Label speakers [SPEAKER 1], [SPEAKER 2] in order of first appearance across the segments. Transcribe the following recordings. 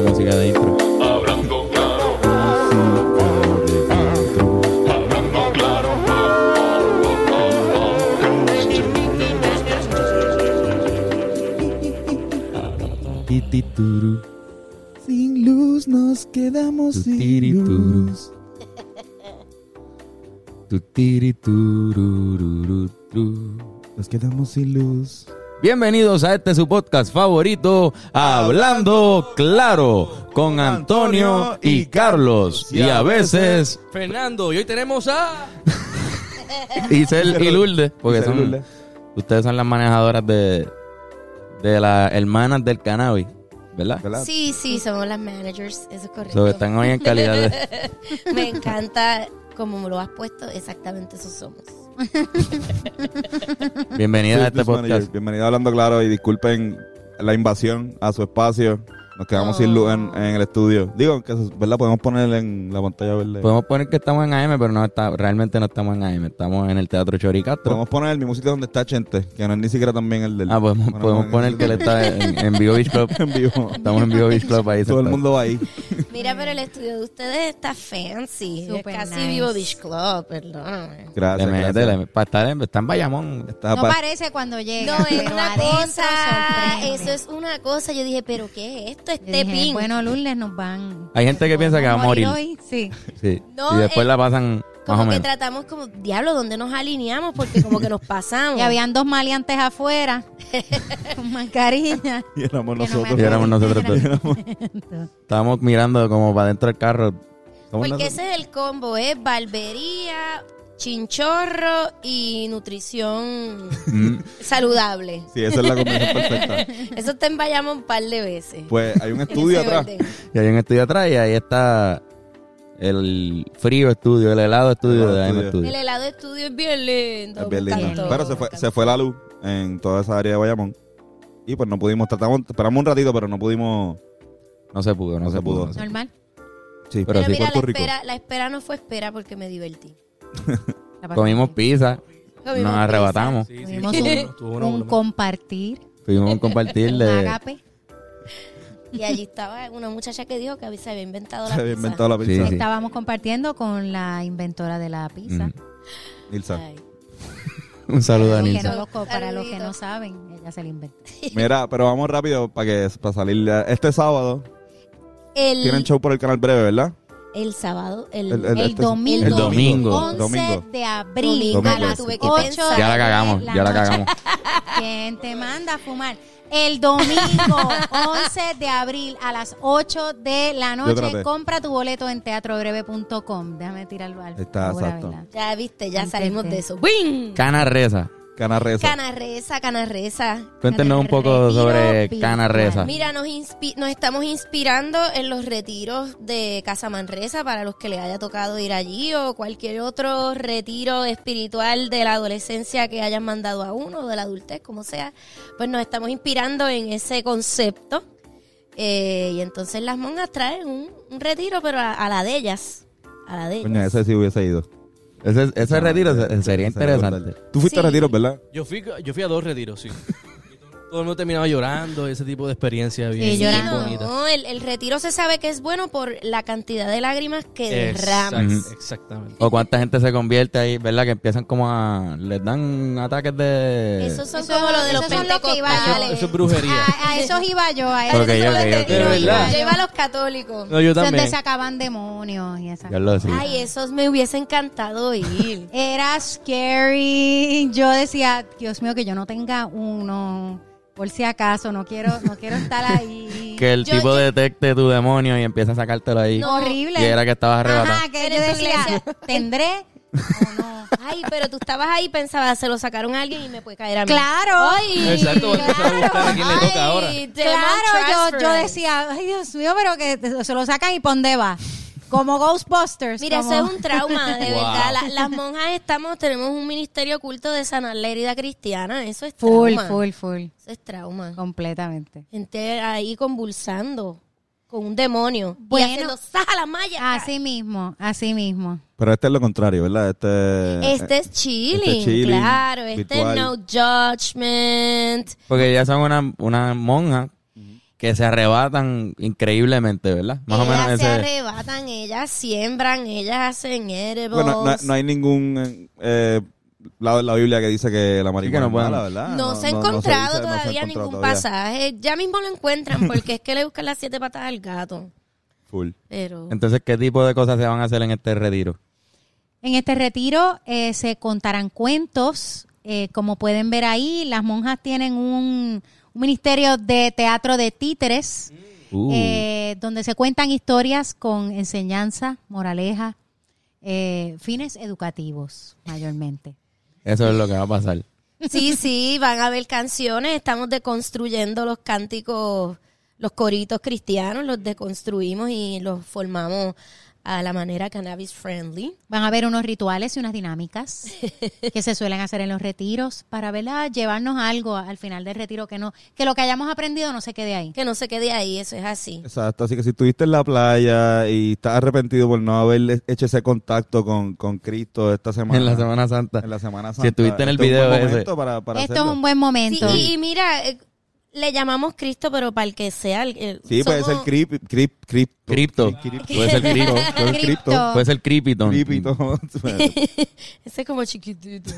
[SPEAKER 1] música de intro.
[SPEAKER 2] Hablando claro, hablando claro.
[SPEAKER 1] Titituru,
[SPEAKER 3] Sin luz Pues nos quedamos sin
[SPEAKER 1] tutirituru.
[SPEAKER 3] luz.
[SPEAKER 1] Tutiriturururutru.
[SPEAKER 3] Nos quedamos sin luz.
[SPEAKER 1] Bienvenidos a este su podcast favorito, Hablando Claro, con Antonio y Carlos. Y a veces
[SPEAKER 4] Fernando, y hoy tenemos a.
[SPEAKER 1] Isel y Lourdes, porque
[SPEAKER 3] Isel y
[SPEAKER 1] son-
[SPEAKER 3] Lourdes.
[SPEAKER 1] ustedes son las manejadoras de, de las hermanas del cannabis, ¿verdad?
[SPEAKER 3] ¿Verdad?
[SPEAKER 5] Sí, sí, somos las managers, eso es correcto.
[SPEAKER 1] So, están hoy en calidad de...
[SPEAKER 5] Me encanta como me lo has puesto, exactamente eso somos.
[SPEAKER 1] Bienvenida a este
[SPEAKER 3] Business manager.
[SPEAKER 1] podcast.
[SPEAKER 3] Bienvenido a Hablando Claro y disculpen la invasión a su espacio. Nos quedamos sin luz en, en el estudio. Digo, que eso es- ¿verdad? Podemos poner en la pantalla verde.
[SPEAKER 1] Podemos poner que estamos en AM, pero no está, realmente no estamos en AM. Estamos en el Teatro Choricastro.
[SPEAKER 3] Podemos poner el mismo sitio donde está Chente, que no es ni siquiera también el del.
[SPEAKER 1] Ah, podemos,
[SPEAKER 3] Bueno,
[SPEAKER 1] podemos
[SPEAKER 3] en-
[SPEAKER 1] poner que él está en, en Vivo Beach Club.
[SPEAKER 3] en vivo.
[SPEAKER 1] Estamos en Vivo Beach Club ahí.
[SPEAKER 3] Todo el
[SPEAKER 1] sentados.
[SPEAKER 3] mundo va ahí.
[SPEAKER 5] Mira, pero el estudio de ustedes está fancy.
[SPEAKER 6] Súper
[SPEAKER 5] es casi
[SPEAKER 6] nice.
[SPEAKER 5] Vivo Beach Club, perdón.
[SPEAKER 3] Gracias.
[SPEAKER 1] Le mete,
[SPEAKER 3] gracias.
[SPEAKER 1] le mete. Para estar en, está en Bayamón.
[SPEAKER 3] Está
[SPEAKER 6] no
[SPEAKER 3] pa-
[SPEAKER 6] parece cuando llega.
[SPEAKER 5] No, es
[SPEAKER 6] pero
[SPEAKER 5] una
[SPEAKER 6] adentro
[SPEAKER 5] cosa,
[SPEAKER 6] sorprende.
[SPEAKER 5] eso es una cosa. Yo dije, pero ¿qué es esto?
[SPEAKER 6] Yo
[SPEAKER 5] Este
[SPEAKER 6] dije,
[SPEAKER 5] pin.
[SPEAKER 6] Bueno, Lourdes nos van.
[SPEAKER 1] Hay gente que piensa que va a morir.
[SPEAKER 6] hoy, Sí.
[SPEAKER 1] Sí.
[SPEAKER 5] No,
[SPEAKER 1] y después
[SPEAKER 5] eh,
[SPEAKER 1] la pasan más o
[SPEAKER 5] como que
[SPEAKER 1] menos.
[SPEAKER 5] tratamos como, diablo, ¿dónde nos alineamos? Porque como que nos pasamos.
[SPEAKER 6] Y habían dos maleantes afuera con mascarilla.
[SPEAKER 3] Y éramos
[SPEAKER 6] Que no me
[SPEAKER 3] nosotros.
[SPEAKER 1] Y éramos nosotros
[SPEAKER 6] acuerdo.
[SPEAKER 1] dos. Estábamos mirando como para adentro del carro. Somos
[SPEAKER 5] Porque
[SPEAKER 1] nosotros.
[SPEAKER 5] ese es el combo, es barbería, chinchorro y nutrición
[SPEAKER 1] Mm.
[SPEAKER 5] saludable.
[SPEAKER 3] Sí, esa es la combinación perfecta.
[SPEAKER 5] Eso está en Bayamón un par de veces.
[SPEAKER 3] Pues hay un estudio
[SPEAKER 5] Ese
[SPEAKER 3] atrás.
[SPEAKER 5] orden.
[SPEAKER 1] Y hay un estudio atrás y ahí está el frío estudio, el helado estudio
[SPEAKER 3] Helado
[SPEAKER 1] de AM
[SPEAKER 3] estudio.
[SPEAKER 5] El
[SPEAKER 1] Studio.
[SPEAKER 5] helado de estudio es bien lindo.
[SPEAKER 3] Es bien
[SPEAKER 5] me
[SPEAKER 3] lindo.
[SPEAKER 5] encantó,
[SPEAKER 3] Pero se fue,
[SPEAKER 5] me
[SPEAKER 3] se fue la luz en toda esa área de Bayamón. Y pues no pudimos, tratamos, esperamos un ratito, pero no pudimos.
[SPEAKER 1] No se pudo, no, se pudo.
[SPEAKER 3] no se
[SPEAKER 6] Normal.
[SPEAKER 3] Sí,
[SPEAKER 1] Pero
[SPEAKER 5] Pero,
[SPEAKER 1] sí,
[SPEAKER 5] mira,
[SPEAKER 3] Puerto
[SPEAKER 5] la
[SPEAKER 3] Rico.
[SPEAKER 5] espera, la espera no fue espera porque me divertí.
[SPEAKER 6] La pasamos
[SPEAKER 1] Comimos
[SPEAKER 6] bien.
[SPEAKER 1] pizza,
[SPEAKER 5] Comimos
[SPEAKER 1] nos
[SPEAKER 5] pizza.
[SPEAKER 1] arrebatamos.
[SPEAKER 6] Tuvimos un, un compartir,
[SPEAKER 1] Tuvimos un compartir
[SPEAKER 6] un
[SPEAKER 1] de...
[SPEAKER 6] agape.
[SPEAKER 5] Y allí estaba una muchacha que dijo que se había inventado la
[SPEAKER 3] Se había
[SPEAKER 5] pizza.
[SPEAKER 3] inventado la pizza.
[SPEAKER 1] Sí, sí.
[SPEAKER 6] Estábamos compartiendo con la inventora de la pizza.
[SPEAKER 1] Mm.
[SPEAKER 3] Nilsa.
[SPEAKER 5] Ay.
[SPEAKER 1] Un saludo a
[SPEAKER 6] Porque
[SPEAKER 1] Nilsa.
[SPEAKER 6] no lo- para los que
[SPEAKER 5] Saludito.
[SPEAKER 6] no saben, ella se la inventó.
[SPEAKER 3] Mira, pero vamos rápido para que para salir este sábado. Tienen
[SPEAKER 5] El,
[SPEAKER 3] show por el canal breve, ¿verdad?
[SPEAKER 5] el sábado, el,
[SPEAKER 3] El-
[SPEAKER 6] El,
[SPEAKER 3] este-
[SPEAKER 6] domingo,
[SPEAKER 1] el domingo.
[SPEAKER 6] 11
[SPEAKER 3] Domingo.
[SPEAKER 6] de abril
[SPEAKER 5] Domingo,
[SPEAKER 6] a las
[SPEAKER 5] tuve que
[SPEAKER 6] 8
[SPEAKER 5] pensar.
[SPEAKER 1] Ya la cagamos, ya la cagamos.
[SPEAKER 6] ¿Quién te manda a fumar? El domingo 11 de abril a las 8 de la
[SPEAKER 3] traté.
[SPEAKER 6] noche. Compra tu boleto en teatrobreve.com. Déjame tirarlo al
[SPEAKER 3] Está,
[SPEAKER 6] ahora,
[SPEAKER 3] exacto.
[SPEAKER 6] ¿verdad?
[SPEAKER 5] ya viste, ya
[SPEAKER 6] Antes
[SPEAKER 5] salimos
[SPEAKER 6] de-
[SPEAKER 5] de eso. ¡Bing!
[SPEAKER 1] Cana Reza.
[SPEAKER 3] Cana Reza.
[SPEAKER 5] Canarreza, canarreza.
[SPEAKER 1] Cuéntenos un poco
[SPEAKER 6] Retiro
[SPEAKER 1] sobre
[SPEAKER 6] virtual.
[SPEAKER 1] Cana Reza.
[SPEAKER 5] Mira, nos, inspi- nos estamos inspirando en los retiros de Casa Manresa para los que les haya tocado ir allí o cualquier otro retiro espiritual de la adolescencia que hayan mandado a uno, de la adultez, como sea. Pues nos estamos inspirando en ese concepto. Eh, y entonces las monjas traen un, un retiro, pero a, a la de ellas. A la de ellas.
[SPEAKER 3] Coño, ese sí hubiese ido.
[SPEAKER 1] Ese, ese retiro se- sería interesante.
[SPEAKER 3] Tú fuiste a
[SPEAKER 5] Sí.
[SPEAKER 3] retiros, ¿verdad?
[SPEAKER 4] Yo fui, yo fui a dos retiros, sí. Todo el mundo terminaba llorando, ese tipo de experiencia bien,
[SPEAKER 6] Sí,
[SPEAKER 4] bien
[SPEAKER 6] llorando.
[SPEAKER 4] bonita.
[SPEAKER 5] No, el, el retiro se sabe que es bueno por la cantidad de lágrimas que derrama.
[SPEAKER 4] Exact-
[SPEAKER 1] Ujú.
[SPEAKER 4] Exactamente.
[SPEAKER 1] O cuánta gente se convierte ahí, ¿verdad? Que empiezan como a... Les dan ataques de...
[SPEAKER 5] Esos son
[SPEAKER 6] Eso-
[SPEAKER 5] como los de los
[SPEAKER 6] esos son los que iba
[SPEAKER 4] Eso,
[SPEAKER 6] Dale.
[SPEAKER 4] eso es brujería.
[SPEAKER 5] Ah,
[SPEAKER 6] A, a esos iba yo, a
[SPEAKER 1] Pero
[SPEAKER 6] esos
[SPEAKER 1] que yo- que yo-
[SPEAKER 4] que yo-
[SPEAKER 6] iba
[SPEAKER 4] De verdad.
[SPEAKER 6] yo.
[SPEAKER 5] Lleva a los católicos.
[SPEAKER 4] No, yo
[SPEAKER 6] Esos donde
[SPEAKER 4] también.
[SPEAKER 6] sacaban demonios y esas
[SPEAKER 1] Ya lo decía.
[SPEAKER 5] Ay, esos me hubiese encantado ir.
[SPEAKER 6] Era scary. Yo decía, Dios mío, que yo no tenga uno. Por si acaso, no quiero, no quiero estar ahí.
[SPEAKER 1] Que el
[SPEAKER 5] Yo-
[SPEAKER 1] tipo
[SPEAKER 5] yo-
[SPEAKER 1] detecte tu demonio y empieza a sacártelo ahí.
[SPEAKER 5] No,
[SPEAKER 6] horrible.
[SPEAKER 1] Y era que estabas arrebatado.
[SPEAKER 6] Ajá, que
[SPEAKER 5] Pero en
[SPEAKER 6] yo
[SPEAKER 5] tu
[SPEAKER 6] decía,
[SPEAKER 5] iglesia-
[SPEAKER 6] ¿tendré o no?
[SPEAKER 5] Ay, pero tú estabas ahí y pensabas, se lo sacaron a alguien y me puede caer a mí.
[SPEAKER 6] Claro.
[SPEAKER 5] Ay,
[SPEAKER 4] Exacto, porque tú sabes buscar a quién le toca ahora.
[SPEAKER 6] Claro, yo, yo decía, ay Dios mío, pero que te- se lo sacan y ¿pa' dónde va. Como Ghostbusters.
[SPEAKER 5] Mira,
[SPEAKER 6] como-
[SPEAKER 5] eso es un trauma, de
[SPEAKER 4] Wow.
[SPEAKER 5] verdad. La- las monjas estamos, tenemos un ministerio oculto de sanar la herida cristiana. Eso es
[SPEAKER 6] Full,
[SPEAKER 5] trauma.
[SPEAKER 6] full, full.
[SPEAKER 5] Eso es trauma.
[SPEAKER 6] Completamente.
[SPEAKER 5] Gente ahí convulsando con un demonio.
[SPEAKER 6] Bueno.
[SPEAKER 5] y haciendo saja la malla.
[SPEAKER 6] Así mismo, así mismo.
[SPEAKER 3] Pero este es lo contrario, ¿verdad? Este.
[SPEAKER 5] Este es chilling,
[SPEAKER 3] Este es chilling,
[SPEAKER 5] claro. Este es
[SPEAKER 3] virtual.
[SPEAKER 5] no judgment.
[SPEAKER 1] Porque ellas son una, una monja que se arrebatan increíblemente, ¿verdad? Más o menos
[SPEAKER 5] ellas se
[SPEAKER 1] ese.
[SPEAKER 5] arrebatan, ellas siembran, ellas hacen edibles.
[SPEAKER 3] Bueno, no, no hay ningún eh, lado en la Biblia que dice que la
[SPEAKER 1] no
[SPEAKER 3] marihuana es mala,
[SPEAKER 1] pueden.
[SPEAKER 3] ¿verdad?
[SPEAKER 5] No se ha encontrado todavía ningún pasaje. Ya mismo lo encuentran porque es que le buscan las siete patas al gato.
[SPEAKER 3] Full.
[SPEAKER 5] Pero
[SPEAKER 1] Entonces, ¿qué tipo de cosas se van a hacer en este retiro?
[SPEAKER 6] En este retiro eh, se contarán cuentos, eh, como pueden ver ahí, las monjas tienen un, un ministerio de teatro de títeres,
[SPEAKER 1] Uh,
[SPEAKER 6] eh, donde se cuentan historias con enseñanza, moraleja, eh, fines educativos mayormente.
[SPEAKER 1] Eso es lo que va a pasar.
[SPEAKER 5] sí, sí, van a haber canciones. Estamos deconstruyendo los cánticos, los coritos cristianos, los deconstruimos y los formamos a la manera cannabis friendly.
[SPEAKER 6] Van a haber unos rituales y unas dinámicas que se suelen hacer en los retiros para ¿verdad? llevarnos algo al final del retiro que no que lo que hayamos aprendido no se quede ahí.
[SPEAKER 5] Que no se quede ahí, eso es así.
[SPEAKER 3] Exacto, así que si estuviste en la playa y estás arrepentido por no haber e, hecho ese contacto con, con Cristo esta semana.
[SPEAKER 1] En la Semana Santa.
[SPEAKER 3] En la Semana
[SPEAKER 1] Si
[SPEAKER 3] Santa.
[SPEAKER 1] estuviste en el
[SPEAKER 3] este es un
[SPEAKER 1] video
[SPEAKER 3] buen
[SPEAKER 1] ese.
[SPEAKER 3] momento Para, para
[SPEAKER 6] Esto
[SPEAKER 3] hacerlo.
[SPEAKER 6] es un buen momento.
[SPEAKER 5] Sí, y, y mira, eh, le llamamos Cristo, pero para el que sea. el- el-
[SPEAKER 3] Sí, puede ser
[SPEAKER 5] somos-
[SPEAKER 3] creep, creep, creep,
[SPEAKER 1] Cripto. Puede ser cripto.
[SPEAKER 3] Puede ser cripto.
[SPEAKER 1] Puede ser Creepyton.
[SPEAKER 3] Cripito.
[SPEAKER 5] Ese es como chiquitito.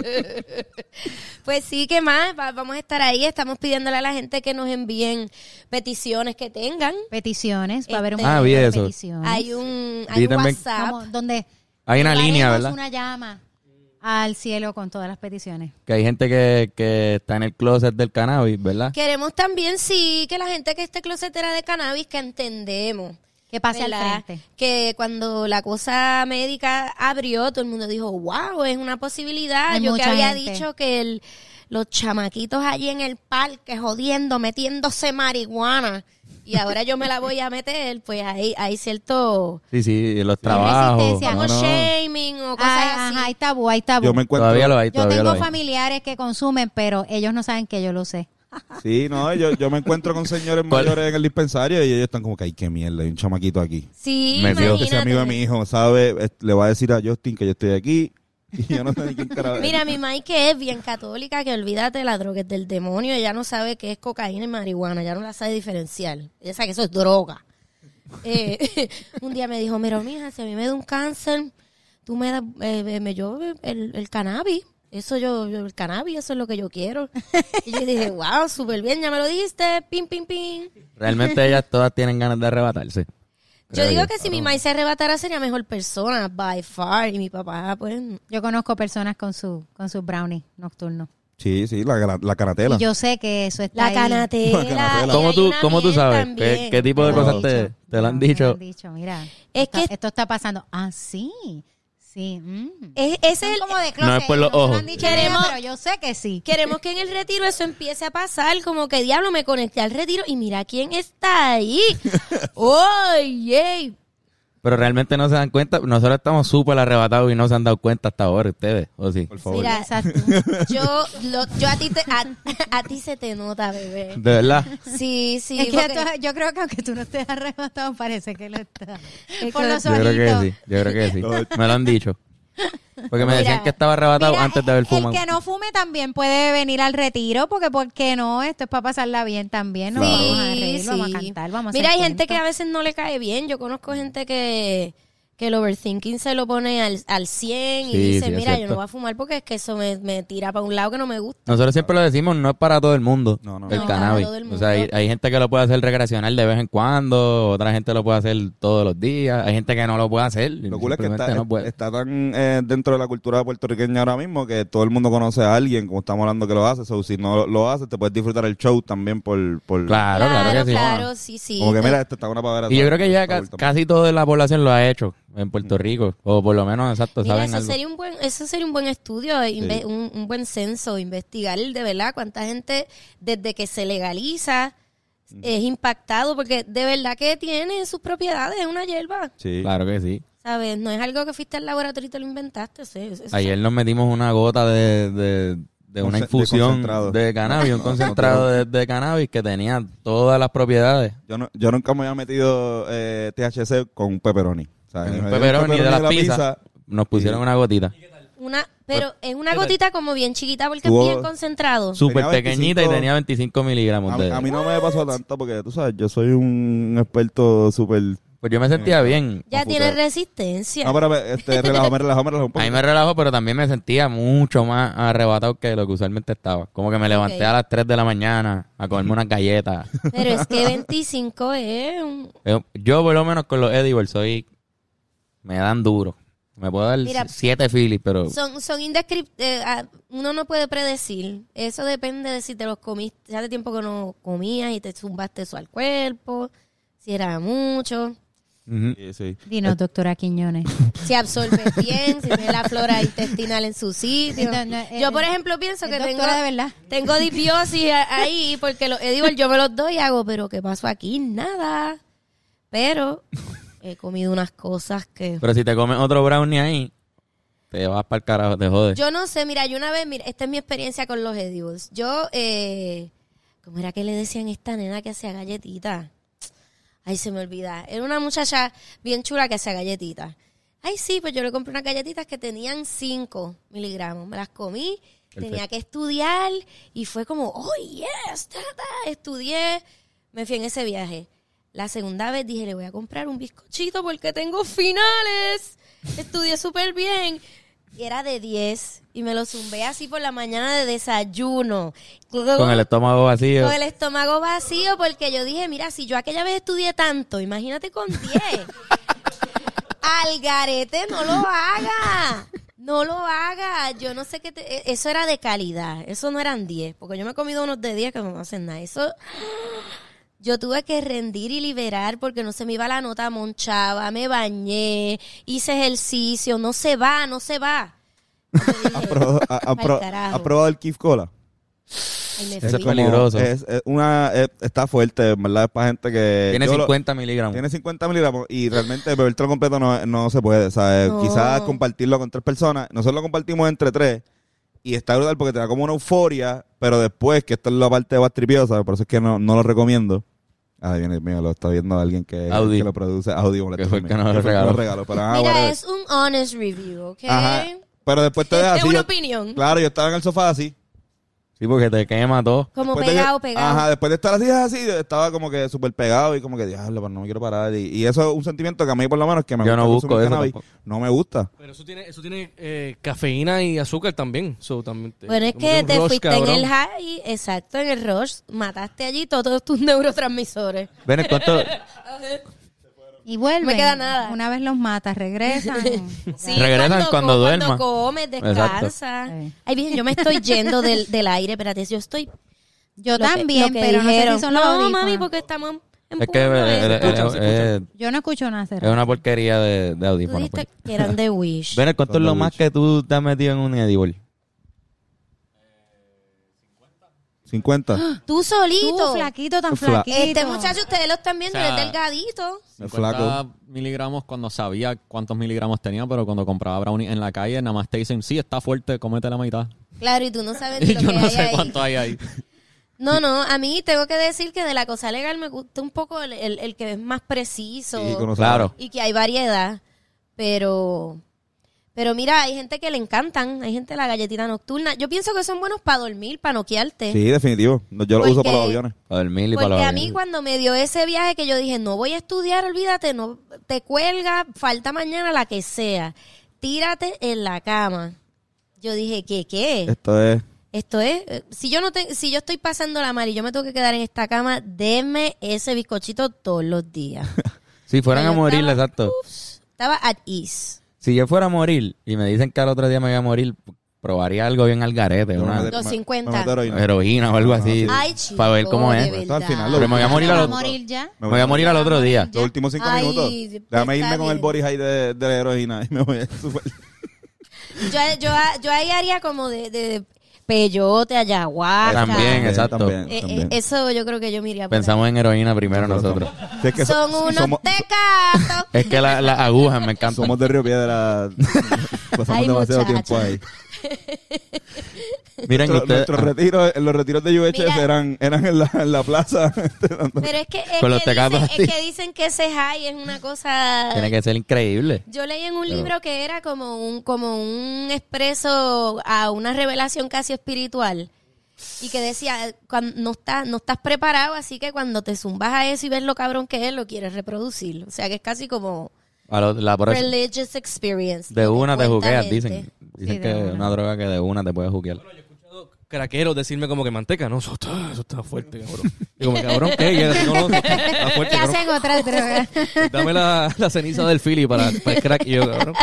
[SPEAKER 5] pues sí, ¿qué más? Va- vamos a estar ahí. Estamos pidiéndole a la gente que nos envíen peticiones que tengan.
[SPEAKER 6] Peticiones, va a haber un
[SPEAKER 5] Este-
[SPEAKER 1] Ah, vi
[SPEAKER 6] video de
[SPEAKER 1] eso.
[SPEAKER 6] peticiones.
[SPEAKER 5] Hay un, hay
[SPEAKER 1] Vi
[SPEAKER 5] un
[SPEAKER 1] también-
[SPEAKER 5] WhatsApp.
[SPEAKER 6] Como- donde
[SPEAKER 1] Hay una línea,
[SPEAKER 6] llevaremos
[SPEAKER 1] ¿verdad?
[SPEAKER 6] una llama al cielo con todas las peticiones.
[SPEAKER 1] Que hay gente que, que está en el closet del cannabis, ¿verdad?
[SPEAKER 5] Queremos también, sí, que la gente que esté closetera de cannabis, que entendemos.
[SPEAKER 6] Que pase al
[SPEAKER 5] ¿verdad?
[SPEAKER 6] frente.
[SPEAKER 5] Que cuando la cosa médica abrió, todo el mundo dijo, wow, es una posibilidad.
[SPEAKER 6] Hay
[SPEAKER 5] Yo que
[SPEAKER 6] mucha
[SPEAKER 5] había
[SPEAKER 6] gente.
[SPEAKER 5] dicho que el- los chamaquitos allí en el parque jodiendo, metiéndose marihuana, y ahora yo me la voy a meter, pues hay, hay cierto
[SPEAKER 1] Sí, sí, los trabajos.
[SPEAKER 6] resistencia,
[SPEAKER 1] No,
[SPEAKER 5] como
[SPEAKER 1] no.
[SPEAKER 5] shaming o cosas
[SPEAKER 6] Ah,
[SPEAKER 5] así.
[SPEAKER 6] ajá, hay tabú, hay tabú.
[SPEAKER 3] Yo me encuentro.
[SPEAKER 1] Todavía lo hay,
[SPEAKER 6] Yo
[SPEAKER 1] todavía lo
[SPEAKER 6] tengo
[SPEAKER 1] hay.
[SPEAKER 6] familiares que consumen, pero ellos no saben que yo lo sé.
[SPEAKER 3] Sí, no, yo, yo me encuentro con señores
[SPEAKER 1] ¿Cuál?
[SPEAKER 3] mayores en el dispensario y ellos están como que, ay, qué mierda, hay un chamaquito aquí.
[SPEAKER 5] Sí,
[SPEAKER 1] Me dio
[SPEAKER 3] Que sea
[SPEAKER 5] imagínate.
[SPEAKER 3] amigo de mi hijo, ¿sabe? Eh, Le va a decir a Justin que yo estoy aquí y yo no sé ni quién carajo. es.
[SPEAKER 5] Mira, mi Mike que es bien católica, que olvídate la droga es del demonio, ella no sabe qué es cocaína y marihuana, ya no la sabe diferenciar. Ella sabe que eso es droga. Eh, un día me dijo, mira, mija, si a mí me da un cáncer, tú me das, eh, eh, me, yo, eh, el, el cannabis, eso yo, yo, el cannabis, eso es lo que yo quiero. Y yo dije, wow, súper bien, ya me lo dijiste, pim, pim, pim.
[SPEAKER 1] Realmente ellas todas tienen ganas de arrebatarse.
[SPEAKER 5] Yo digo que si mi Mike se arrebatara sería mejor persona, by far, y mi papá, pues,
[SPEAKER 6] Yo conozco personas con su con sus brownies nocturnos.
[SPEAKER 3] Sí, sí, la, la, la caratela.
[SPEAKER 6] Y yo sé que eso está
[SPEAKER 5] la
[SPEAKER 6] ahí.
[SPEAKER 5] canatela. y
[SPEAKER 1] ¿Cómo
[SPEAKER 5] hay
[SPEAKER 1] tú,
[SPEAKER 5] una
[SPEAKER 1] cómo tú
[SPEAKER 5] miel
[SPEAKER 1] sabes? ¿Qué,
[SPEAKER 5] también.
[SPEAKER 1] qué tipo de
[SPEAKER 3] Wow.
[SPEAKER 1] cosas te, te lo han
[SPEAKER 6] Me
[SPEAKER 1] dicho?
[SPEAKER 6] mira.
[SPEAKER 5] Es
[SPEAKER 6] está-
[SPEAKER 5] que-
[SPEAKER 6] esto está pasando. Ah, sí. Sí. mm.
[SPEAKER 5] Es, ese
[SPEAKER 6] Son
[SPEAKER 5] es el-
[SPEAKER 6] como de
[SPEAKER 1] No es por los
[SPEAKER 6] closet, se lo
[SPEAKER 1] ojos.
[SPEAKER 6] han dicho a ella,
[SPEAKER 5] Queremos-
[SPEAKER 6] pero yo sé que sí.
[SPEAKER 5] Queremos que en el retiro eso empiece a pasar, como que diablo me conecté al retiro y mira quién está ahí. Oye,
[SPEAKER 1] Pero realmente no se dan cuenta. Nosotros estamos súper arrebatados y no se han dado cuenta hasta ahora ustedes, ¿o sí?
[SPEAKER 3] Por favor.
[SPEAKER 5] mira,
[SPEAKER 6] Exacto.
[SPEAKER 5] yo, lo- yo a ti te, a, a ti se te nota, bebé.
[SPEAKER 1] De verdad.
[SPEAKER 5] Sí, sí.
[SPEAKER 6] Es que
[SPEAKER 5] porque-
[SPEAKER 6] esto- yo creo que aunque tú no estés arrebatado, parece que lo está.
[SPEAKER 5] Es
[SPEAKER 6] Por
[SPEAKER 5] que-
[SPEAKER 6] los
[SPEAKER 1] Yo creo que
[SPEAKER 6] ojitos.
[SPEAKER 1] sí, yo creo que sí. Me lo han dicho. Porque me decían
[SPEAKER 5] Mira,
[SPEAKER 1] que estaba arrebatado
[SPEAKER 6] Mira,
[SPEAKER 1] antes de haber
[SPEAKER 6] el-
[SPEAKER 1] fumado.
[SPEAKER 6] El que no fume también puede venir al retiro, porque ¿por qué no? Esto es para pasarla bien también. Nos
[SPEAKER 3] Sí,
[SPEAKER 6] vamos a reír,
[SPEAKER 5] Sí,
[SPEAKER 6] vamos a
[SPEAKER 5] sí.
[SPEAKER 6] cantar, vamos a
[SPEAKER 5] Mira, hay
[SPEAKER 6] hacer
[SPEAKER 5] gente que a
[SPEAKER 6] cuentos.
[SPEAKER 5] veces no le cae bien. Yo conozco gente que, que el overthinking se lo pone al, al 100 y
[SPEAKER 1] Sí,
[SPEAKER 5] dice,
[SPEAKER 1] sí, es
[SPEAKER 5] mira, yo
[SPEAKER 1] cierto.
[SPEAKER 5] no voy a fumar porque es que eso me, me tira para un lado que no me gusta.
[SPEAKER 1] Nosotros siempre lo decimos, no es para todo el mundo
[SPEAKER 3] No, no.
[SPEAKER 1] el
[SPEAKER 5] No, no
[SPEAKER 1] cannabis.
[SPEAKER 5] para todo el
[SPEAKER 1] O sea, hay,
[SPEAKER 5] mundo.
[SPEAKER 1] hay gente que lo puede hacer recreacional de vez en cuando, otra gente lo puede hacer todos los días, hay gente que no lo puede hacer.
[SPEAKER 3] Lo cool es que
[SPEAKER 1] simplemente
[SPEAKER 3] está,
[SPEAKER 1] no puede.
[SPEAKER 3] está tan eh, dentro de la cultura puertorriqueña ahora mismo que todo el mundo conoce a alguien, como estamos hablando, que lo hace. O si no lo hace, te puedes disfrutar el show también por... por
[SPEAKER 1] Claro, claro, que sí.
[SPEAKER 5] claro, sí, sí.
[SPEAKER 3] Como que mira, esto está una pavera.
[SPEAKER 1] Y yo creo que ya
[SPEAKER 3] Está Mm.
[SPEAKER 1] ca-
[SPEAKER 3] vuelto.
[SPEAKER 1] casi toda la población lo ha hecho en Puerto Rico, o por lo menos, exacto,
[SPEAKER 5] Mira,
[SPEAKER 1] saben
[SPEAKER 5] eso
[SPEAKER 1] algo.
[SPEAKER 5] sería un buen, eso sería un buen estudio, eh, inve- un, un buen censo, investigar de verdad cuánta gente desde que se legaliza es impactado, porque de verdad que tiene sus propiedades, es una hierba,
[SPEAKER 3] Sí.
[SPEAKER 1] Claro que sí.
[SPEAKER 5] ¿sabes? No es algo que fuiste al laboratorio y te lo inventaste, sí, eso- eso-
[SPEAKER 1] Ayer nos metimos una gota de, de- de una
[SPEAKER 3] Conce- de
[SPEAKER 1] infusión
[SPEAKER 3] concentrado.
[SPEAKER 1] de, cannabis, un concentrado de, de cannabis que tenía todas las propiedades.
[SPEAKER 3] Yo, no, yo nunca me había metido eh, THC con un pepperoni. O sea,
[SPEAKER 1] En
[SPEAKER 3] me
[SPEAKER 1] un
[SPEAKER 3] metí
[SPEAKER 1] pepperoni de
[SPEAKER 3] pepperoni
[SPEAKER 1] las pizzas nos pusieron
[SPEAKER 3] y-
[SPEAKER 1] una gotita.
[SPEAKER 5] Una, pero es una
[SPEAKER 4] ¿qué tal?
[SPEAKER 5] gotita como bien chiquita porque
[SPEAKER 3] Tuvo-
[SPEAKER 5] es bien concentrado.
[SPEAKER 1] Súper
[SPEAKER 3] Tenía 25
[SPEAKER 1] pequeñita y tenía 25 miligramos
[SPEAKER 3] A,
[SPEAKER 1] de
[SPEAKER 3] mí- a mí no me pasó tanto porque, tú sabes, yo soy un experto súper...
[SPEAKER 1] Pues yo me sentía bien.
[SPEAKER 5] Ya
[SPEAKER 3] Afuera.
[SPEAKER 5] tiene resistencia.
[SPEAKER 3] No, pero este, relajame, relajame, relajame un
[SPEAKER 1] A
[SPEAKER 3] poco.
[SPEAKER 1] mí me relajó, pero también me sentía mucho más arrebatado que lo que usualmente estaba. Como que me levanté
[SPEAKER 5] Ok.
[SPEAKER 1] a las 3 de la mañana a comerme unas galletas.
[SPEAKER 5] Pero es que 25 es un...
[SPEAKER 1] Yo, yo por lo menos con los edibles pues soy... Me dan duro. Me puedo dar
[SPEAKER 5] Mira.
[SPEAKER 1] 7 filis, pero...
[SPEAKER 5] Son, son indescript- eh, ah, uno no puede predecir. Eso depende de si te los comiste, hace tiempo que no comías y te zumbaste eso al cuerpo, si era mucho,
[SPEAKER 1] Ujú.
[SPEAKER 3] Sí, sí.
[SPEAKER 6] Dinos, doctora Quiñones.
[SPEAKER 5] si absorbes bien, si tienes la flora intestinal en su sitio.
[SPEAKER 6] No, no, eh,
[SPEAKER 5] Yo, por ejemplo, pienso
[SPEAKER 6] es
[SPEAKER 5] que tengo,
[SPEAKER 6] doctora de verdad.
[SPEAKER 5] tengo disbiosis a- ahí porque los Edible yo me los doy y hago, pero ¿qué pasó aquí? Nada. Pero he comido unas cosas que...
[SPEAKER 1] Pero si te comes otro brownie ahí, te vas para el carajo, te jodes.
[SPEAKER 5] Yo no sé, mira, yo una vez, mira, esta es mi experiencia con los edibles. Yo, eh, ¿cómo era que le decían a esta nena que hacía galletitas? Ay, se me olvida. Era una muchacha bien chula que hacía galletitas. Ay, sí, pues yo le compré unas galletitas que tenían 5 miligramos. Me las comí, tenía que estudiar y fue como, oh, yes, ta, ta". estudié. Me fui en ese viaje. La segunda vez dije, le voy a comprar un bizcochito porque tengo finales. Estudié súper bien. Y era de 10 y me lo zumbé así por la mañana de desayuno.
[SPEAKER 1] Con el estómago vacío.
[SPEAKER 5] Con el estómago vacío porque yo dije, mira, si yo aquella vez estudié tanto, imagínate con 10. Al garete no lo haga. No lo haga. Yo no sé qué te- e- Eso era de calidad. Eso no eran 10. Porque yo me he comido unos de 10 que no hacen nada. Eso... Yo tuve que rendir y liberar porque no se me iba la nota, monchaba, me bañé, hice ejercicio, no se va, no se va. Y yo dije,
[SPEAKER 3] ¿Has probado, ha- ha
[SPEAKER 5] "Pa'l
[SPEAKER 3] pro-
[SPEAKER 5] carajo".
[SPEAKER 3] has probado el Kif Cola?
[SPEAKER 5] Ay, me
[SPEAKER 1] Eso es
[SPEAKER 5] fui.
[SPEAKER 3] Como
[SPEAKER 1] peligroso.
[SPEAKER 3] Es, es una, es- está fuerte, en verdad, es para gente que...
[SPEAKER 1] Tiene
[SPEAKER 3] Eh, yo lo-
[SPEAKER 1] 50 miligramos.
[SPEAKER 3] Tiene 50 miligramos y realmente beberlo completo no, no se puede. ¿sabes?
[SPEAKER 5] No.
[SPEAKER 3] Quizás compartirlo con tres personas. Nosotros lo compartimos entre tres y está brutal porque te da como una euforia, pero después, que esta es la parte más tripiosa, por eso es que no, no lo recomiendo. Ay, Dios mío, lo está viendo alguien que,
[SPEAKER 1] Audi.
[SPEAKER 3] que lo produce. Audi,
[SPEAKER 1] Que fue el que
[SPEAKER 3] no
[SPEAKER 1] nos lo regaló.
[SPEAKER 3] pero, ah,
[SPEAKER 5] Mira,
[SPEAKER 3] whatever.
[SPEAKER 5] es un honest review, ¿ok?
[SPEAKER 3] Ajá. Pero después te deja
[SPEAKER 5] Es
[SPEAKER 3] así.
[SPEAKER 5] una
[SPEAKER 3] yo-
[SPEAKER 5] opinión.
[SPEAKER 3] Claro, yo estaba en el sofá así.
[SPEAKER 1] Sí, porque te quema todo.
[SPEAKER 5] Como
[SPEAKER 3] Después de que-
[SPEAKER 5] pegado, pegado.
[SPEAKER 3] Ajá, después de estar así, así, estaba como que súper pegado y como que, diablo, pero no me quiero parar. Y, y eso es un sentimiento que a mí, por lo menos, que me
[SPEAKER 1] Yo
[SPEAKER 3] gusta
[SPEAKER 1] no busco
[SPEAKER 3] consumir
[SPEAKER 1] eso
[SPEAKER 3] cannabis,
[SPEAKER 1] tampoco.
[SPEAKER 3] No me gusta.
[SPEAKER 4] Pero eso tiene, eso tiene eh, cafeína y azúcar también. So, también te-
[SPEAKER 5] Bueno, es
[SPEAKER 4] como que
[SPEAKER 5] que
[SPEAKER 4] un
[SPEAKER 5] te
[SPEAKER 4] rush,
[SPEAKER 5] fuiste
[SPEAKER 4] cabrón.
[SPEAKER 5] en el high, exacto, en el rush, mataste allí todos tus neurotransmisores.
[SPEAKER 1] Ven, ¿en ¿cuánto?
[SPEAKER 6] Y vuelven.
[SPEAKER 5] Me queda nada.
[SPEAKER 6] Una vez los matas, regresan.
[SPEAKER 5] Sí,
[SPEAKER 1] Regresan cuando
[SPEAKER 5] co-
[SPEAKER 1] duerma.
[SPEAKER 5] Cuando comes, descansa.
[SPEAKER 6] Exacto.
[SPEAKER 5] Ay, bien, yo me estoy yendo del, del aire, espérate, yo estoy...
[SPEAKER 6] Yo
[SPEAKER 5] lo que-
[SPEAKER 6] también,
[SPEAKER 5] lo que
[SPEAKER 6] pero no sé
[SPEAKER 5] dijeron.
[SPEAKER 6] si son los
[SPEAKER 5] No, mami,
[SPEAKER 6] audífonos.
[SPEAKER 5] porque estamos en
[SPEAKER 1] Es que eh, eh, eh,
[SPEAKER 4] escucha, se
[SPEAKER 1] eh,
[SPEAKER 6] Yo no escucho nada hace
[SPEAKER 1] es
[SPEAKER 6] rato.
[SPEAKER 1] una porquería de, de
[SPEAKER 5] Tú
[SPEAKER 1] audífonos. pues.
[SPEAKER 5] dijiste que eran de Wish.
[SPEAKER 1] Ven, ¿cuánto es lo más que tú te has metido en un edible?
[SPEAKER 3] 50.
[SPEAKER 5] Tú
[SPEAKER 6] Tú,
[SPEAKER 5] solito.
[SPEAKER 6] flaquito, tan
[SPEAKER 3] Fla-
[SPEAKER 6] flaquito.
[SPEAKER 5] este muchacho, ustedes lo están viendo,
[SPEAKER 7] O sea,
[SPEAKER 5] él es delgadito.
[SPEAKER 3] Me
[SPEAKER 7] 50
[SPEAKER 3] flaco.
[SPEAKER 7] miligramos cuando sabía cuántos miligramos tenía, pero cuando compraba brownie en la calle, nada más te dicen, sí, está fuerte, cómete la mitad.
[SPEAKER 5] Claro, y tú no sabes ni
[SPEAKER 7] Y
[SPEAKER 5] lo
[SPEAKER 7] yo
[SPEAKER 5] que
[SPEAKER 7] no
[SPEAKER 5] hay
[SPEAKER 7] sé
[SPEAKER 5] ahí.
[SPEAKER 7] cuánto hay ahí.
[SPEAKER 5] No, no, a mí tengo que decir que de la cosa legal me gusta un poco el, el- el que es más preciso
[SPEAKER 3] Sí, conoce-
[SPEAKER 1] Claro.
[SPEAKER 5] y que hay variedad, pero pero mira, hay gente que le encantan, hay gente la galletita nocturna. Yo pienso que son buenos para dormir, para noquearte.
[SPEAKER 3] Sí, definitivo. No, Yo lo uso
[SPEAKER 5] Porque-
[SPEAKER 3] para los aviones.
[SPEAKER 1] Para dormir y para
[SPEAKER 5] Porque
[SPEAKER 1] los
[SPEAKER 5] a mí
[SPEAKER 1] aviones.
[SPEAKER 5] cuando me dio ese viaje que yo dije, no voy a estudiar, olvídate, no te cuelga, falta mañana la que sea. Tírate en la cama. Yo dije, ¿qué qué?
[SPEAKER 3] Esto es.
[SPEAKER 5] Esto es, eh, si yo no te, si yo estoy pasando la mal y yo me tengo que quedar en esta cama, denme ese bizcochito todos los días.
[SPEAKER 1] Si fueran
[SPEAKER 5] Yo
[SPEAKER 1] a morir,
[SPEAKER 5] estaba-
[SPEAKER 1] exacto.
[SPEAKER 5] Estaba at ease.
[SPEAKER 1] Si yo fuera a morir y me dicen que al otro día me voy a morir, probaría algo bien al garete,
[SPEAKER 3] yo me
[SPEAKER 1] una
[SPEAKER 3] meto-
[SPEAKER 5] Los
[SPEAKER 3] me-
[SPEAKER 5] 50.
[SPEAKER 3] me meto heroína.
[SPEAKER 1] heroína o algo así.
[SPEAKER 5] Ay, chico,
[SPEAKER 1] para ver cómo
[SPEAKER 5] de
[SPEAKER 1] es.
[SPEAKER 5] verdad.
[SPEAKER 3] Esto al final lo-
[SPEAKER 1] Pero me voy a morir
[SPEAKER 6] ¿Va
[SPEAKER 1] a
[SPEAKER 6] a
[SPEAKER 1] los,
[SPEAKER 6] morir ya?
[SPEAKER 1] me voy a morir al otro día.
[SPEAKER 3] Los últimos 5
[SPEAKER 5] Ay,
[SPEAKER 3] minutos. Déjame
[SPEAKER 5] está
[SPEAKER 3] irme con
[SPEAKER 5] bien.
[SPEAKER 3] el body high de, de la heroína y me voy a super-
[SPEAKER 5] Yo, yo, yo ahí haría como de, de peyote, ayahuasca.
[SPEAKER 1] También, exacto.
[SPEAKER 3] También,
[SPEAKER 5] Eh, eh,
[SPEAKER 3] también.
[SPEAKER 5] eso yo creo que yo me iría por
[SPEAKER 1] Pensamos en heroína primero nosotros.
[SPEAKER 3] Si es
[SPEAKER 5] ahí.
[SPEAKER 3] que so-
[SPEAKER 5] Son unos
[SPEAKER 3] somos,
[SPEAKER 5] tecatos.
[SPEAKER 1] Es que la- las agujas me encantan.
[SPEAKER 3] somos de Río Piedra. Pasamos
[SPEAKER 5] Ay,
[SPEAKER 3] demasiado
[SPEAKER 5] muchacho.
[SPEAKER 3] tiempo ahí.
[SPEAKER 1] Miren
[SPEAKER 3] Nuestro-
[SPEAKER 1] ustedes. ah.
[SPEAKER 3] nuestros retiros, los retiros de UHS
[SPEAKER 5] Mira.
[SPEAKER 3] eran, eran en, la, en la plaza.
[SPEAKER 5] Pero es que, es,
[SPEAKER 1] Con los
[SPEAKER 5] que
[SPEAKER 1] tecatos
[SPEAKER 5] dicen,
[SPEAKER 1] así.
[SPEAKER 5] es que dicen que ese high es una cosa...
[SPEAKER 1] Tiene que ser increíble.
[SPEAKER 5] Yo leí en un libro que era como un, como un expreso a una revelación casi espiritual. Y que decía, cuando no estás, no estás preparado, así que cuando te zumbas a eso y ves lo cabrón que es, lo quieres reproducir. O sea que es casi como
[SPEAKER 1] A lo- la por eso.
[SPEAKER 5] religious experience.
[SPEAKER 1] De una te
[SPEAKER 5] Cuenta
[SPEAKER 1] juqueas,
[SPEAKER 5] gente.
[SPEAKER 1] dicen. Dicen
[SPEAKER 6] Sí, de
[SPEAKER 1] que es
[SPEAKER 6] una.
[SPEAKER 1] una droga que de una te puede juquear.
[SPEAKER 4] escuchado craqueros decirme como que manteca, no, eso está, eso está fuerte, cabrón. Y como, cabrón, ¿qué? Y él, no, no, está fuerte,
[SPEAKER 6] ¿Qué
[SPEAKER 4] cabrón.
[SPEAKER 6] hacen otras drogas?
[SPEAKER 4] Dame la, la ceniza del Philly para, para el crack y yo, cabrón.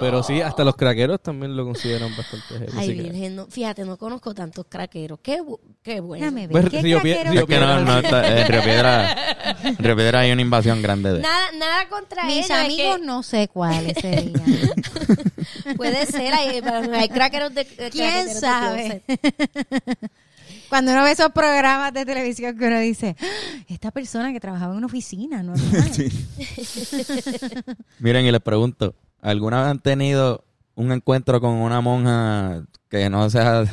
[SPEAKER 4] Pero sí, hasta los craqueros también lo consideran bastante heavy,
[SPEAKER 5] Ay,
[SPEAKER 4] así que-
[SPEAKER 5] virgen, no- fíjate, no conozco tantos craqueros. Qué, bu- qué bueno.
[SPEAKER 6] Déjame
[SPEAKER 4] Pues,
[SPEAKER 6] ver. ¿Qué
[SPEAKER 4] Río Pie-
[SPEAKER 6] craquero?
[SPEAKER 4] Río
[SPEAKER 1] Es que no, no, está- en Río Piedra, en Río Piedra hay una invasión grande de.
[SPEAKER 5] Nada, nada contra
[SPEAKER 6] Mis
[SPEAKER 5] ellos, es que
[SPEAKER 6] amigos no sé cuáles serían.
[SPEAKER 5] Puede ser, hay, hay craqueros de... craqueteros
[SPEAKER 6] ¿Quién
[SPEAKER 5] de eh.
[SPEAKER 6] sabe?
[SPEAKER 5] closet.
[SPEAKER 6] Cuando uno ve esos programas de televisión que uno dice, "Ah, esta persona que trabajaba en una oficina, ¿no?
[SPEAKER 1] Miren, y les pregunto, ¿alguna vez han tenido un encuentro con una monja que no sea,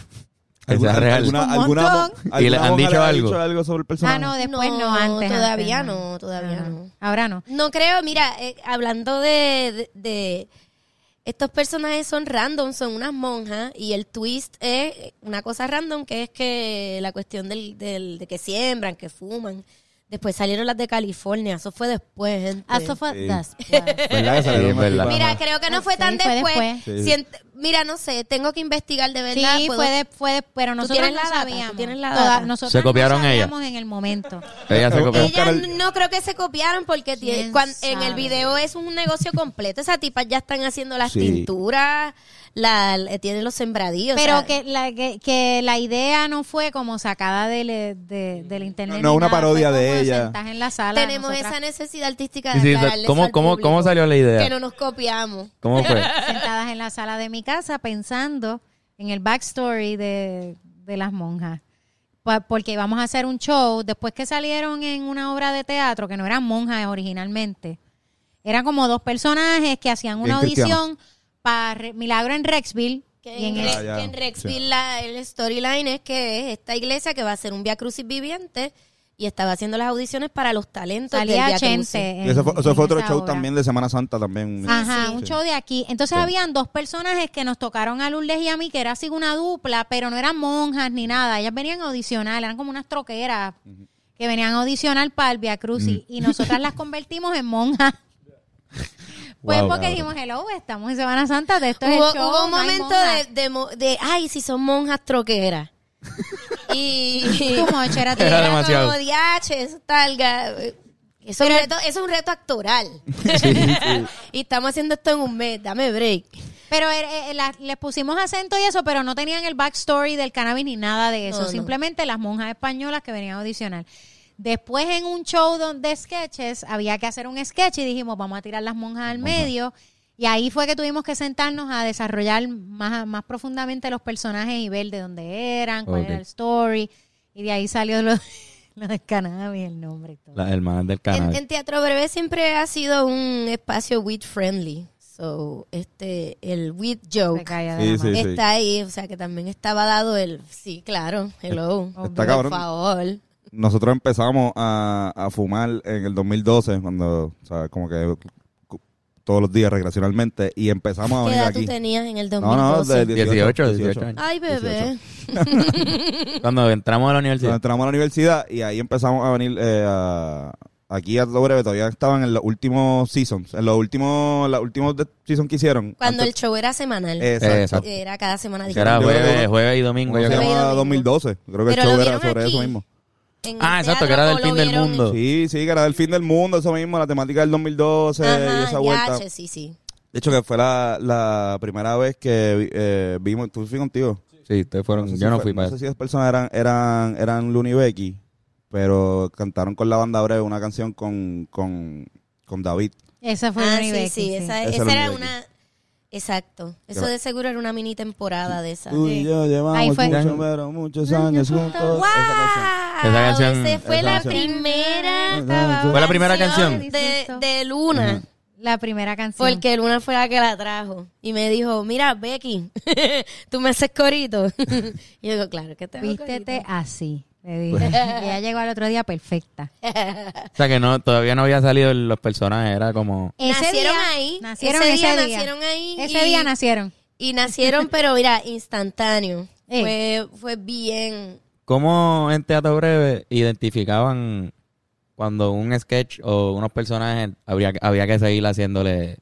[SPEAKER 1] que sea real?
[SPEAKER 6] Un montón.
[SPEAKER 1] ¿Y le han
[SPEAKER 3] monja
[SPEAKER 1] dicho
[SPEAKER 3] ha
[SPEAKER 1] algo?
[SPEAKER 3] dicho algo sobre el personaje?
[SPEAKER 6] Ah, no, después no,
[SPEAKER 5] No,
[SPEAKER 6] antes.
[SPEAKER 5] todavía
[SPEAKER 6] antes,
[SPEAKER 5] no, todavía
[SPEAKER 6] Ajá.
[SPEAKER 5] no.
[SPEAKER 6] Ahora no.
[SPEAKER 5] No creo, mira, eh, hablando de, de- de- Estos personajes son random, son unas monjas y el twist es una cosa random que es que la cuestión del, del- de que siembran, que fuman. Después salieron las de California, eso fue después, gente.
[SPEAKER 6] Ah, eso fue
[SPEAKER 3] Sí.
[SPEAKER 6] después.
[SPEAKER 3] ¿Verdad que
[SPEAKER 1] Sí,
[SPEAKER 3] salieron
[SPEAKER 1] es verdad.
[SPEAKER 3] aquí para-
[SPEAKER 5] Mira, creo que no fue
[SPEAKER 6] Sí,
[SPEAKER 5] tan
[SPEAKER 6] fue
[SPEAKER 5] después.
[SPEAKER 6] después.
[SPEAKER 3] Sí.
[SPEAKER 5] Siento- mira, no sé, tengo que investigar de verdad.
[SPEAKER 6] Sí,
[SPEAKER 5] puedo-
[SPEAKER 6] fue de- fue de- pero nosotros
[SPEAKER 5] tienes
[SPEAKER 6] no
[SPEAKER 5] la data, tú
[SPEAKER 6] sabíamos.
[SPEAKER 5] tienes la
[SPEAKER 6] Toda-
[SPEAKER 5] data.
[SPEAKER 6] nosotros
[SPEAKER 1] Se copiaron
[SPEAKER 6] no
[SPEAKER 1] ella.
[SPEAKER 6] sabíamos en el momento.
[SPEAKER 1] Ella se copió.
[SPEAKER 5] Ellas
[SPEAKER 3] buscar al-
[SPEAKER 5] no creo que se copiaron porque ti-
[SPEAKER 6] ¿Quién
[SPEAKER 5] cuan- en
[SPEAKER 6] sabe?
[SPEAKER 5] el video es un negocio completo. Esas tipas ya están haciendo las
[SPEAKER 3] Sí.
[SPEAKER 5] tinturas, la, eh, tienen los sembradíos.
[SPEAKER 6] Pero
[SPEAKER 5] o sea,
[SPEAKER 6] que, la, que, que la idea no fue como sacada del, de- del internet.
[SPEAKER 3] No,
[SPEAKER 6] ni
[SPEAKER 3] una
[SPEAKER 6] nada,
[SPEAKER 3] parodia
[SPEAKER 6] fue
[SPEAKER 3] de
[SPEAKER 6] como
[SPEAKER 3] ella.
[SPEAKER 6] sentarse en la sala.
[SPEAKER 5] tenemos
[SPEAKER 6] nosotras
[SPEAKER 5] esa necesidad artística
[SPEAKER 1] Sí,
[SPEAKER 5] de
[SPEAKER 1] sí,
[SPEAKER 5] aclararles
[SPEAKER 1] ¿cómo-
[SPEAKER 5] al
[SPEAKER 1] cómo-
[SPEAKER 5] público
[SPEAKER 1] cómo salió la idea?
[SPEAKER 5] Que no nos copiamos.
[SPEAKER 1] ¿Cómo fue?
[SPEAKER 6] sentadas en la sala de mi casa pensando en el backstory de, de las monjas. Pa- Porque íbamos a hacer un show después que salieron en una obra de teatro que no eran monjas originalmente. Eran como dos personajes que hacían una
[SPEAKER 3] Bien cristiano.
[SPEAKER 6] audición para Milagro en Rexville.
[SPEAKER 5] Que
[SPEAKER 6] y en
[SPEAKER 5] en,
[SPEAKER 6] el-
[SPEAKER 5] Rex-
[SPEAKER 3] Ah, ya.
[SPEAKER 5] que en Rexville la- el storyline es que es esta iglesia que va a ser un Via Crucis viviente y estaba haciendo las audiciones para los talentos del
[SPEAKER 6] salía
[SPEAKER 5] Via Crucis.
[SPEAKER 6] Chente.
[SPEAKER 3] Y Mm. eso fue, eso
[SPEAKER 6] en
[SPEAKER 3] fue otro
[SPEAKER 6] esa
[SPEAKER 3] show
[SPEAKER 6] obra.
[SPEAKER 3] también de Semana Santa también.
[SPEAKER 6] Ajá,
[SPEAKER 5] Sí.
[SPEAKER 6] un show de aquí. Entonces habían dos personajes que nos tocaron a Lourdes y a mí, que era así una dupla, pero no eran monjas ni nada. Ellas venían a audicionar, eran como unas troqueras que venían a audicionar para el Via Crucis. Y nosotras las convertimos en monjas. Pues
[SPEAKER 1] Wow,
[SPEAKER 6] porque
[SPEAKER 1] cabrón.
[SPEAKER 6] dijimos, hello, estamos en Semana Santa, de esto es
[SPEAKER 5] hubo,
[SPEAKER 6] el show,
[SPEAKER 5] hubo un
[SPEAKER 6] no hay
[SPEAKER 5] momento
[SPEAKER 6] monjas.
[SPEAKER 5] de, de mo- de, ay, si son monjas troqueras. y
[SPEAKER 6] Too much, era too
[SPEAKER 1] Era
[SPEAKER 6] much.
[SPEAKER 1] demasiado.
[SPEAKER 5] como DH, eso está el ga- Eso es, un reto, eso es un reto actoral. y estamos haciendo esto en un mes, dame break.
[SPEAKER 6] Pero eh, eh, la- les pusimos acento y eso, pero no tenían el backstory del cannabis ni nada de eso.
[SPEAKER 5] No, no.
[SPEAKER 6] Simplemente las monjas españolas que venían a audicionar. Después en un show don- de sketches había que hacer un sketch y dijimos, vamos a tirar las monjas al medio. Y ahí fue que tuvimos que sentarnos a desarrollar más, más profundamente los personajes y ver de dónde eran, cuál
[SPEAKER 1] Ok.
[SPEAKER 6] era el story. Y de ahí salió lo, lo del cannabis, el nombre y todo.
[SPEAKER 1] Las hermanas del
[SPEAKER 5] En,
[SPEAKER 1] canal.
[SPEAKER 5] en Teatro Breve siempre ha sido un espacio weed friendly. So, este, el weed
[SPEAKER 6] Me
[SPEAKER 5] joke
[SPEAKER 6] caía de
[SPEAKER 3] Sí,
[SPEAKER 6] la
[SPEAKER 3] sí,
[SPEAKER 6] madre.
[SPEAKER 3] sí.
[SPEAKER 5] está ahí, o sea que también estaba dado el, sí, claro, hello,
[SPEAKER 3] Está
[SPEAKER 5] por
[SPEAKER 3] cabrón.
[SPEAKER 5] favor.
[SPEAKER 3] Nosotros empezamos a, a fumar en el 2012, cuando, o sea, como que cu- todos los días recreacionalmente, y empezamos a
[SPEAKER 5] ¿Qué
[SPEAKER 3] venir
[SPEAKER 5] edad
[SPEAKER 3] aquí.
[SPEAKER 5] tú tenías en el
[SPEAKER 3] No,
[SPEAKER 5] 2012?
[SPEAKER 3] no, de
[SPEAKER 1] 18, 18 años.
[SPEAKER 5] Ay, bebé.
[SPEAKER 1] Cuando entramos a la
[SPEAKER 3] Cuando
[SPEAKER 1] universidad.
[SPEAKER 3] entramos a la universidad y ahí empezamos a venir eh, a- aquí a lo breve. Todavía estaban en los últimos seasons, en los últimos, los últimos de- seasons que hicieron.
[SPEAKER 5] Cuando el
[SPEAKER 3] Antes-
[SPEAKER 5] show era semanal.
[SPEAKER 3] Eh, Exacto.
[SPEAKER 1] Exacto.
[SPEAKER 5] Era cada semana
[SPEAKER 1] Que Eh, ah, era
[SPEAKER 3] Yo creo que
[SPEAKER 1] jueves,
[SPEAKER 3] uno-
[SPEAKER 1] jueves y domingo.
[SPEAKER 3] Uno
[SPEAKER 1] yo
[SPEAKER 3] se
[SPEAKER 5] Jueves
[SPEAKER 1] creo.
[SPEAKER 5] y
[SPEAKER 3] llama
[SPEAKER 5] domingo.
[SPEAKER 3] 2012. Creo que
[SPEAKER 5] Pero
[SPEAKER 3] el show
[SPEAKER 5] lo
[SPEAKER 3] era
[SPEAKER 5] vieron
[SPEAKER 3] sobre
[SPEAKER 5] aquí.
[SPEAKER 3] eso mismo.
[SPEAKER 5] en
[SPEAKER 1] Ah,
[SPEAKER 5] el
[SPEAKER 1] exacto, que
[SPEAKER 5] teatro
[SPEAKER 1] era del
[SPEAKER 5] o lo
[SPEAKER 1] fin del
[SPEAKER 5] vieron-
[SPEAKER 1] mundo.
[SPEAKER 3] Sí, sí, que era del fin del mundo, eso mismo, la temática del 2012
[SPEAKER 5] Ajá,
[SPEAKER 3] y esa
[SPEAKER 5] ya,
[SPEAKER 3] vuelta.
[SPEAKER 5] che, sí, sí.
[SPEAKER 3] De hecho, que fue la, la primera vez que vi- eh, vimos, tú fui contigo.
[SPEAKER 1] Sí, ustedes fueron.
[SPEAKER 3] sé si
[SPEAKER 1] yo no
[SPEAKER 3] fue-
[SPEAKER 1] fui para
[SPEAKER 3] sé
[SPEAKER 1] eso.
[SPEAKER 3] si esas personas eran, eran, eran Looney Becky, pero cantaron con la banda breve una canción con, con, con David.
[SPEAKER 6] Esa fue
[SPEAKER 5] Ah,
[SPEAKER 6] Johnny
[SPEAKER 5] sí,
[SPEAKER 6] Becky,
[SPEAKER 5] sí, esa,
[SPEAKER 3] Esa
[SPEAKER 5] esa
[SPEAKER 3] era
[SPEAKER 5] era
[SPEAKER 3] Becky.
[SPEAKER 5] una... Exacto. Eso
[SPEAKER 3] Era-
[SPEAKER 5] de seguro era una mini temporada de esa.
[SPEAKER 3] Tú y yo
[SPEAKER 6] Ahí
[SPEAKER 3] llevamos
[SPEAKER 6] fue.
[SPEAKER 3] mucho, pero muchos años juntos.
[SPEAKER 5] ¡Wow!
[SPEAKER 1] Esa canción-
[SPEAKER 5] Esa fue
[SPEAKER 3] esa
[SPEAKER 5] la
[SPEAKER 3] canción.
[SPEAKER 5] primera
[SPEAKER 3] ¿Fue
[SPEAKER 1] la primera canción?
[SPEAKER 5] de, de Luna.
[SPEAKER 6] la primera canción.
[SPEAKER 5] Porque Luna fue la que la trajo. Y me dijo, mira, Becky, tú me haces corito. y yo digo, claro que te hago
[SPEAKER 6] Vístete así. Le dije. Y ella llegó al otro día perfecta.
[SPEAKER 5] Eh,
[SPEAKER 1] O sea que no, todavía no había salido los personajes, era como...
[SPEAKER 5] Nacieron ahí.
[SPEAKER 6] Nacieron
[SPEAKER 5] Ese
[SPEAKER 6] ese
[SPEAKER 5] día
[SPEAKER 6] día.
[SPEAKER 5] nacieron ahí
[SPEAKER 6] Ese
[SPEAKER 5] y-
[SPEAKER 6] día nacieron.
[SPEAKER 5] Y nacieron, pero mira, instantáneo.
[SPEAKER 6] Eh.
[SPEAKER 5] Fue, fue bien.
[SPEAKER 1] ¿Cómo en Teatro Breve identificaban cuando un sketch o unos personajes habría, había que seguir haciéndole...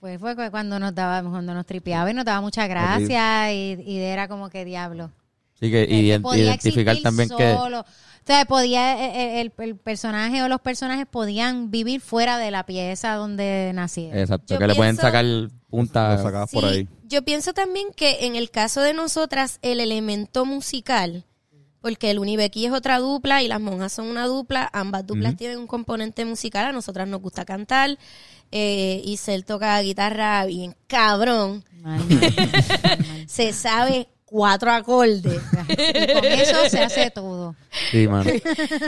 [SPEAKER 6] Pues fue cu- cuando nos daba, cuando nos tripeaba y nos daba muchas gracias y, y era como que diablo.
[SPEAKER 1] Así que
[SPEAKER 6] Que- que
[SPEAKER 1] ident-
[SPEAKER 6] podía
[SPEAKER 1] identificar
[SPEAKER 6] existir
[SPEAKER 1] también que...
[SPEAKER 6] solo. O sea, podía, eh, eh, el, el personaje o los personajes podían vivir fuera de la pieza donde nacieron.
[SPEAKER 1] Exacto,
[SPEAKER 5] Yo
[SPEAKER 1] que le pueden
[SPEAKER 5] pienso-
[SPEAKER 1] sacar
[SPEAKER 3] Lo
[SPEAKER 1] punta.
[SPEAKER 3] sacabas Ah, por
[SPEAKER 5] Sí,
[SPEAKER 3] ahí.
[SPEAKER 5] Yo pienso también que en el caso de nosotras, el elemento musical, porque el Unibequi es otra dupla y las monjas son una dupla, ambas duplas tienen un componente musical, a nosotras nos gusta cantar, eh, y Cel toca guitarra bien cabrón,
[SPEAKER 6] Mal, mal, mal.
[SPEAKER 5] se sabe cuatro acordes.
[SPEAKER 6] Y con eso se hace todo.
[SPEAKER 1] Sí, mano.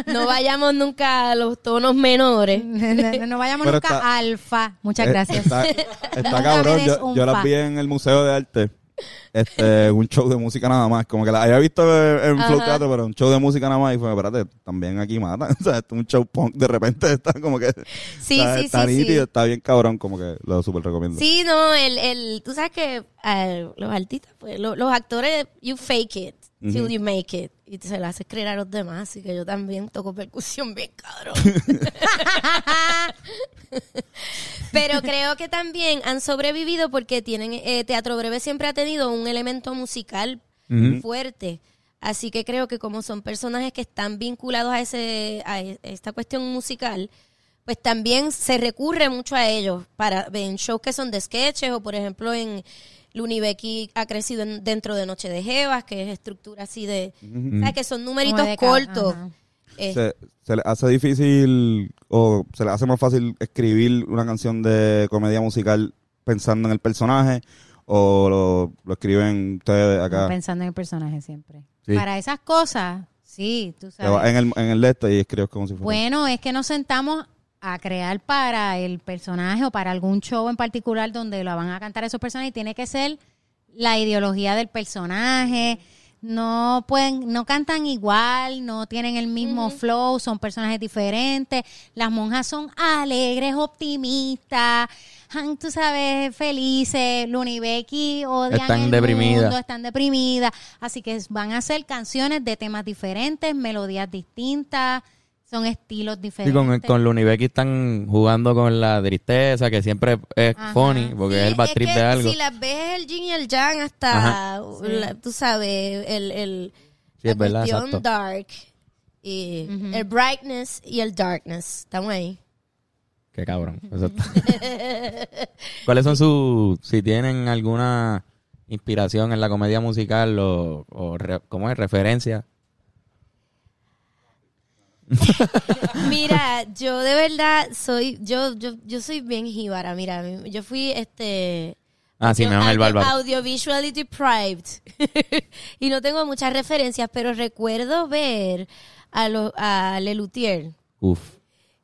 [SPEAKER 5] No vayamos nunca a los tonos menores.
[SPEAKER 6] No, no vayamos
[SPEAKER 3] Pero
[SPEAKER 6] nunca
[SPEAKER 3] está-
[SPEAKER 6] a alfa. Muchas
[SPEAKER 3] Eh,
[SPEAKER 6] gracias.
[SPEAKER 3] Está,
[SPEAKER 6] Nunca
[SPEAKER 3] está cabrón.
[SPEAKER 6] me des
[SPEAKER 3] Yo,
[SPEAKER 6] un
[SPEAKER 3] yo
[SPEAKER 6] fa.
[SPEAKER 3] las vi en el Museo de Arte. Este, un show de música nada más. Como que la había visto en en Flow
[SPEAKER 5] Ajá.
[SPEAKER 3] Teatro, pero un show de música nada más. Y fue, espérate, también aquí mata. O sea, esto es un show punk. De repente está como que.
[SPEAKER 5] Sí,
[SPEAKER 3] está,
[SPEAKER 5] sí,
[SPEAKER 3] está
[SPEAKER 5] sí,
[SPEAKER 3] nítido,
[SPEAKER 5] sí.
[SPEAKER 3] está bien cabrón. Como que lo súper recomiendo.
[SPEAKER 5] Sí, no, el, el, tú sabes que eh, los artistas, pues, lo- los actores, you fake it till you make it. Y se lo haces creer a los demás, así que yo también toco percusión bien cabrón. Pero creo que también han sobrevivido porque tienen, eh, Teatro Breve siempre ha tenido un elemento musical fuerte. Así que creo que como son personajes que están vinculados a, ese, a e- esta cuestión musical, pues también se recurre mucho a ellos para en shows que son de sketches o por ejemplo en Lunibecky ha crecido en- dentro de Noche de Jevas, que es estructura así de, ¿sabes? que son numeritos
[SPEAKER 6] Como de ca-
[SPEAKER 5] cortos.
[SPEAKER 6] ajá.
[SPEAKER 5] Eh,
[SPEAKER 3] Se, se le hace difícil o se le hace más fácil escribir una canción de comedia musical pensando en el personaje o lo, lo escriben ustedes
[SPEAKER 6] Como
[SPEAKER 3] acá.
[SPEAKER 6] Pensando en el personaje siempre.
[SPEAKER 3] Sí.
[SPEAKER 6] Para esas cosas, sí, tú
[SPEAKER 3] Te eh, pues, vas
[SPEAKER 6] sabes.
[SPEAKER 3] En el, en el letra y escribes como si fuera.
[SPEAKER 6] Bueno, es que nos sentamos a crear para el personaje o para algún show en particular donde lo van a cantar esos personajes y tiene que ser la ideología del personaje. No pueden, no cantan igual, no tienen el mismo flow, son personajes diferentes. Las monjas son alegres, optimistas, han, tú sabes, felices. Luna y Becky odian
[SPEAKER 1] Están
[SPEAKER 6] el
[SPEAKER 1] deprimidas.
[SPEAKER 6] mundo, están deprimidas. Así que van a hacer canciones de temas diferentes, melodías distintas, son estilos
[SPEAKER 1] Y
[SPEAKER 6] diferentes.
[SPEAKER 1] con, con Lunibeki están jugando con la tristeza, que siempre es
[SPEAKER 6] Ajá.
[SPEAKER 1] funny, porque
[SPEAKER 5] sí,
[SPEAKER 1] es el bad
[SPEAKER 5] es
[SPEAKER 1] trip
[SPEAKER 5] que
[SPEAKER 1] de algo.
[SPEAKER 5] Si las ves el yin y el yang hasta,
[SPEAKER 1] Ajá.
[SPEAKER 5] la- tú sabes, el, el
[SPEAKER 1] Sí,
[SPEAKER 5] la
[SPEAKER 1] es verdad,
[SPEAKER 5] cuestión
[SPEAKER 1] exacto.
[SPEAKER 5] dark, y el brightness y el darkness, estamos ahí.
[SPEAKER 1] Qué cabrón. exacto. ¿Cuáles son sus, si tienen alguna inspiración en la comedia musical o, o re- cómo es, referencia?
[SPEAKER 5] Mira, yo de verdad soy, yo, yo, yo soy bien jíbara, mira, yo fui este
[SPEAKER 1] Ah, sí,
[SPEAKER 5] yo
[SPEAKER 1] me van el
[SPEAKER 5] audio-
[SPEAKER 1] bárbaro.
[SPEAKER 5] Audiovisually deprived. y no tengo muchas referencias, pero recuerdo ver a, los a Lelutier
[SPEAKER 1] Uf.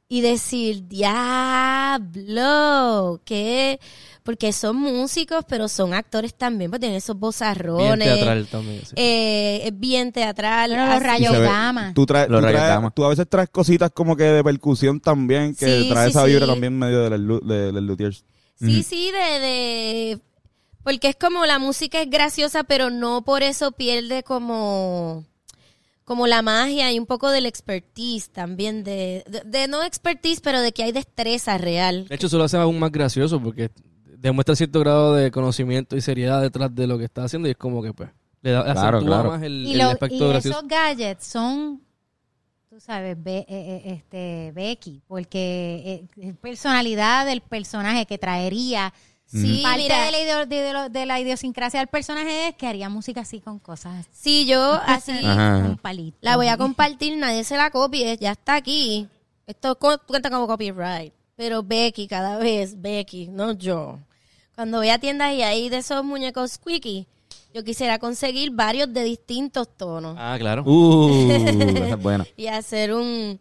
[SPEAKER 5] y decir, diablo, que porque son músicos, pero son actores también, pues tienen esos
[SPEAKER 4] Bien
[SPEAKER 5] bozarrones.
[SPEAKER 4] teatral también. sí.
[SPEAKER 5] Eh, es bien teatral.
[SPEAKER 6] Pero los
[SPEAKER 5] así-
[SPEAKER 3] Y
[SPEAKER 6] rayos
[SPEAKER 3] se ve-
[SPEAKER 6] gamma.
[SPEAKER 3] Tú, traes,
[SPEAKER 1] Los
[SPEAKER 3] tú,
[SPEAKER 1] rayos
[SPEAKER 3] traes-
[SPEAKER 1] gamma.
[SPEAKER 3] tú a veces traes cositas como que de percusión también, que
[SPEAKER 5] Sí,
[SPEAKER 3] trae
[SPEAKER 5] sí,
[SPEAKER 3] esa vibra
[SPEAKER 5] sí.
[SPEAKER 3] también medio de, las lu- de, de Luthiers.
[SPEAKER 5] Sí, sí, de, de... Porque es como la música es graciosa, pero no por eso pierde como, como la magia y un poco del expertise también, de, de, de no expertise, pero de que hay destreza real.
[SPEAKER 4] De hecho, eso lo hace aún más gracioso porque demuestra cierto grado de conocimiento y seriedad detrás de lo que está haciendo y es como que pues le da
[SPEAKER 1] Claro,
[SPEAKER 4] acentúa
[SPEAKER 1] claro.
[SPEAKER 4] más el,
[SPEAKER 6] y
[SPEAKER 4] el
[SPEAKER 6] lo-
[SPEAKER 4] aspecto
[SPEAKER 6] y
[SPEAKER 4] gracioso.
[SPEAKER 6] esos gadgets son, tú sabes, Be- eh, eh, este, Becky, porque eh, es personalidad del personaje que traería.
[SPEAKER 5] Sí,
[SPEAKER 6] Parte
[SPEAKER 5] mira,
[SPEAKER 6] de, la ideo- de lo- de la idiosincrasia del personaje es que haría música así con cosas así,
[SPEAKER 5] sí, yo así
[SPEAKER 1] Ajá.
[SPEAKER 6] con palitos.
[SPEAKER 5] la voy a compartir, nadie se la copie, ya está aquí. Esto co- cuenta como copyright. Pero Becky, cada vez, Becky, no yo. Cuando voy a tiendas y hay de esos muñecos squeaky, yo quisiera conseguir varios de distintos tonos.
[SPEAKER 4] Ah, claro.
[SPEAKER 1] Uh, esa es buena.
[SPEAKER 5] y hacer un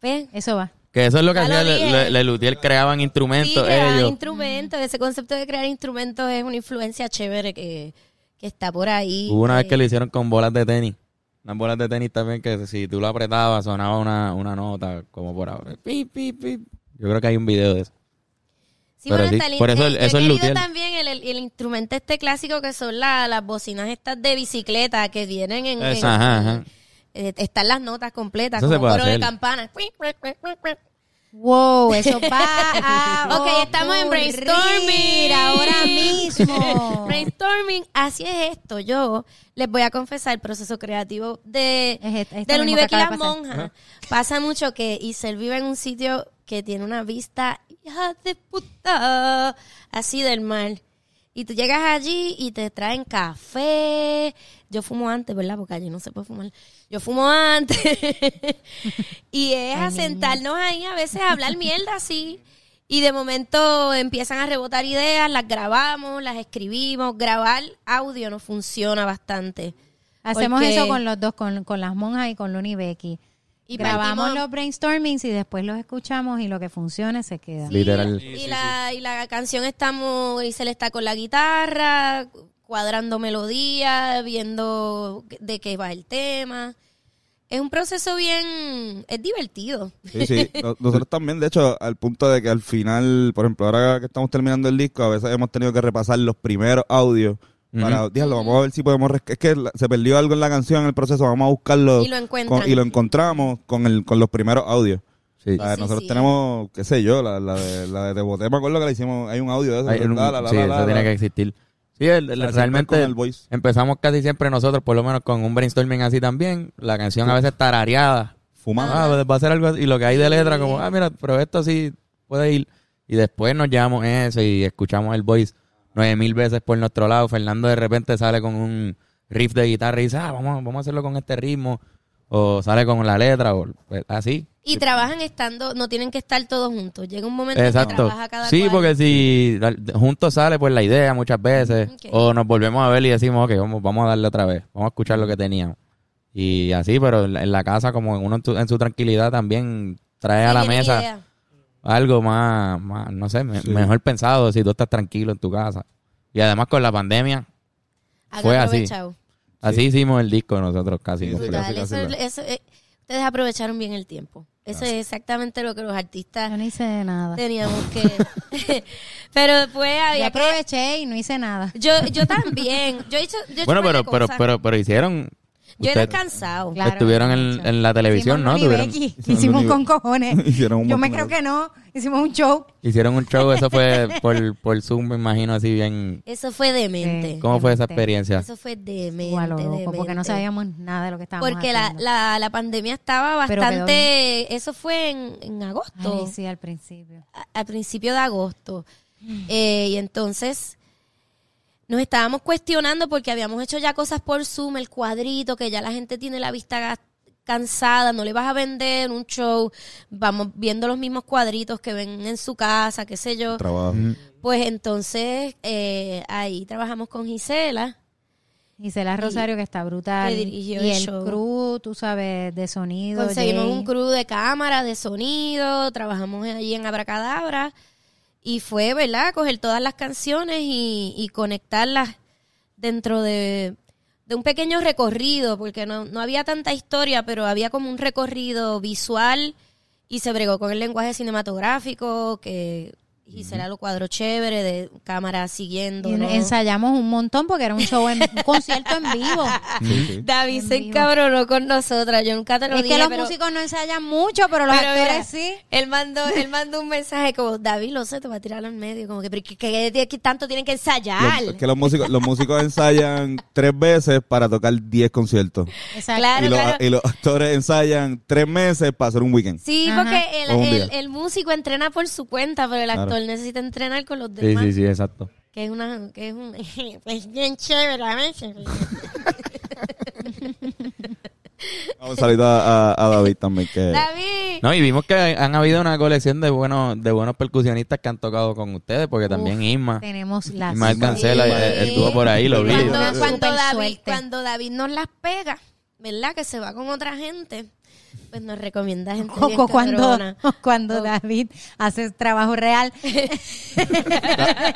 [SPEAKER 5] pues,
[SPEAKER 6] Eso va.
[SPEAKER 1] Que eso es lo que
[SPEAKER 5] Ya lo
[SPEAKER 1] hacía Le-
[SPEAKER 5] dije.
[SPEAKER 1] Le- Lelutier, creaban
[SPEAKER 5] Sí,
[SPEAKER 1] instrumentos
[SPEAKER 5] crear
[SPEAKER 1] ellos.
[SPEAKER 5] instrumentos. Ese concepto de crear instrumentos es una influencia chévere que, que está por ahí. Eh,
[SPEAKER 1] Hubo una vez que lo hicieron con bolas de tenis. Unas bolas de tenis también que si tú lo apretabas sonaba una, una nota como por ahora. Pi, pi, pi. Yo creo que hay un video de eso.
[SPEAKER 5] Sí,
[SPEAKER 1] pero
[SPEAKER 5] pero
[SPEAKER 1] sí,
[SPEAKER 5] está el-
[SPEAKER 1] por eso
[SPEAKER 5] el-
[SPEAKER 1] el-
[SPEAKER 5] yo he
[SPEAKER 1] eso es
[SPEAKER 5] querido
[SPEAKER 1] luthier.
[SPEAKER 5] también el, el- el instrumento este clásico que son la- las bocinas estas de bicicleta que vienen en... en-
[SPEAKER 1] Eso, ajá, ajá.
[SPEAKER 5] eh, están las notas completas,
[SPEAKER 1] Eso se
[SPEAKER 5] como
[SPEAKER 1] puede
[SPEAKER 5] coro de
[SPEAKER 1] hacer.
[SPEAKER 5] campana.
[SPEAKER 6] Wow, eso va. a
[SPEAKER 5] Ok, estamos en
[SPEAKER 6] ocurrir
[SPEAKER 5] brainstorming.
[SPEAKER 6] ahora mismo.
[SPEAKER 5] Brainstorming, así es esto. Yo les voy a confesar el proceso creativo de,
[SPEAKER 6] Es este- esto
[SPEAKER 5] del
[SPEAKER 6] mismo que
[SPEAKER 5] Universo
[SPEAKER 6] acaba
[SPEAKER 5] Las
[SPEAKER 6] de pasar.
[SPEAKER 5] Monjas. Pasa mucho que Isel vive en un sitio que tiene una vista hija de puta, así del mar. Y tú llegas allí y te traen café. Yo fumo antes, ¿verdad? Porque allí no se puede fumar. Yo fumo antes. y es a sentarnos ahí a veces a hablar mierda así. Y de momento empiezan a rebotar ideas, las grabamos, las escribimos. Grabar audio nos funciona bastante.
[SPEAKER 6] Hacemos
[SPEAKER 5] Porque-
[SPEAKER 6] eso con los dos, con, con las monjas y con Luni Becky.
[SPEAKER 5] Y
[SPEAKER 6] grabamos
[SPEAKER 5] partimos-
[SPEAKER 6] los brainstormings y después los escuchamos y lo que funcione se queda.
[SPEAKER 5] Sí,
[SPEAKER 1] Literal.
[SPEAKER 5] Y, la, y la canción estamos, y se le está con la guitarra, cuadrando melodías, viendo de qué va el tema. Es un proceso bien, es divertido.
[SPEAKER 3] Sí, sí. No- Nosotros también, de hecho, al punto de que al final, por ejemplo, ahora que estamos terminando el disco, a veces hemos tenido que repasar los primeros audios. Para, diablo, vamos a ver si podemos. res- Es que la- se perdió algo en la canción, en el proceso. Vamos a buscarlo.
[SPEAKER 5] Y lo encuentran.
[SPEAKER 3] con- y lo encontramos con, el, con los primeros audios.
[SPEAKER 1] Sí.
[SPEAKER 3] O sea,
[SPEAKER 5] Sí,
[SPEAKER 3] nosotros
[SPEAKER 5] sí.
[SPEAKER 3] tenemos, qué sé yo, la, la de, la de Te Boté, me acuerdo que le hicimos. Hay un audio de eso.
[SPEAKER 1] Hay un-
[SPEAKER 3] la, la, la,
[SPEAKER 1] sí,
[SPEAKER 3] la,
[SPEAKER 1] eso
[SPEAKER 3] la,
[SPEAKER 1] tiene
[SPEAKER 3] la.
[SPEAKER 1] que existir. Sí, el- el-
[SPEAKER 3] O sea, siempre
[SPEAKER 1] realmente
[SPEAKER 3] con el voice.
[SPEAKER 1] empezamos casi siempre nosotros, por lo menos con un brainstorming así también. La canción a veces tarareada.
[SPEAKER 3] Fumada.
[SPEAKER 1] Ah, pues va a ser algo así. Y lo que hay de letra, como, ah, mira, pero esto sí puede ir. Y después nos llevamos eso y escuchamos el voice nueve mil veces por nuestro lado. Fernando de repente sale con un riff de guitarra y dice, ah, vamos, vamos a hacerlo con este ritmo. O sale con la letra, o pues, así.
[SPEAKER 5] Y trabajan estando, no tienen que estar todos juntos. Llega un momento que
[SPEAKER 1] Exacto.
[SPEAKER 5] trabaja cada
[SPEAKER 1] Sí,
[SPEAKER 5] cual.
[SPEAKER 1] porque si al- juntos sale pues la idea muchas veces
[SPEAKER 5] Ok.
[SPEAKER 1] o nos volvemos a ver y decimos, ok, vamos, vamos a darle otra vez, vamos a escuchar lo que teníamos. Y así, pero en la, en la casa como uno en su, en su tranquilidad también trae a la
[SPEAKER 5] Tienen
[SPEAKER 1] mesa
[SPEAKER 5] idea.
[SPEAKER 1] algo más, más no sé, me-
[SPEAKER 3] Sí.
[SPEAKER 1] mejor pensado si tú estás tranquilo en tu casa. Y además con la pandemia,
[SPEAKER 5] Han
[SPEAKER 1] Fue así.
[SPEAKER 5] aprovechado.
[SPEAKER 1] así hicimos el disco nosotros casi.
[SPEAKER 3] Sí, sí,
[SPEAKER 1] completo.
[SPEAKER 5] Brutal,
[SPEAKER 3] casi,
[SPEAKER 5] eso-
[SPEAKER 3] casi,
[SPEAKER 5] eso- eh, ustedes aprovecharon bien el tiempo. Eso es exactamente lo que los
[SPEAKER 6] Yo
[SPEAKER 5] artistas
[SPEAKER 6] no hice nada.
[SPEAKER 5] teníamos que... Pero después
[SPEAKER 6] Yo
[SPEAKER 5] había que...
[SPEAKER 6] aproveché y no hice nada.
[SPEAKER 5] Yo, yo también. Yo he hecho, yo he hecho
[SPEAKER 1] Bueno, pero,
[SPEAKER 5] varias
[SPEAKER 1] pero,
[SPEAKER 5] cosas.
[SPEAKER 1] pero, pero hicieron...
[SPEAKER 5] yo
[SPEAKER 1] ustedes
[SPEAKER 5] era cansado.
[SPEAKER 6] Claro,
[SPEAKER 1] estuvieron en,
[SPEAKER 6] mucho.
[SPEAKER 1] en la televisión,
[SPEAKER 6] Hicimos
[SPEAKER 1] ¿no?
[SPEAKER 6] Luni
[SPEAKER 1] Tuvieron-
[SPEAKER 6] Becky, que
[SPEAKER 3] Hicieron
[SPEAKER 6] hicimos
[SPEAKER 3] Luni
[SPEAKER 6] con
[SPEAKER 3] Becky.
[SPEAKER 6] cojones.
[SPEAKER 3] Hicieron un
[SPEAKER 6] Yo me
[SPEAKER 3] montón de
[SPEAKER 6] creo
[SPEAKER 3] cosas.
[SPEAKER 6] que no. Hicimos un show.
[SPEAKER 1] Hicieron un show, eso fue por, por Zoom, me imagino, así bien.
[SPEAKER 5] Eso fue demente.
[SPEAKER 6] Sí.
[SPEAKER 1] ¿Cómo fue esa
[SPEAKER 6] Demente.
[SPEAKER 1] experiencia?
[SPEAKER 5] Eso fue demente.
[SPEAKER 6] Igual, loco, porque no
[SPEAKER 5] demente.
[SPEAKER 6] sabíamos nada de lo que estábamos
[SPEAKER 5] Porque la,
[SPEAKER 6] haciendo.
[SPEAKER 5] la, la pandemia estaba
[SPEAKER 6] Pero quedó
[SPEAKER 5] bastante... Eso fue en, en agosto.
[SPEAKER 6] Ay, sí, al principio.
[SPEAKER 5] a- al principio de agosto. Eh, y entonces nos estábamos cuestionando porque habíamos hecho ya cosas por Zoom, el cuadrito, que ya la gente tiene la vista gas- cansada, no le vas a vender un show, vamos viendo los mismos cuadritos que ven en su casa, qué sé yo.
[SPEAKER 3] Trabajo.
[SPEAKER 5] Pues entonces eh, ahí trabajamos con Gisela.
[SPEAKER 6] Gisela Rosario, que está brutal.
[SPEAKER 5] que dirigió
[SPEAKER 6] y
[SPEAKER 5] el
[SPEAKER 6] el
[SPEAKER 5] show.
[SPEAKER 6] crew, tú sabes, de sonido.
[SPEAKER 5] Conseguimos
[SPEAKER 6] Jay.
[SPEAKER 5] un crew de cámara, de sonido, trabajamos allí en Abracadabra y fue, ¿verdad?, coger todas las canciones y, y conectarlas dentro de, de un pequeño recorrido, porque no, no había tanta historia, pero había como un recorrido visual y se bregó con el lenguaje cinematográfico que... Gisela lo cuadro chévere de cámara siguiendo.
[SPEAKER 6] Y
[SPEAKER 5] ¿no?
[SPEAKER 6] ensayamos un montón porque era un show, en, un concierto en vivo.
[SPEAKER 3] Sí, sí.
[SPEAKER 5] David se
[SPEAKER 6] En vivo.
[SPEAKER 5] encabronó con nosotras. Yo nunca te lo
[SPEAKER 6] es
[SPEAKER 5] dije.
[SPEAKER 6] que los
[SPEAKER 5] pero-
[SPEAKER 6] músicos no ensayan mucho, pero los
[SPEAKER 5] Pero mira,
[SPEAKER 6] actores sí.
[SPEAKER 5] Él mandó, él mandó un mensaje como, David, lo sé, te va a tirar al medio. Como que, pero ¿qué, qué- qué- qué tanto tienen que ensayar?
[SPEAKER 3] Los- es que los músicos, los músicos ensayan tres veces para tocar diez conciertos.
[SPEAKER 6] Exacto.
[SPEAKER 5] Claro,
[SPEAKER 3] y, los,
[SPEAKER 1] eh,
[SPEAKER 5] claro.
[SPEAKER 3] y los actores ensayan tres meses para hacer un weekend.
[SPEAKER 5] Sí,
[SPEAKER 6] Ajá.
[SPEAKER 5] porque el,
[SPEAKER 3] O un día.
[SPEAKER 5] el- el músico entrena por su cuenta, pero el actor
[SPEAKER 3] Claro.
[SPEAKER 5] necesita entrenar con los
[SPEAKER 1] Sí,
[SPEAKER 5] demás.
[SPEAKER 1] sí, sí, exacto.
[SPEAKER 5] Que es una, que es un, es bien chévere a veces.
[SPEAKER 3] Vamos a salir a, a- a David también. Que,
[SPEAKER 5] David.
[SPEAKER 1] No, y vimos que han habido una colección de buenos de buenos percusionistas que han tocado con ustedes, porque también Isma,
[SPEAKER 6] Tenemos las.
[SPEAKER 1] Ismael Cancela, eh,
[SPEAKER 5] Sí.
[SPEAKER 1] el, el dúo por ahí, lo vi.
[SPEAKER 5] Cuando,
[SPEAKER 6] Una
[SPEAKER 5] cuando
[SPEAKER 6] super
[SPEAKER 5] David,
[SPEAKER 6] suerte.
[SPEAKER 5] cuando David nos las pega, ¿verdad? Que se va con otra gente. pues nos recomienda gente bien
[SPEAKER 6] Coco, cuando,
[SPEAKER 5] cabrona.
[SPEAKER 6] cuando
[SPEAKER 5] Oh.
[SPEAKER 6] David hace trabajo real.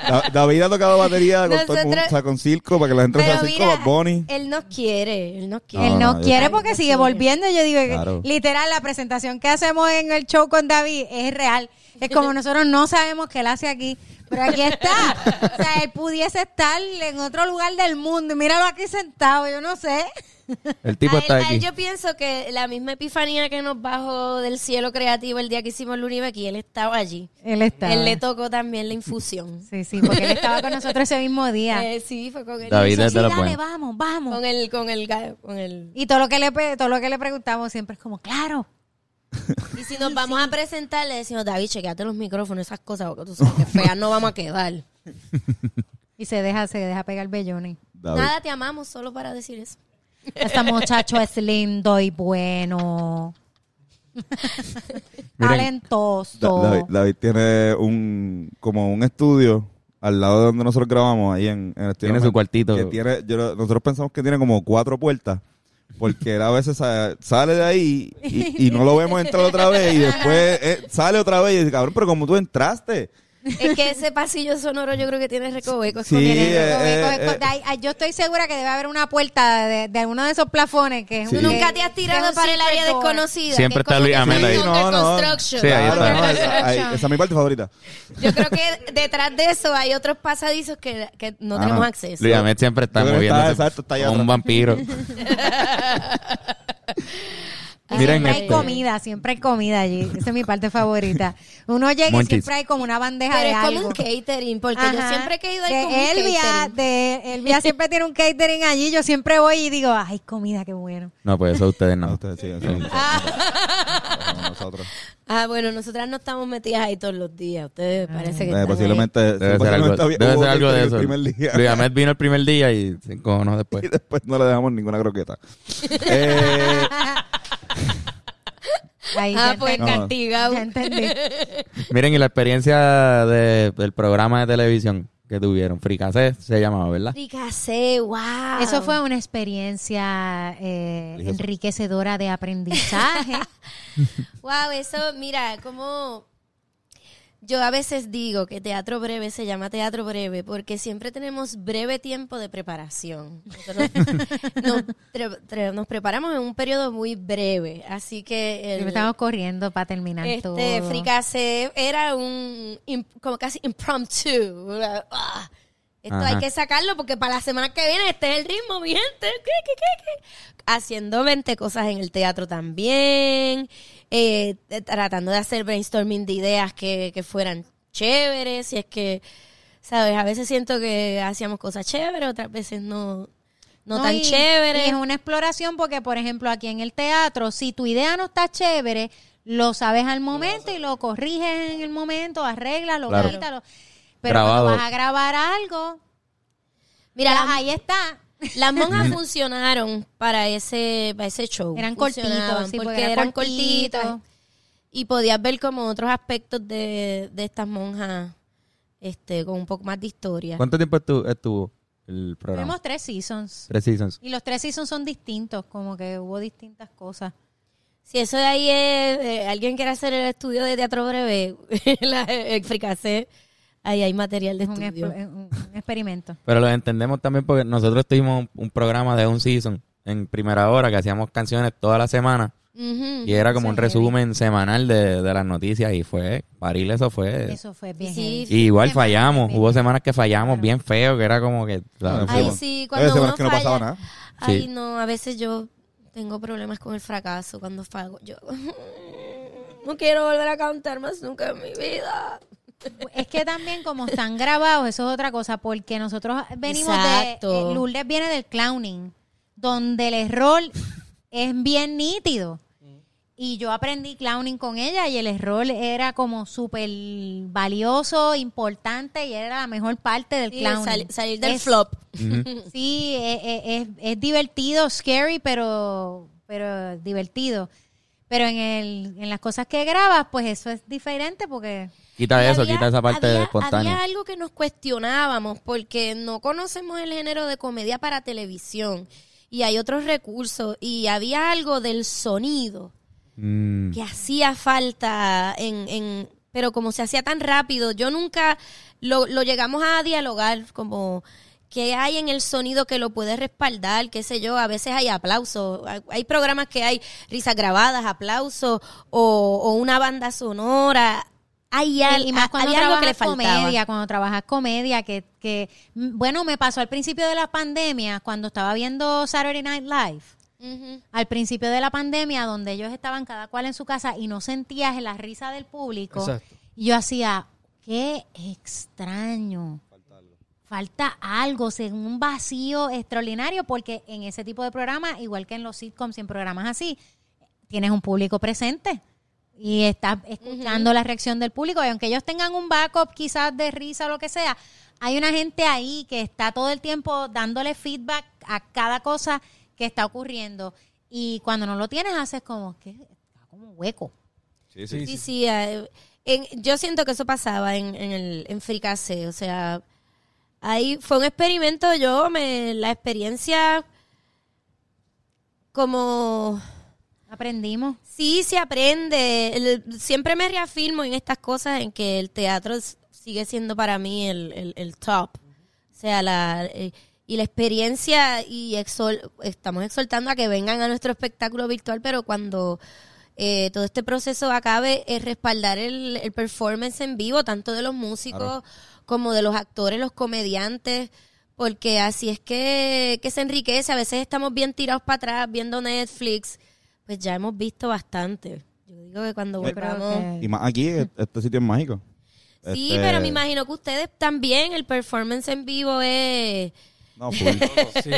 [SPEAKER 3] Da- David ha tocado batería con, todo el mundo,
[SPEAKER 5] Nosotros-
[SPEAKER 3] o sea, con circo, para que la gente
[SPEAKER 5] Pero
[SPEAKER 3] sea circo,
[SPEAKER 5] mira, eh,
[SPEAKER 3] Bad Bunny.
[SPEAKER 5] él no quiere, él no quiere.
[SPEAKER 3] no,
[SPEAKER 6] Él no,
[SPEAKER 3] yo-
[SPEAKER 6] quiere porque sigue volviendo. Yo digo, que
[SPEAKER 3] Claro.
[SPEAKER 6] literal, la presentación que hacemos en el show con David es real. Es como nosotros no sabemos qué él hace aquí, pero aquí está. O sea, él pudiese estar en otro lugar del mundo. y Míralo aquí sentado, yo no sé.
[SPEAKER 1] El tipo
[SPEAKER 5] A él-
[SPEAKER 1] está
[SPEAKER 5] a él
[SPEAKER 1] aquí.
[SPEAKER 5] yo pienso que la misma epifanía que nos bajó del cielo creativo el día que hicimos el Unibequi, él estaba allí.
[SPEAKER 6] Él está.
[SPEAKER 5] Él le tocó también la infusión.
[SPEAKER 6] sí, sí, porque él estaba con nosotros ese mismo día.
[SPEAKER 5] Eh, sí, fue con él.
[SPEAKER 1] David
[SPEAKER 6] Sí,
[SPEAKER 1] es
[SPEAKER 6] sí,
[SPEAKER 1] de los
[SPEAKER 6] dale,
[SPEAKER 1] buenos.
[SPEAKER 6] vamos, vamos.
[SPEAKER 5] Con el, con el, ga- con el
[SPEAKER 6] Y todo lo que le pe- todo lo que le preguntamos siempre es como, claro.
[SPEAKER 5] Y si nos vamos a presentar, le decimos, David, chequeate los micrófonos, esas cosas, porque tú sabes que feas no vamos a quedar.
[SPEAKER 6] Y se deja, se deja pegar bellones.
[SPEAKER 3] David.
[SPEAKER 5] Nada, te amamos, solo para decir eso.
[SPEAKER 6] Este muchacho es lindo y bueno.
[SPEAKER 1] Miren,
[SPEAKER 3] Da-
[SPEAKER 6] Talentoso.
[SPEAKER 3] David, David tiene un como un estudio al lado de donde nosotros grabamos ahí en, en el estudio
[SPEAKER 1] Tiene su
[SPEAKER 3] normal,
[SPEAKER 1] cuartito.
[SPEAKER 3] que tiene- yo lo- nosotros pensamos que tiene como cuatro puertas porque él a veces sa- sale de ahí y, y no lo vemos entrar otra vez y después eh, sale otra vez y dice cabrón pero como tú entraste
[SPEAKER 5] Es que ese pasillo sonoro yo creo que tiene recovecos.
[SPEAKER 3] Sí,
[SPEAKER 5] con
[SPEAKER 6] Tiene-
[SPEAKER 3] eh,
[SPEAKER 6] coge- coge-
[SPEAKER 3] eh,
[SPEAKER 6] coge-
[SPEAKER 3] eh.
[SPEAKER 6] ay, ay, yo estoy segura que debe haber una puerta de, de alguno de esos plafones que es
[SPEAKER 3] Sí.
[SPEAKER 6] un-
[SPEAKER 3] Tú
[SPEAKER 5] Nunca te has tirado
[SPEAKER 6] que es un
[SPEAKER 5] para el área
[SPEAKER 6] secret door.
[SPEAKER 5] desconocida.
[SPEAKER 1] Siempre
[SPEAKER 5] que
[SPEAKER 1] está
[SPEAKER 5] es como
[SPEAKER 1] Luis
[SPEAKER 5] que
[SPEAKER 1] Ahmed
[SPEAKER 5] está
[SPEAKER 1] Ah, ahí.
[SPEAKER 5] en under
[SPEAKER 3] No, no.
[SPEAKER 5] construction.
[SPEAKER 1] Sí, ahí está.
[SPEAKER 3] no, esa, ahí- esa es mi parte favorita
[SPEAKER 5] Yo creo que detrás de eso hay otros pasadizos que, que no
[SPEAKER 3] Ah,
[SPEAKER 5] tenemos
[SPEAKER 3] no.
[SPEAKER 5] acceso.
[SPEAKER 1] Luis Ahmed siempre está
[SPEAKER 3] Yo creo que está-
[SPEAKER 1] moviéndose
[SPEAKER 3] exacto, está allá
[SPEAKER 1] como un
[SPEAKER 3] atrás.
[SPEAKER 1] vampiro.
[SPEAKER 6] Y
[SPEAKER 1] Miren este.
[SPEAKER 6] siempre hay
[SPEAKER 3] este.
[SPEAKER 1] esto.
[SPEAKER 6] comida, siempre hay comida allí. Esa es mi parte favorita. Uno llega
[SPEAKER 1] Monchis.
[SPEAKER 6] y siempre hay como una bandeja
[SPEAKER 5] Pero
[SPEAKER 6] de
[SPEAKER 5] es como
[SPEAKER 6] algo.
[SPEAKER 5] un catering, porque yo
[SPEAKER 6] Ajá.
[SPEAKER 5] siempre que he ido ahí
[SPEAKER 6] Que
[SPEAKER 5] como un
[SPEAKER 6] Elvia,
[SPEAKER 5] catering.
[SPEAKER 6] de Elvia siempre tiene un catering allí. Yo siempre voy y digo, ay, comida, qué bueno.
[SPEAKER 1] No, pues eso ustedes
[SPEAKER 3] No,
[SPEAKER 1] no.
[SPEAKER 3] Ah, ustedes siguen, siguen, siguen. Bueno, nosotros.
[SPEAKER 5] Ah, bueno, nosotras no estamos metidas ahí todos los días. Ustedes parece que
[SPEAKER 3] Eh,
[SPEAKER 5] están ahí.
[SPEAKER 3] posiblemente
[SPEAKER 1] Debe ser
[SPEAKER 3] posiblemente
[SPEAKER 1] algo,
[SPEAKER 3] había-
[SPEAKER 1] debe
[SPEAKER 3] hubo
[SPEAKER 1] ser algo de
[SPEAKER 3] catering
[SPEAKER 1] eso.
[SPEAKER 3] el primer día.
[SPEAKER 1] Luis Ahmed vino el primer día y se encojonó
[SPEAKER 3] y
[SPEAKER 1] después.
[SPEAKER 3] después no le dejamos ninguna croqueta eh,
[SPEAKER 6] Ahí
[SPEAKER 5] Ah,
[SPEAKER 6] ya
[SPEAKER 5] pues
[SPEAKER 3] No.
[SPEAKER 5] castigado.
[SPEAKER 6] Ya entendí.
[SPEAKER 1] Miren, y la experiencia de- del programa de televisión que tuvieron, Fricase se llamaba, ¿verdad?
[SPEAKER 5] Fricasé, wow.
[SPEAKER 6] Eso fue una experiencia eh, enriquecedora de aprendizaje.
[SPEAKER 5] Wow, eso, mira, como yo a veces digo que teatro breve se llama teatro breve porque siempre tenemos breve tiempo de preparación. Nosotros nos, tre- tre- nos preparamos en un periodo muy breve, así que el-
[SPEAKER 6] Siempre estamos corriendo para terminar todo.
[SPEAKER 5] este fricase era un imp- como casi impromptu. una- ah, Esto hay
[SPEAKER 1] Ajá.
[SPEAKER 5] que sacarlo porque para la semana que viene este es el ritmo, mi gente. ¿Qué, qué, qué, qué? Haciendo 20 cosas en el teatro también, eh, eh, tratando de hacer brainstorming de ideas que, que fueran chéveres. Y es que, ¿sabes? A veces siento que hacíamos cosas chéveres, otras veces no, no, tan
[SPEAKER 6] y-
[SPEAKER 5] chéveres.
[SPEAKER 6] y es una exploración porque, por ejemplo, aquí en el teatro, si tu idea no está chévere, lo sabes al momento y lo corriges en el momento, arreglas, lo
[SPEAKER 1] Claro.
[SPEAKER 6] quitas. lo- Pero cuando
[SPEAKER 1] Grabado.
[SPEAKER 6] vas a grabar algo,
[SPEAKER 5] Mira,
[SPEAKER 6] ya,
[SPEAKER 5] la-
[SPEAKER 6] ahí está.
[SPEAKER 5] Las monjas funcionaron para ese, para ese show.
[SPEAKER 6] Eran cortitos,
[SPEAKER 5] Funcionaban
[SPEAKER 6] sí,
[SPEAKER 5] porque,
[SPEAKER 6] porque
[SPEAKER 5] eran
[SPEAKER 6] eran
[SPEAKER 5] cortitos.
[SPEAKER 6] cortitos.
[SPEAKER 5] Y podías ver como otros aspectos de, de estas monjas este, con un poco más de historia.
[SPEAKER 1] ¿Cuánto tiempo estu- estuvo el programa?
[SPEAKER 6] Tenemos tres seasons.
[SPEAKER 1] Tres seasons.
[SPEAKER 6] Y los tres seasons son distintos, como que hubo distintas cosas.
[SPEAKER 5] Si eso de ahí es, eh, alguien quiere hacer el estudio de teatro breve, la, el fricacé, ahí hay material de
[SPEAKER 6] Es un,
[SPEAKER 5] estudio.
[SPEAKER 6] exp- un- un experimento.
[SPEAKER 1] Pero los entendemos también porque nosotros tuvimos un- un programa de un season en primera hora que hacíamos canciones toda la semana
[SPEAKER 5] Ujú.
[SPEAKER 1] y era como
[SPEAKER 6] Eso
[SPEAKER 1] un
[SPEAKER 6] es
[SPEAKER 1] resumen semanal de, de las noticias y fue, paril eso fue.
[SPEAKER 6] Eso fue bien.
[SPEAKER 5] Sí,
[SPEAKER 6] heavy.
[SPEAKER 1] Y igual
[SPEAKER 6] Semanas
[SPEAKER 1] fallamos,
[SPEAKER 6] bien.
[SPEAKER 1] hubo semanas que fallamos bien feo, que era como que... ¿sabes?
[SPEAKER 5] Ahí
[SPEAKER 3] Bueno,
[SPEAKER 5] sí,
[SPEAKER 3] había
[SPEAKER 5] cuando
[SPEAKER 3] semanas
[SPEAKER 5] uno
[SPEAKER 3] que no
[SPEAKER 5] falla-
[SPEAKER 3] pasaba nada.
[SPEAKER 5] Ay,
[SPEAKER 1] Sí.
[SPEAKER 5] no, a veces yo tengo problemas con el fracaso cuando fallo. Yo no quiero volver a cantar más nunca en mi vida.
[SPEAKER 6] Es que también como están grabados, eso es otra cosa, porque nosotros venimos
[SPEAKER 5] Exacto.
[SPEAKER 6] de... eh, Lourdes viene del clowning, donde el error es bien nítido. Y yo aprendí clowning con ella y el error era como súper valioso, importante y era la mejor parte del
[SPEAKER 5] Sí,
[SPEAKER 6] clowning.
[SPEAKER 5] sal- salir del
[SPEAKER 6] Es-
[SPEAKER 5] flop.
[SPEAKER 6] Sí, es, es- es- es divertido, scary, pero, pero divertido. Pero en, el, en las cosas que grabas, pues eso es diferente porque...
[SPEAKER 1] Quita
[SPEAKER 5] Y
[SPEAKER 1] eso,
[SPEAKER 5] había-
[SPEAKER 1] quita esa parte
[SPEAKER 5] había-
[SPEAKER 1] espontánea.
[SPEAKER 5] Había algo que nos cuestionábamos porque no conocemos el género de comedia para televisión y hay otros recursos y había algo del sonido
[SPEAKER 1] Mm.
[SPEAKER 5] que hacía falta en, en- pero como se hacía tan rápido, yo nunca lo, lo llegamos a dialogar como que hay en el sonido que lo puede respaldar, qué sé yo, a veces hay aplausos, hay, hay programas que hay risas grabadas, aplausos o, o una banda sonora, hay, al-
[SPEAKER 6] y más
[SPEAKER 5] a-
[SPEAKER 6] cuando
[SPEAKER 5] había algo
[SPEAKER 6] trabajas
[SPEAKER 5] que le faltaba.
[SPEAKER 6] comedia, cuando trabajas comedia, que, que, mm, bueno, me pasó al principio de la pandemia, cuando estaba viendo Saturday Night Live,
[SPEAKER 5] Ujú.
[SPEAKER 6] al principio de la pandemia, donde ellos estaban cada cual en su casa y no sentías la risa del público,
[SPEAKER 4] Uh, Exacto.
[SPEAKER 6] y yo hacía, qué extraño. Falta algo, se- un vacío extraordinario, porque en ese tipo de programas, igual que en los sitcoms y en programas así, tienes un público presente y estás escuchando la reacción del público. Y aunque ellos tengan un backup quizás de risa o lo que sea, hay una gente ahí que está todo el tiempo dándole feedback a cada cosa que está ocurriendo. Y cuando no lo tienes, haces como que está como hueco.
[SPEAKER 3] Sí,
[SPEAKER 4] sí.
[SPEAKER 5] Sí, sí. eh, en- yo siento que eso pasaba en, en el en Fricase, o sea, ahí fue un experimento yo, me la experiencia como
[SPEAKER 6] Aprendimos.
[SPEAKER 5] sí se aprende, El- siempre me reafirmo en estas cosas en que el teatro es- sigue siendo para mí el, el- el top. O sea, la eh, y la experiencia y exhol- estamos exhortando a que vengan a nuestro espectáculo virtual, pero cuando eh, todo este proceso acabe es respaldar el, el performance en vivo, tanto de los músicos como de los actores, los comediantes, porque así es que, que se enriquece. A veces estamos bien tirados para atrás viendo Netflix, pues ya hemos visto bastante. Yo digo que cuando
[SPEAKER 6] Yo creo
[SPEAKER 5] volvamos...
[SPEAKER 6] que-
[SPEAKER 3] Y más aquí, e- este sitio es mágico.
[SPEAKER 5] Sí,
[SPEAKER 3] Este-
[SPEAKER 5] pero me imagino que ustedes también, el performance en vivo es...
[SPEAKER 3] No, full.
[SPEAKER 4] Sí, sí.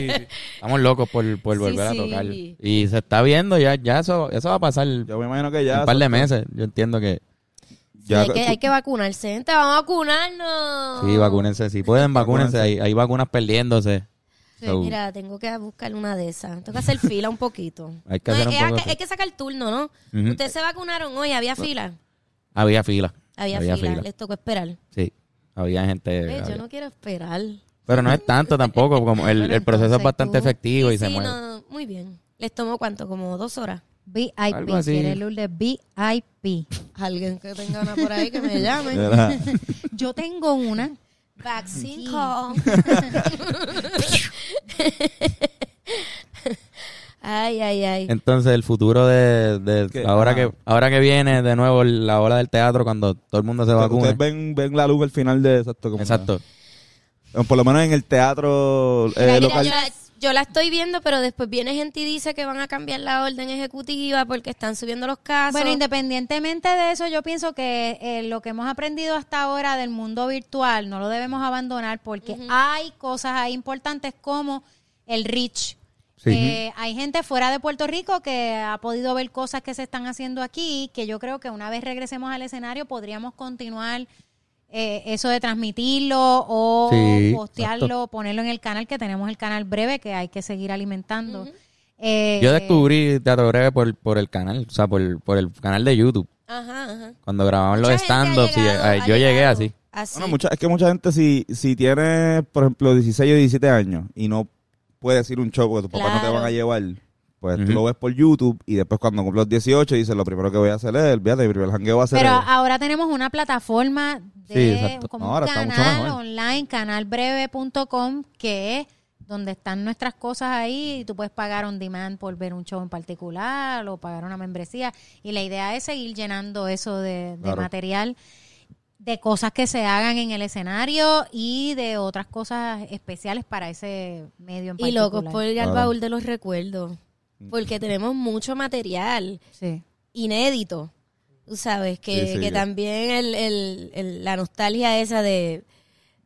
[SPEAKER 1] Estamos locos por, por
[SPEAKER 5] Sí,
[SPEAKER 1] volver
[SPEAKER 5] sí.
[SPEAKER 1] a tocar. Y se está viendo, ya, ya eso, eso va a pasar en
[SPEAKER 3] Yo me imagino que ya.
[SPEAKER 1] un par de meses. Yo entiendo que
[SPEAKER 3] ya-
[SPEAKER 5] hay, que, hay que vacunarse, gente, vamos a vacunarnos.
[SPEAKER 1] pues, sí, vacúnense. Si pueden, vacúnense. Hay,
[SPEAKER 3] Vacúnense.
[SPEAKER 1] hay vacunas perdiéndose. So,
[SPEAKER 5] Pues Mira, tengo que buscar una de esas. Tengo que hacer fila un poquito.
[SPEAKER 1] Hay que
[SPEAKER 5] No,
[SPEAKER 1] hacer un
[SPEAKER 5] es,
[SPEAKER 1] poco
[SPEAKER 5] es-
[SPEAKER 1] de-
[SPEAKER 5] es que sacar turno, ¿no?
[SPEAKER 1] Ujú. Pues,
[SPEAKER 5] Ustedes se vacunaron hoy, había fila.
[SPEAKER 1] Había fila.
[SPEAKER 5] Había, fila. les tocó esperar.
[SPEAKER 1] Sí, había gente.
[SPEAKER 5] Ve,
[SPEAKER 1] había-
[SPEAKER 5] yo no quiero esperar.
[SPEAKER 1] Pero no es tanto tampoco. como El,
[SPEAKER 6] Pero
[SPEAKER 1] el proceso es
[SPEAKER 6] entonces
[SPEAKER 1] bastante
[SPEAKER 6] tú-
[SPEAKER 1] efectivo y,
[SPEAKER 5] Sí,
[SPEAKER 1] se
[SPEAKER 5] sí,
[SPEAKER 1] mueve.
[SPEAKER 5] no, muy bien. ¿Les tomó cuánto? ¿Como dos horas?
[SPEAKER 1] Algo
[SPEAKER 6] VIP,
[SPEAKER 1] así.
[SPEAKER 6] quiere el de VIP.
[SPEAKER 5] Alguien que tenga una por ahí que me llame.
[SPEAKER 3] Era-
[SPEAKER 6] Yo tengo una.
[SPEAKER 5] Vaccine call. ay, ay, ay.
[SPEAKER 1] Entonces, el futuro de. de
[SPEAKER 3] ¿Qué?
[SPEAKER 1] ahora,
[SPEAKER 3] Ah.
[SPEAKER 1] que, ahora que viene de nuevo la ola del teatro, cuando todo el mundo se vacuna.
[SPEAKER 3] Ustedes ven, ven la luz al final de exacto. como- eh,
[SPEAKER 1] Exacto.
[SPEAKER 3] Por lo menos en el teatro eh,
[SPEAKER 5] Mira, mira,
[SPEAKER 3] local.
[SPEAKER 5] yo, la, yo la estoy viendo, pero después viene gente y dice que van a cambiar la orden ejecutiva porque están subiendo los casos.
[SPEAKER 6] Bueno, independientemente de eso, yo pienso que eh, lo que hemos aprendido hasta ahora del mundo virtual no lo debemos abandonar porque hay cosas ahí importantes como el reach.
[SPEAKER 1] Sí.
[SPEAKER 6] Eh, hay gente fuera de Puerto Rico que ha podido ver cosas que se están haciendo aquí, que yo creo que una vez regresemos al escenario podríamos continuar eh, eso de transmitirlo o
[SPEAKER 1] Sí,
[SPEAKER 6] postearlo, ponerlo en el canal que tenemos el canal breve que hay que seguir alimentando. Eh,
[SPEAKER 1] Yo descubrí Teatro Breve por, por el canal, o sea, por, por el canal de YouTube.
[SPEAKER 5] ajá, ajá.
[SPEAKER 1] Cuando grababan los
[SPEAKER 5] Mucha gente ha
[SPEAKER 1] stand-ups, y,
[SPEAKER 3] eh,
[SPEAKER 5] llegado-
[SPEAKER 1] ay,
[SPEAKER 5] ha
[SPEAKER 1] yo llegué
[SPEAKER 5] llegado
[SPEAKER 1] así.
[SPEAKER 5] así.
[SPEAKER 3] Bueno, mucha- es que mucha gente, si, si tiene, por ejemplo, 16 o 17 años y no puedes ir a un show porque tus papás no
[SPEAKER 5] Claro.
[SPEAKER 3] te van a llevar, pues tú
[SPEAKER 1] Ujú.
[SPEAKER 3] lo ves por YouTube y después cuando cumples los 18 dices, lo primero que voy a hacer es, olvídate, mi primer jangueo va a ser...
[SPEAKER 6] Pero
[SPEAKER 3] el-
[SPEAKER 6] ahora tenemos una plataforma
[SPEAKER 1] Sí,
[SPEAKER 6] de
[SPEAKER 1] exacto.
[SPEAKER 6] como
[SPEAKER 3] Ahora
[SPEAKER 6] un
[SPEAKER 3] está mucho
[SPEAKER 6] canal
[SPEAKER 3] mejor.
[SPEAKER 6] online, canalbreve.com, que es donde están nuestras cosas ahí y tú puedes pagar on demand por ver un show en particular o pagar una membresía. Y la idea es seguir llenando eso de, de
[SPEAKER 3] Claro.
[SPEAKER 6] material, de cosas que se hagan en el escenario y de otras cosas especiales para ese medio en
[SPEAKER 5] Y
[SPEAKER 6] particular.
[SPEAKER 5] locos por ir al
[SPEAKER 3] Claro. Mm.
[SPEAKER 5] baúl de los recuerdos. Porque tenemos mucho material
[SPEAKER 6] Sí.
[SPEAKER 5] inédito. Tú sabes, que,
[SPEAKER 3] Sí, sí,
[SPEAKER 5] que
[SPEAKER 3] que-
[SPEAKER 5] también el, el- el- la nostalgia esa de.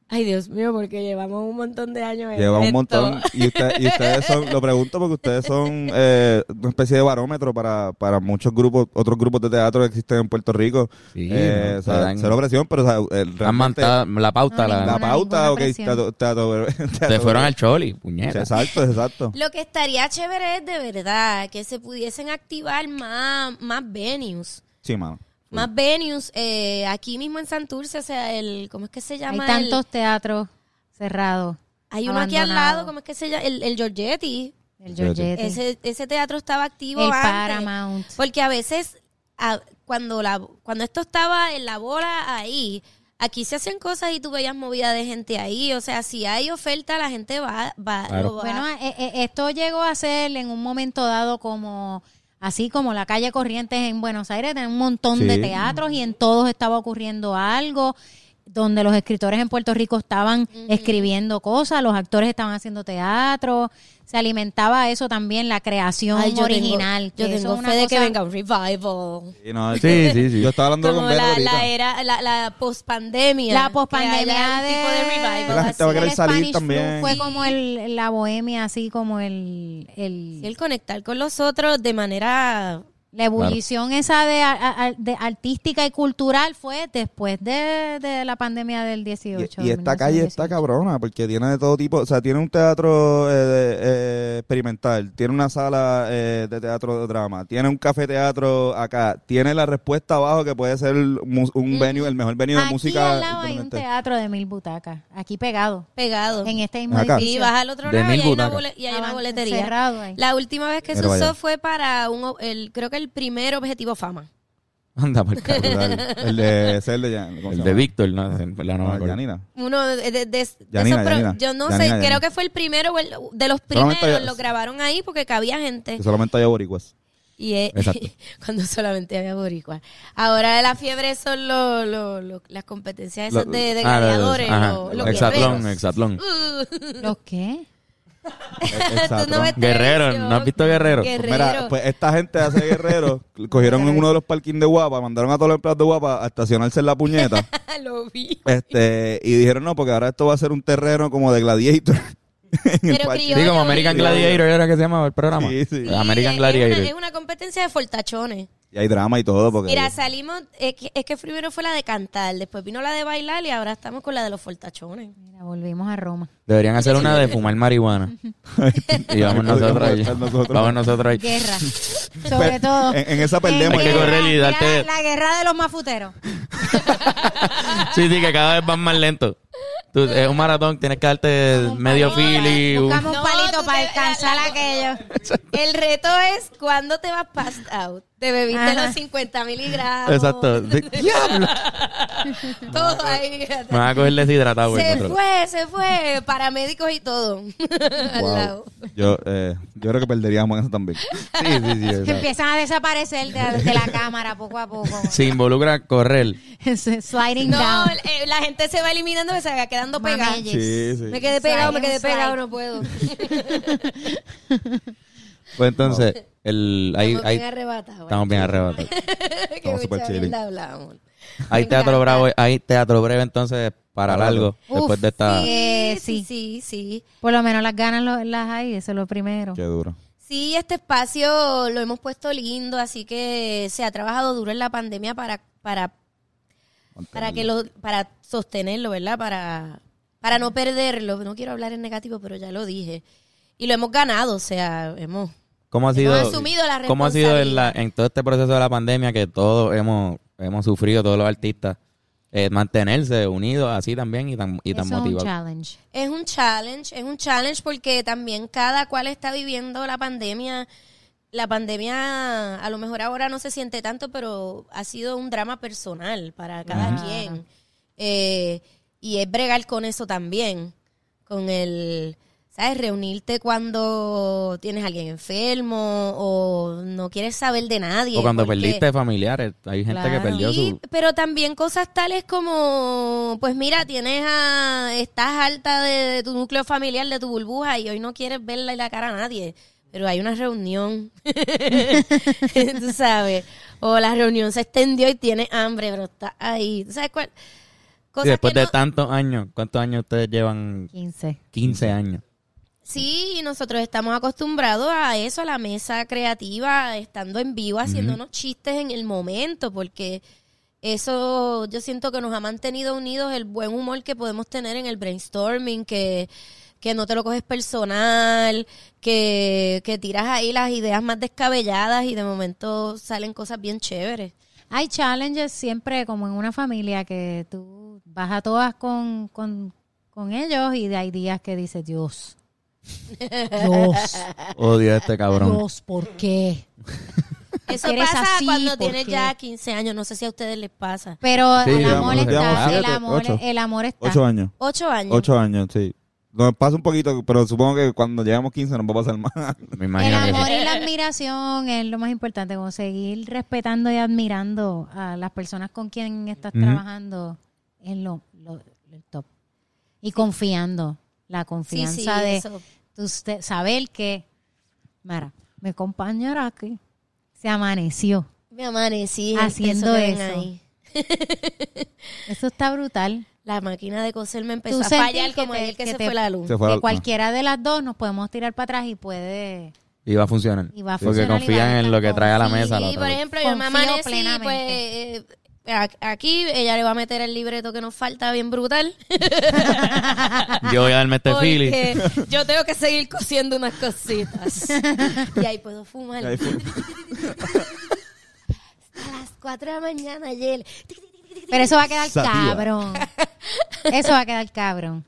[SPEAKER 5] Ay, Dios mío, porque llevamos un montón de años. en
[SPEAKER 3] Lleva un
[SPEAKER 5] esto".
[SPEAKER 3] montón y, usted- y ustedes son, lo pregunto porque ustedes son eh, una especie de barómetro para, para muchos grupos, otros grupos de teatro que existen en Puerto Rico.
[SPEAKER 1] Sí,
[SPEAKER 3] Eh,
[SPEAKER 1] no,
[SPEAKER 3] o
[SPEAKER 1] te
[SPEAKER 3] sea,
[SPEAKER 1] dan-
[SPEAKER 3] cero presión, pero o sea, eh,
[SPEAKER 1] Han
[SPEAKER 3] realmente
[SPEAKER 1] mantado la pauta, la-
[SPEAKER 6] No,
[SPEAKER 3] la
[SPEAKER 6] ninguna-
[SPEAKER 3] pauta, ok,
[SPEAKER 6] presión.
[SPEAKER 3] teatro- teatro-
[SPEAKER 1] se
[SPEAKER 3] teatro-
[SPEAKER 1] fueron al choli, puñetas.
[SPEAKER 3] Exacto, exacto.
[SPEAKER 5] Lo que estaría chévere es de verdad que se pudiesen activar más, más venues.
[SPEAKER 3] Sí, mano.
[SPEAKER 6] Mm.
[SPEAKER 5] Más venues. eh, aquí mismo en Santurce, o sea, el. ¿Cómo es que se
[SPEAKER 6] Hay
[SPEAKER 5] llama? el-
[SPEAKER 6] tantos teatros cerrados.
[SPEAKER 5] hay uno aquí al
[SPEAKER 6] abandonados.
[SPEAKER 5] lado, ¿cómo es que se llama? El, el Giorgetti.
[SPEAKER 6] El Georgette.
[SPEAKER 5] Ese, ese teatro estaba activo
[SPEAKER 6] el
[SPEAKER 5] antes.
[SPEAKER 6] Paramount.
[SPEAKER 5] Porque a veces, a- cuando, la, cuando esto estaba en la bola ahí, aquí se hacían cosas y tú veías movida de gente ahí. O sea, si hay oferta, la gente va. va,
[SPEAKER 1] Claro.
[SPEAKER 5] lo va.
[SPEAKER 6] Bueno, eh, eh, esto llegó a ser en un momento dado como así como la calle Corrientes en Buenos Aires, tenía un montón de
[SPEAKER 3] Sí.
[SPEAKER 6] teatros y en todos estaba ocurriendo algo, donde los escritores en Puerto Rico estaban escribiendo cosas, los actores estaban haciendo teatro, se alimentaba eso también la creación
[SPEAKER 5] Ay, yo tengo-
[SPEAKER 6] original.
[SPEAKER 5] yo
[SPEAKER 6] que eso
[SPEAKER 5] tengo
[SPEAKER 6] es
[SPEAKER 5] fe
[SPEAKER 6] una
[SPEAKER 5] de que
[SPEAKER 6] cosa-
[SPEAKER 5] venga un revival.
[SPEAKER 3] Sí, no,
[SPEAKER 1] Sí, sí, sí.
[SPEAKER 3] Yo estaba hablando
[SPEAKER 5] Como
[SPEAKER 3] con Vero
[SPEAKER 5] la,
[SPEAKER 3] ahorita.
[SPEAKER 5] la era, la, la pospandemia.
[SPEAKER 6] La
[SPEAKER 5] Que
[SPEAKER 6] pospandemia
[SPEAKER 5] haya un
[SPEAKER 6] de,
[SPEAKER 5] tipo de revival.
[SPEAKER 3] La
[SPEAKER 5] así.
[SPEAKER 3] gente va a querer
[SPEAKER 6] el
[SPEAKER 3] salir
[SPEAKER 6] Spanish Flu
[SPEAKER 3] también.
[SPEAKER 6] Fue como el, la bohemia, así como el, el,
[SPEAKER 5] Y el conectar con los otros de manera.
[SPEAKER 6] La ebullición esa de, a- a- a- de artística y cultural fue después de, de la pandemia del 18.
[SPEAKER 3] Y, y
[SPEAKER 6] de
[SPEAKER 3] esta calle está
[SPEAKER 6] 1918.
[SPEAKER 3] cabrona porque tiene de todo tipo. O sea, tiene un teatro eh, de- eh, experimental, tiene una sala eh, de teatro de drama, tiene un café teatro acá, tiene la respuesta abajo que puede ser mu- un venue, el mejor venue de
[SPEAKER 6] Mm. Aquí
[SPEAKER 3] música.
[SPEAKER 6] al lado hay un
[SPEAKER 3] independiente.
[SPEAKER 6] teatro de mil butacas, aquí pegado,
[SPEAKER 5] Pegado.
[SPEAKER 6] en este mismo
[SPEAKER 3] Acá.
[SPEAKER 5] Y
[SPEAKER 6] edificio.
[SPEAKER 5] vas al otro
[SPEAKER 1] De
[SPEAKER 5] lado y
[SPEAKER 1] mil
[SPEAKER 5] hay, una,
[SPEAKER 1] butacas.
[SPEAKER 5] bole- y hay una
[SPEAKER 6] Abajo,
[SPEAKER 5] boletería.
[SPEAKER 6] Cerrado ahí.
[SPEAKER 5] La última vez que se
[SPEAKER 3] Pero
[SPEAKER 5] usó
[SPEAKER 3] vaya.
[SPEAKER 5] fue para un, o- el, creo que el primer objetivo fama.
[SPEAKER 1] Anda por carajo.
[SPEAKER 3] Brutal. El de ese, el de Jan- ¿cómo se
[SPEAKER 1] El
[SPEAKER 3] llama?
[SPEAKER 1] de Víctor, no, en verdad no me
[SPEAKER 3] No,
[SPEAKER 1] acuerdo.
[SPEAKER 3] Janina.
[SPEAKER 5] Uno de, de- de- de esos
[SPEAKER 3] Yanina,
[SPEAKER 5] pro-
[SPEAKER 3] Yanina.
[SPEAKER 5] yo no sé,
[SPEAKER 3] Yanina, Yanina.
[SPEAKER 5] creo que fue el primero o el- de los
[SPEAKER 3] Solamente
[SPEAKER 5] primeros
[SPEAKER 3] había-
[SPEAKER 5] lo grabaron ahí porque cabía gente
[SPEAKER 3] Que solamente hay boricuas.
[SPEAKER 5] y eh,
[SPEAKER 1] Exacto.
[SPEAKER 5] cuando solamente había boricua. Ahora la fiebre son lo- lo- lo- las competencias esas
[SPEAKER 3] Lo-
[SPEAKER 5] de, de
[SPEAKER 1] Ah, los-
[SPEAKER 5] gladiadores,
[SPEAKER 1] ajá,
[SPEAKER 5] los- los
[SPEAKER 1] Exatlón,
[SPEAKER 5] guerreros.
[SPEAKER 1] exatlón.
[SPEAKER 6] ¿Los qué?
[SPEAKER 5] Tú no ves
[SPEAKER 1] Guerrero,
[SPEAKER 5] televisión.
[SPEAKER 1] ¿no has visto Guerrero?
[SPEAKER 5] Guerrero.
[SPEAKER 3] Pues mira, pues esta gente hace guerrero, cogieron en uno de los parkings de Guapa, mandaron a todos los empleados de Guapa a estacionarse en la puñeta.
[SPEAKER 5] lo vi.
[SPEAKER 3] Este, y dijeron, no, porque ahora esto va a ser un terreno como de gladiator. en el
[SPEAKER 5] Pero
[SPEAKER 3] parque.
[SPEAKER 5] criollo,
[SPEAKER 1] Sí, como American
[SPEAKER 5] sí,
[SPEAKER 1] Gladiator era que se llamaba el programa.
[SPEAKER 3] Sí, sí.
[SPEAKER 1] American
[SPEAKER 5] es- Es una, es
[SPEAKER 1] Gladiator.
[SPEAKER 5] una competencia de fortachones.
[SPEAKER 3] Y hay drama y todo, porque...
[SPEAKER 5] Mira, salimos, es que, es que primero fue la de cantar, después vino la de bailar y ahora estamos con la de los fortachones.
[SPEAKER 6] Mira, volvimos a Roma.
[SPEAKER 1] Deberían hacer una de fumar marihuana. y vamos nosotros allí. Vamos nosotros allí.
[SPEAKER 6] Guerra. Sobre
[SPEAKER 3] Pero
[SPEAKER 6] todo.
[SPEAKER 3] Pues, en, en esa
[SPEAKER 6] En
[SPEAKER 1] Hay
[SPEAKER 3] perdemos.
[SPEAKER 1] que
[SPEAKER 6] guerra,
[SPEAKER 1] correr y darte-
[SPEAKER 6] mira, La guerra de los mafuteros.
[SPEAKER 1] Sí, sí, que cada vez van más lento. Tú, es un maratón, tienes que darte medio fili. un-
[SPEAKER 6] Buscamos
[SPEAKER 5] No,
[SPEAKER 6] un palito
[SPEAKER 5] tú
[SPEAKER 6] para
[SPEAKER 5] te-
[SPEAKER 6] alcanzar
[SPEAKER 5] la-
[SPEAKER 6] aquello.
[SPEAKER 5] El reto es cuándo te vas passed out. Te bebiste
[SPEAKER 6] Ajá.
[SPEAKER 5] los 50 miligramos.
[SPEAKER 1] Exacto. De- ¡Diablo!
[SPEAKER 5] Todo ahí.
[SPEAKER 1] Me van a coger deshidratado. güey,
[SPEAKER 5] Se
[SPEAKER 1] control.
[SPEAKER 5] fue, se fue. Paramédicos y todo. Al lado.
[SPEAKER 3] Yo, eh, yo creo que perderíamos en eso también.
[SPEAKER 1] Sí, sí, sí.
[SPEAKER 6] Que
[SPEAKER 1] exacto.
[SPEAKER 6] empiezan a desaparecer de, de la cámara poco a poco.
[SPEAKER 1] Se involucra correr.
[SPEAKER 6] Sliding
[SPEAKER 5] No,
[SPEAKER 6] down.
[SPEAKER 5] el- eh, la gente se va eliminando, se va quedando pegada.
[SPEAKER 6] Mameyes.
[SPEAKER 3] Sí, sí.
[SPEAKER 5] Me quedé pegado, me quedé
[SPEAKER 6] Slide, un
[SPEAKER 5] pegado,
[SPEAKER 6] slide.
[SPEAKER 5] no puedo.
[SPEAKER 1] Pues entonces, el, hay,
[SPEAKER 5] Estamos
[SPEAKER 1] hay-
[SPEAKER 5] bien arrebatados.
[SPEAKER 1] estamos bien arrebatados.
[SPEAKER 5] Que
[SPEAKER 3] estamos súper
[SPEAKER 5] mucha
[SPEAKER 3] chilling.
[SPEAKER 5] mierda hablamos.
[SPEAKER 1] Hay
[SPEAKER 5] Me
[SPEAKER 1] teatro
[SPEAKER 5] encanta.
[SPEAKER 1] bravo, hay teatro breve entonces para
[SPEAKER 3] Para
[SPEAKER 1] largo
[SPEAKER 6] largo.
[SPEAKER 1] después de esta.
[SPEAKER 6] sí. Eh,
[SPEAKER 5] Sí, sí, sí.
[SPEAKER 6] Por lo menos las ganas lo- las hay, eso es lo primero.
[SPEAKER 3] Qué duro.
[SPEAKER 5] Sí, este espacio lo hemos puesto lindo, así que se ha trabajado duro en la pandemia para para para que lo para sostenerlo, ¿verdad? Para para no perderlo. No quiero hablar en negativo, pero ya lo dije. Y lo hemos ganado, o sea, hemos
[SPEAKER 1] ¿Cómo ha sido?
[SPEAKER 5] Hemos asumido la
[SPEAKER 1] ¿Cómo ha sido en, la-
[SPEAKER 5] responsabilidad.
[SPEAKER 1] en todo este proceso de la pandemia que todos hemos hemos sufrido todos los artistas eh, mantenerse unidos así también y tan y tan
[SPEAKER 6] Eso es un
[SPEAKER 1] motivados?
[SPEAKER 6] challenge.
[SPEAKER 5] Es un challenge, es un challenge porque también cada cual está viviendo la pandemia. La pandemia a lo mejor ahora no se siente tanto, pero ha sido un drama personal para cada
[SPEAKER 6] Claro.
[SPEAKER 5] quien. Eh, y es bregar con eso también, con el, ¿sabes? Reunirte cuando tienes a alguien enfermo o no quieres saber de nadie.
[SPEAKER 1] O cuando
[SPEAKER 5] porque-
[SPEAKER 1] perdiste familiares, hay gente que
[SPEAKER 6] Claro.
[SPEAKER 1] perdió
[SPEAKER 5] Sí,
[SPEAKER 1] su
[SPEAKER 5] pero también cosas tales como, pues mira, tienes a, estás alta de, de tu núcleo familiar, de tu burbuja y hoy no quieres verla y la cara a nadie, pero hay una reunión, tú sabes, o la reunión se extendió y tienes hambre, pero está ahí, ¿tú sabes cuál?
[SPEAKER 1] Y
[SPEAKER 5] Cosas
[SPEAKER 1] después
[SPEAKER 5] que
[SPEAKER 1] de
[SPEAKER 5] no-
[SPEAKER 1] tantos años, ¿cuántos años ustedes llevan?
[SPEAKER 6] 15.
[SPEAKER 1] 15 años.
[SPEAKER 5] Sí, y nosotros estamos acostumbrados a eso, a la mesa creativa, estando en vivo, haciéndonos chistes en el momento, porque eso yo siento que nos ha mantenido unidos el buen humor que podemos tener en el brainstorming, que, que no te lo coges personal, que, que tiras ahí las ideas más descabelladas y de momento salen cosas bien chéveres.
[SPEAKER 6] Hay challenges siempre como en una familia que tú vas a todas con, con, con ellos y de- hay días que dices, Dios, Dios,
[SPEAKER 1] Odio a este cabrón.
[SPEAKER 6] Dios, ¿por qué?
[SPEAKER 5] Eso
[SPEAKER 6] Eres
[SPEAKER 5] pasa
[SPEAKER 6] así,
[SPEAKER 5] cuando
[SPEAKER 6] ¿por
[SPEAKER 5] tienes
[SPEAKER 6] qué?
[SPEAKER 5] ya 15 años. No sé si a ustedes les pasa.
[SPEAKER 6] Pero
[SPEAKER 1] Sí,
[SPEAKER 6] el
[SPEAKER 1] llevamos-
[SPEAKER 6] amor
[SPEAKER 1] llevamos
[SPEAKER 6] está, el
[SPEAKER 3] siete,
[SPEAKER 6] amor,
[SPEAKER 3] ocho.
[SPEAKER 6] el amor está.
[SPEAKER 3] Ocho años.
[SPEAKER 5] Ocho años.
[SPEAKER 3] Ocho años, sí. Nos pasa un poquito, pero supongo que cuando llegamos 15 nos va a pasar más.
[SPEAKER 1] Me
[SPEAKER 6] El
[SPEAKER 1] imagino que
[SPEAKER 6] amor y la admiración es lo más importante, como seguir respetando y admirando a las personas con quien estás
[SPEAKER 1] Ujú.
[SPEAKER 6] trabajando es lo, lo- lo top. Y confiando, la
[SPEAKER 5] Sí, sí,
[SPEAKER 6] confianza de
[SPEAKER 5] eso.
[SPEAKER 6] tú ste- saber que, Mara, me acompañará aquí. Se amaneció.
[SPEAKER 5] Me amanecí eso
[SPEAKER 6] Haciendo
[SPEAKER 5] que ven
[SPEAKER 6] eso.
[SPEAKER 5] ahí.
[SPEAKER 6] Eso está brutal.
[SPEAKER 5] La máquina de coser me empezó
[SPEAKER 6] Tú
[SPEAKER 5] a
[SPEAKER 6] sentís
[SPEAKER 5] fallar
[SPEAKER 6] que
[SPEAKER 5] como
[SPEAKER 6] te-
[SPEAKER 5] ayer que
[SPEAKER 6] que
[SPEAKER 5] se
[SPEAKER 6] te-
[SPEAKER 5] fue la luz.
[SPEAKER 3] Se fue
[SPEAKER 6] que
[SPEAKER 3] al-
[SPEAKER 6] cualquiera de las dos nos podemos tirar para atrás y puede...
[SPEAKER 1] y va a funcionar.
[SPEAKER 6] Y va a
[SPEAKER 1] porque
[SPEAKER 6] funcionar y
[SPEAKER 1] confían
[SPEAKER 6] va a
[SPEAKER 1] en lo que
[SPEAKER 6] estar
[SPEAKER 1] trae a la
[SPEAKER 6] con-
[SPEAKER 1] mesa. la
[SPEAKER 5] Y
[SPEAKER 1] otra
[SPEAKER 5] por
[SPEAKER 1] vez.
[SPEAKER 5] ejemplo, yo me
[SPEAKER 6] Confío
[SPEAKER 5] amanecí,
[SPEAKER 6] plenamente.
[SPEAKER 5] pues eh, a- aquí ella le va a meter el libreto que nos falta bien brutal.
[SPEAKER 1] Yo voy a darme este feeling.
[SPEAKER 5] porque yo tengo que seguir cosiendo unas cositas. y ahí puedo fumar.
[SPEAKER 3] Ahí fue.
[SPEAKER 5] A las 4 de la mañana ayer.
[SPEAKER 6] Pero eso va a quedar
[SPEAKER 3] Sativa.
[SPEAKER 6] cabrón. Eso va a quedar cabrón.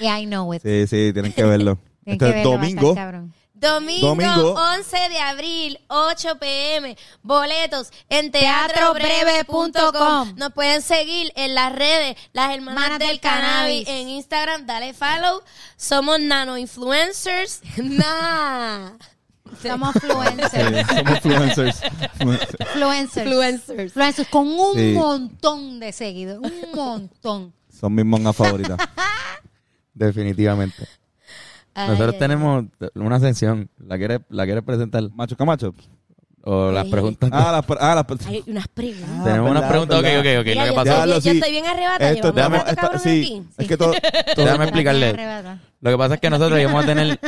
[SPEAKER 6] Y I know it.
[SPEAKER 3] Sí, sí, tienen que verlo.
[SPEAKER 6] Tienen
[SPEAKER 3] este
[SPEAKER 6] que verlo, va a estar
[SPEAKER 3] domingo.
[SPEAKER 6] cabrón.
[SPEAKER 5] Domingo,
[SPEAKER 3] Domingo.
[SPEAKER 5] 11 de abril, 8 pm. Boletos en
[SPEAKER 6] Teatrobreve.com.
[SPEAKER 5] teatrobreve.com. Nos pueden seguir en las redes, las hermanas
[SPEAKER 6] Hermanas
[SPEAKER 5] del,
[SPEAKER 6] del
[SPEAKER 5] cannabis.
[SPEAKER 6] Cannabis.
[SPEAKER 5] en Instagram. Dale follow. Somos nano influencers. Nah.
[SPEAKER 6] Somos
[SPEAKER 3] Sí,
[SPEAKER 6] influencers.
[SPEAKER 3] somos influencers. Influencers.
[SPEAKER 6] Influencers.
[SPEAKER 5] Influencers.
[SPEAKER 6] Influencers con un
[SPEAKER 3] Sí.
[SPEAKER 6] montón de seguidores. Un montón.
[SPEAKER 3] Son mis mongas favoritas.
[SPEAKER 1] Definitivamente.
[SPEAKER 5] Ay,
[SPEAKER 1] Nosotros
[SPEAKER 5] ay.
[SPEAKER 1] tenemos una sección. ¿La quieres, la quieres presentar?
[SPEAKER 3] Macho Camacho.
[SPEAKER 1] O las
[SPEAKER 5] Ay.
[SPEAKER 1] preguntas.
[SPEAKER 3] Ah, las per- ah, las per-
[SPEAKER 5] Hay unas preguntas.
[SPEAKER 1] tenemos
[SPEAKER 3] verdad,
[SPEAKER 1] unas preguntas. Ok,
[SPEAKER 3] verdad.
[SPEAKER 1] ok, ok. lo
[SPEAKER 5] Mira,
[SPEAKER 1] que
[SPEAKER 5] ya
[SPEAKER 1] pasó.
[SPEAKER 5] estoy-
[SPEAKER 3] Diablo, sí.
[SPEAKER 5] estoy bien arrebatada,
[SPEAKER 3] Esto estamos-
[SPEAKER 5] llevamos rato,
[SPEAKER 3] esta-
[SPEAKER 5] cabrón,
[SPEAKER 3] sí,
[SPEAKER 5] aquí.
[SPEAKER 3] es que todo,
[SPEAKER 1] Déjame explicarle.
[SPEAKER 6] Arrebata.
[SPEAKER 1] Lo que pasa es que nosotros íbamos a tener.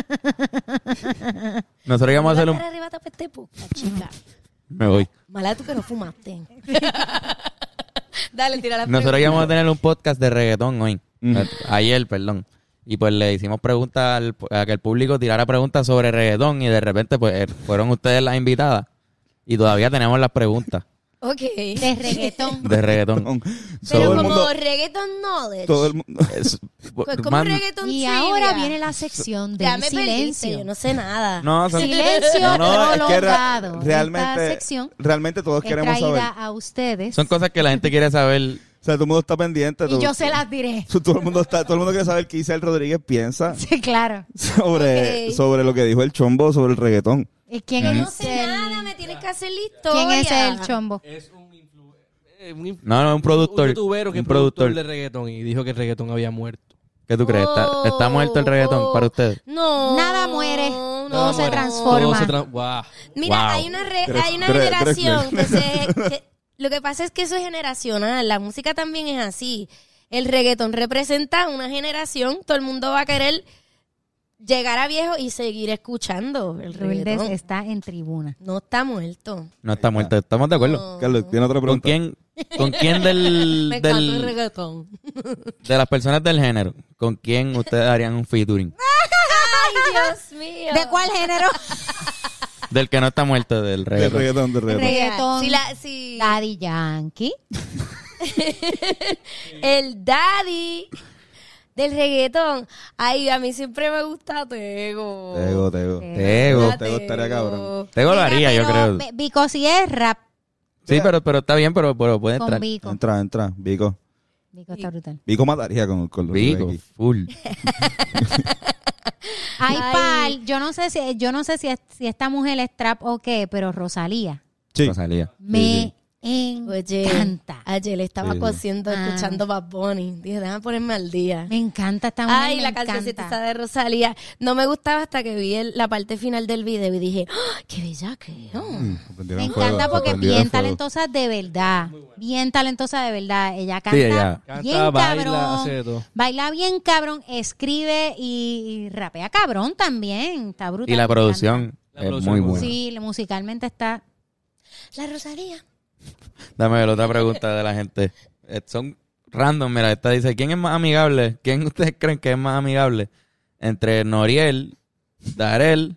[SPEAKER 1] Nosotros íbamos a hacer un.
[SPEAKER 5] Cara arrebata pa' este podcast, chica.
[SPEAKER 1] Me voy.
[SPEAKER 5] Mala tú que no fumaste. Dale, tira la
[SPEAKER 1] Nosotros íbamos a tener un podcast de reggaetón hoy.
[SPEAKER 3] Ujú.
[SPEAKER 1] Ayer, perdón. Y pues le hicimos preguntas al- a que el público tirara preguntas sobre reggaetón y de repente pues eh, fueron ustedes las invitadas y todavía tenemos las preguntas
[SPEAKER 5] Ok. Este,
[SPEAKER 6] De reggaetón.
[SPEAKER 1] de reggaetón.
[SPEAKER 5] Pero
[SPEAKER 1] Todo el
[SPEAKER 5] como
[SPEAKER 3] mundo-
[SPEAKER 5] reggaeton knowledge.
[SPEAKER 3] todo el mundo.
[SPEAKER 1] Es-
[SPEAKER 5] Pues como
[SPEAKER 1] man-
[SPEAKER 5] reggaeton
[SPEAKER 6] Y
[SPEAKER 5] trivia.
[SPEAKER 6] ahora viene la sección
[SPEAKER 5] Ya
[SPEAKER 6] del
[SPEAKER 5] me perdiste, yo
[SPEAKER 6] silencio.
[SPEAKER 5] no sé nada.
[SPEAKER 1] no, son-
[SPEAKER 6] Silencio
[SPEAKER 1] No, no,
[SPEAKER 3] es que ra-
[SPEAKER 6] prolongado. Esta
[SPEAKER 3] realmente,
[SPEAKER 6] sección
[SPEAKER 3] realmente todos
[SPEAKER 6] es
[SPEAKER 3] queremos
[SPEAKER 6] traída
[SPEAKER 3] saber.
[SPEAKER 6] a ustedes.
[SPEAKER 1] son cosas que la gente quiere saber.
[SPEAKER 3] O sea, todo el mundo está pendiente. todo-
[SPEAKER 6] Y yo se las diré.
[SPEAKER 3] todo, el mundo está, todo el mundo quiere saber qué Isabel Rodríguez piensa
[SPEAKER 6] Sí, claro.
[SPEAKER 3] sobre,
[SPEAKER 5] Ok.
[SPEAKER 3] sobre lo que dijo el chombo sobre el reggaetón.
[SPEAKER 6] ¿Y Eh, quién
[SPEAKER 5] Yo
[SPEAKER 1] Mm.
[SPEAKER 5] no
[SPEAKER 6] es
[SPEAKER 5] sé
[SPEAKER 6] el-
[SPEAKER 5] nada, me tienes que hacer la historia.
[SPEAKER 6] ¿Quién es el chombo?
[SPEAKER 4] Es un influ- eh, un inf-
[SPEAKER 1] No, no, un productor,
[SPEAKER 4] Un youtubero que
[SPEAKER 1] un
[SPEAKER 4] es productor.
[SPEAKER 1] productor.
[SPEAKER 4] de reggaetón y dijo que el reggaetón había muerto.
[SPEAKER 1] ¿Qué tú crees? ¿Está,
[SPEAKER 5] Oh,
[SPEAKER 1] está muerto el reggaetón
[SPEAKER 5] oh.
[SPEAKER 1] para ustedes?
[SPEAKER 5] No.
[SPEAKER 6] Nada muere,
[SPEAKER 5] no,
[SPEAKER 6] todo se
[SPEAKER 5] no.
[SPEAKER 6] transforma.
[SPEAKER 4] Todo se tra- Guau.
[SPEAKER 5] Mira,
[SPEAKER 1] Wow.
[SPEAKER 5] hay una, re-
[SPEAKER 3] Tres-
[SPEAKER 5] hay una
[SPEAKER 3] tres-
[SPEAKER 5] generación que
[SPEAKER 3] tres
[SPEAKER 5] se... que- lo que pasa es que eso es generacional. La música también es así. El reggaetón representa una generación. Todo el mundo va a querer llegar a viejo y seguir escuchando el
[SPEAKER 6] Lourdes
[SPEAKER 5] reggaetón.
[SPEAKER 6] está en tribuna.
[SPEAKER 5] No está muerto.
[SPEAKER 1] No está muerto, estamos de acuerdo.
[SPEAKER 5] No.
[SPEAKER 3] Carlos, tiene otra
[SPEAKER 1] ¿Con
[SPEAKER 3] pregunta.
[SPEAKER 1] quién, con quién del,
[SPEAKER 5] Oh. Me encanta el
[SPEAKER 1] del,
[SPEAKER 5] reggaetón.
[SPEAKER 1] de las personas del género, con quién ustedes harían un featuring?
[SPEAKER 5] Ay, Dios mío.
[SPEAKER 6] ¿De cuál género?
[SPEAKER 1] Del que no está muerto, del
[SPEAKER 3] Del
[SPEAKER 1] reggaetón.
[SPEAKER 3] reggaetón, del
[SPEAKER 6] Del
[SPEAKER 3] reggaetón.
[SPEAKER 5] Mira,
[SPEAKER 6] reggaetón.
[SPEAKER 5] Si la, si
[SPEAKER 6] Daddy Yankee.
[SPEAKER 5] el daddy del reggaetón. Ay, a mí siempre me gusta Tego.
[SPEAKER 3] Tego, tego.
[SPEAKER 1] Tego.
[SPEAKER 5] Ah,
[SPEAKER 3] Te gustaría, cabrón.
[SPEAKER 1] Tego lo haría,
[SPEAKER 6] Mira,
[SPEAKER 1] yo creo.
[SPEAKER 6] pero Be- Vico si es rap
[SPEAKER 1] Sí, pero, pero está bien, pero, pero puede
[SPEAKER 6] con
[SPEAKER 1] entrar.
[SPEAKER 6] Vico.
[SPEAKER 3] Entra, entra. Vico.
[SPEAKER 6] Vico está brutal.
[SPEAKER 3] Vico mataría con, con los
[SPEAKER 1] Vigo,
[SPEAKER 3] Rebecky.
[SPEAKER 1] full.
[SPEAKER 6] Ay,
[SPEAKER 5] Ay.
[SPEAKER 6] pal, yo no sé si yo no sé si, es- si esta mujer es trap o qué, pero Rosalía
[SPEAKER 3] Sí.
[SPEAKER 1] Rosalía.
[SPEAKER 6] me
[SPEAKER 5] Oye,
[SPEAKER 6] encanta.
[SPEAKER 5] ayer estaba
[SPEAKER 3] Sí, sí.
[SPEAKER 5] cosiendo,
[SPEAKER 6] Ah.
[SPEAKER 5] escuchando Bad Bunny. Dije, déjame ponerme al día.
[SPEAKER 6] Me encanta esta mujer.
[SPEAKER 5] Ay,
[SPEAKER 6] me
[SPEAKER 5] la cancioncita esa
[SPEAKER 6] encanta.
[SPEAKER 5] de Rosalía. No me gustaba hasta que vi el- la parte final del video y dije, ¡Ah, ¡qué bella que
[SPEAKER 3] Prendieron
[SPEAKER 6] Me
[SPEAKER 3] fuego,
[SPEAKER 6] encanta porque es
[SPEAKER 3] prendieron
[SPEAKER 6] bien
[SPEAKER 3] fuego.
[SPEAKER 6] talentosa de verdad. Bien talentosa de verdad. Ella canta,
[SPEAKER 1] ella
[SPEAKER 4] canta,
[SPEAKER 6] bien
[SPEAKER 4] baila,
[SPEAKER 6] cabrón.
[SPEAKER 4] hace de todo.
[SPEAKER 6] Baila bien cabrón, escribe y, y rapea cabrón también. Está brutal.
[SPEAKER 1] Y la
[SPEAKER 6] me
[SPEAKER 1] producción
[SPEAKER 4] La
[SPEAKER 1] es
[SPEAKER 4] producción
[SPEAKER 1] muy
[SPEAKER 4] es
[SPEAKER 6] encanta.
[SPEAKER 1] buena.
[SPEAKER 6] Sí, musicalmente está
[SPEAKER 5] La Rosalía.
[SPEAKER 1] Dame ver otra pregunta de la gente. Eh, Son random, mira, esta dice, ¿quién es más amigable? ¿Quién ustedes creen que es más amigable? Entre Noriel, Darel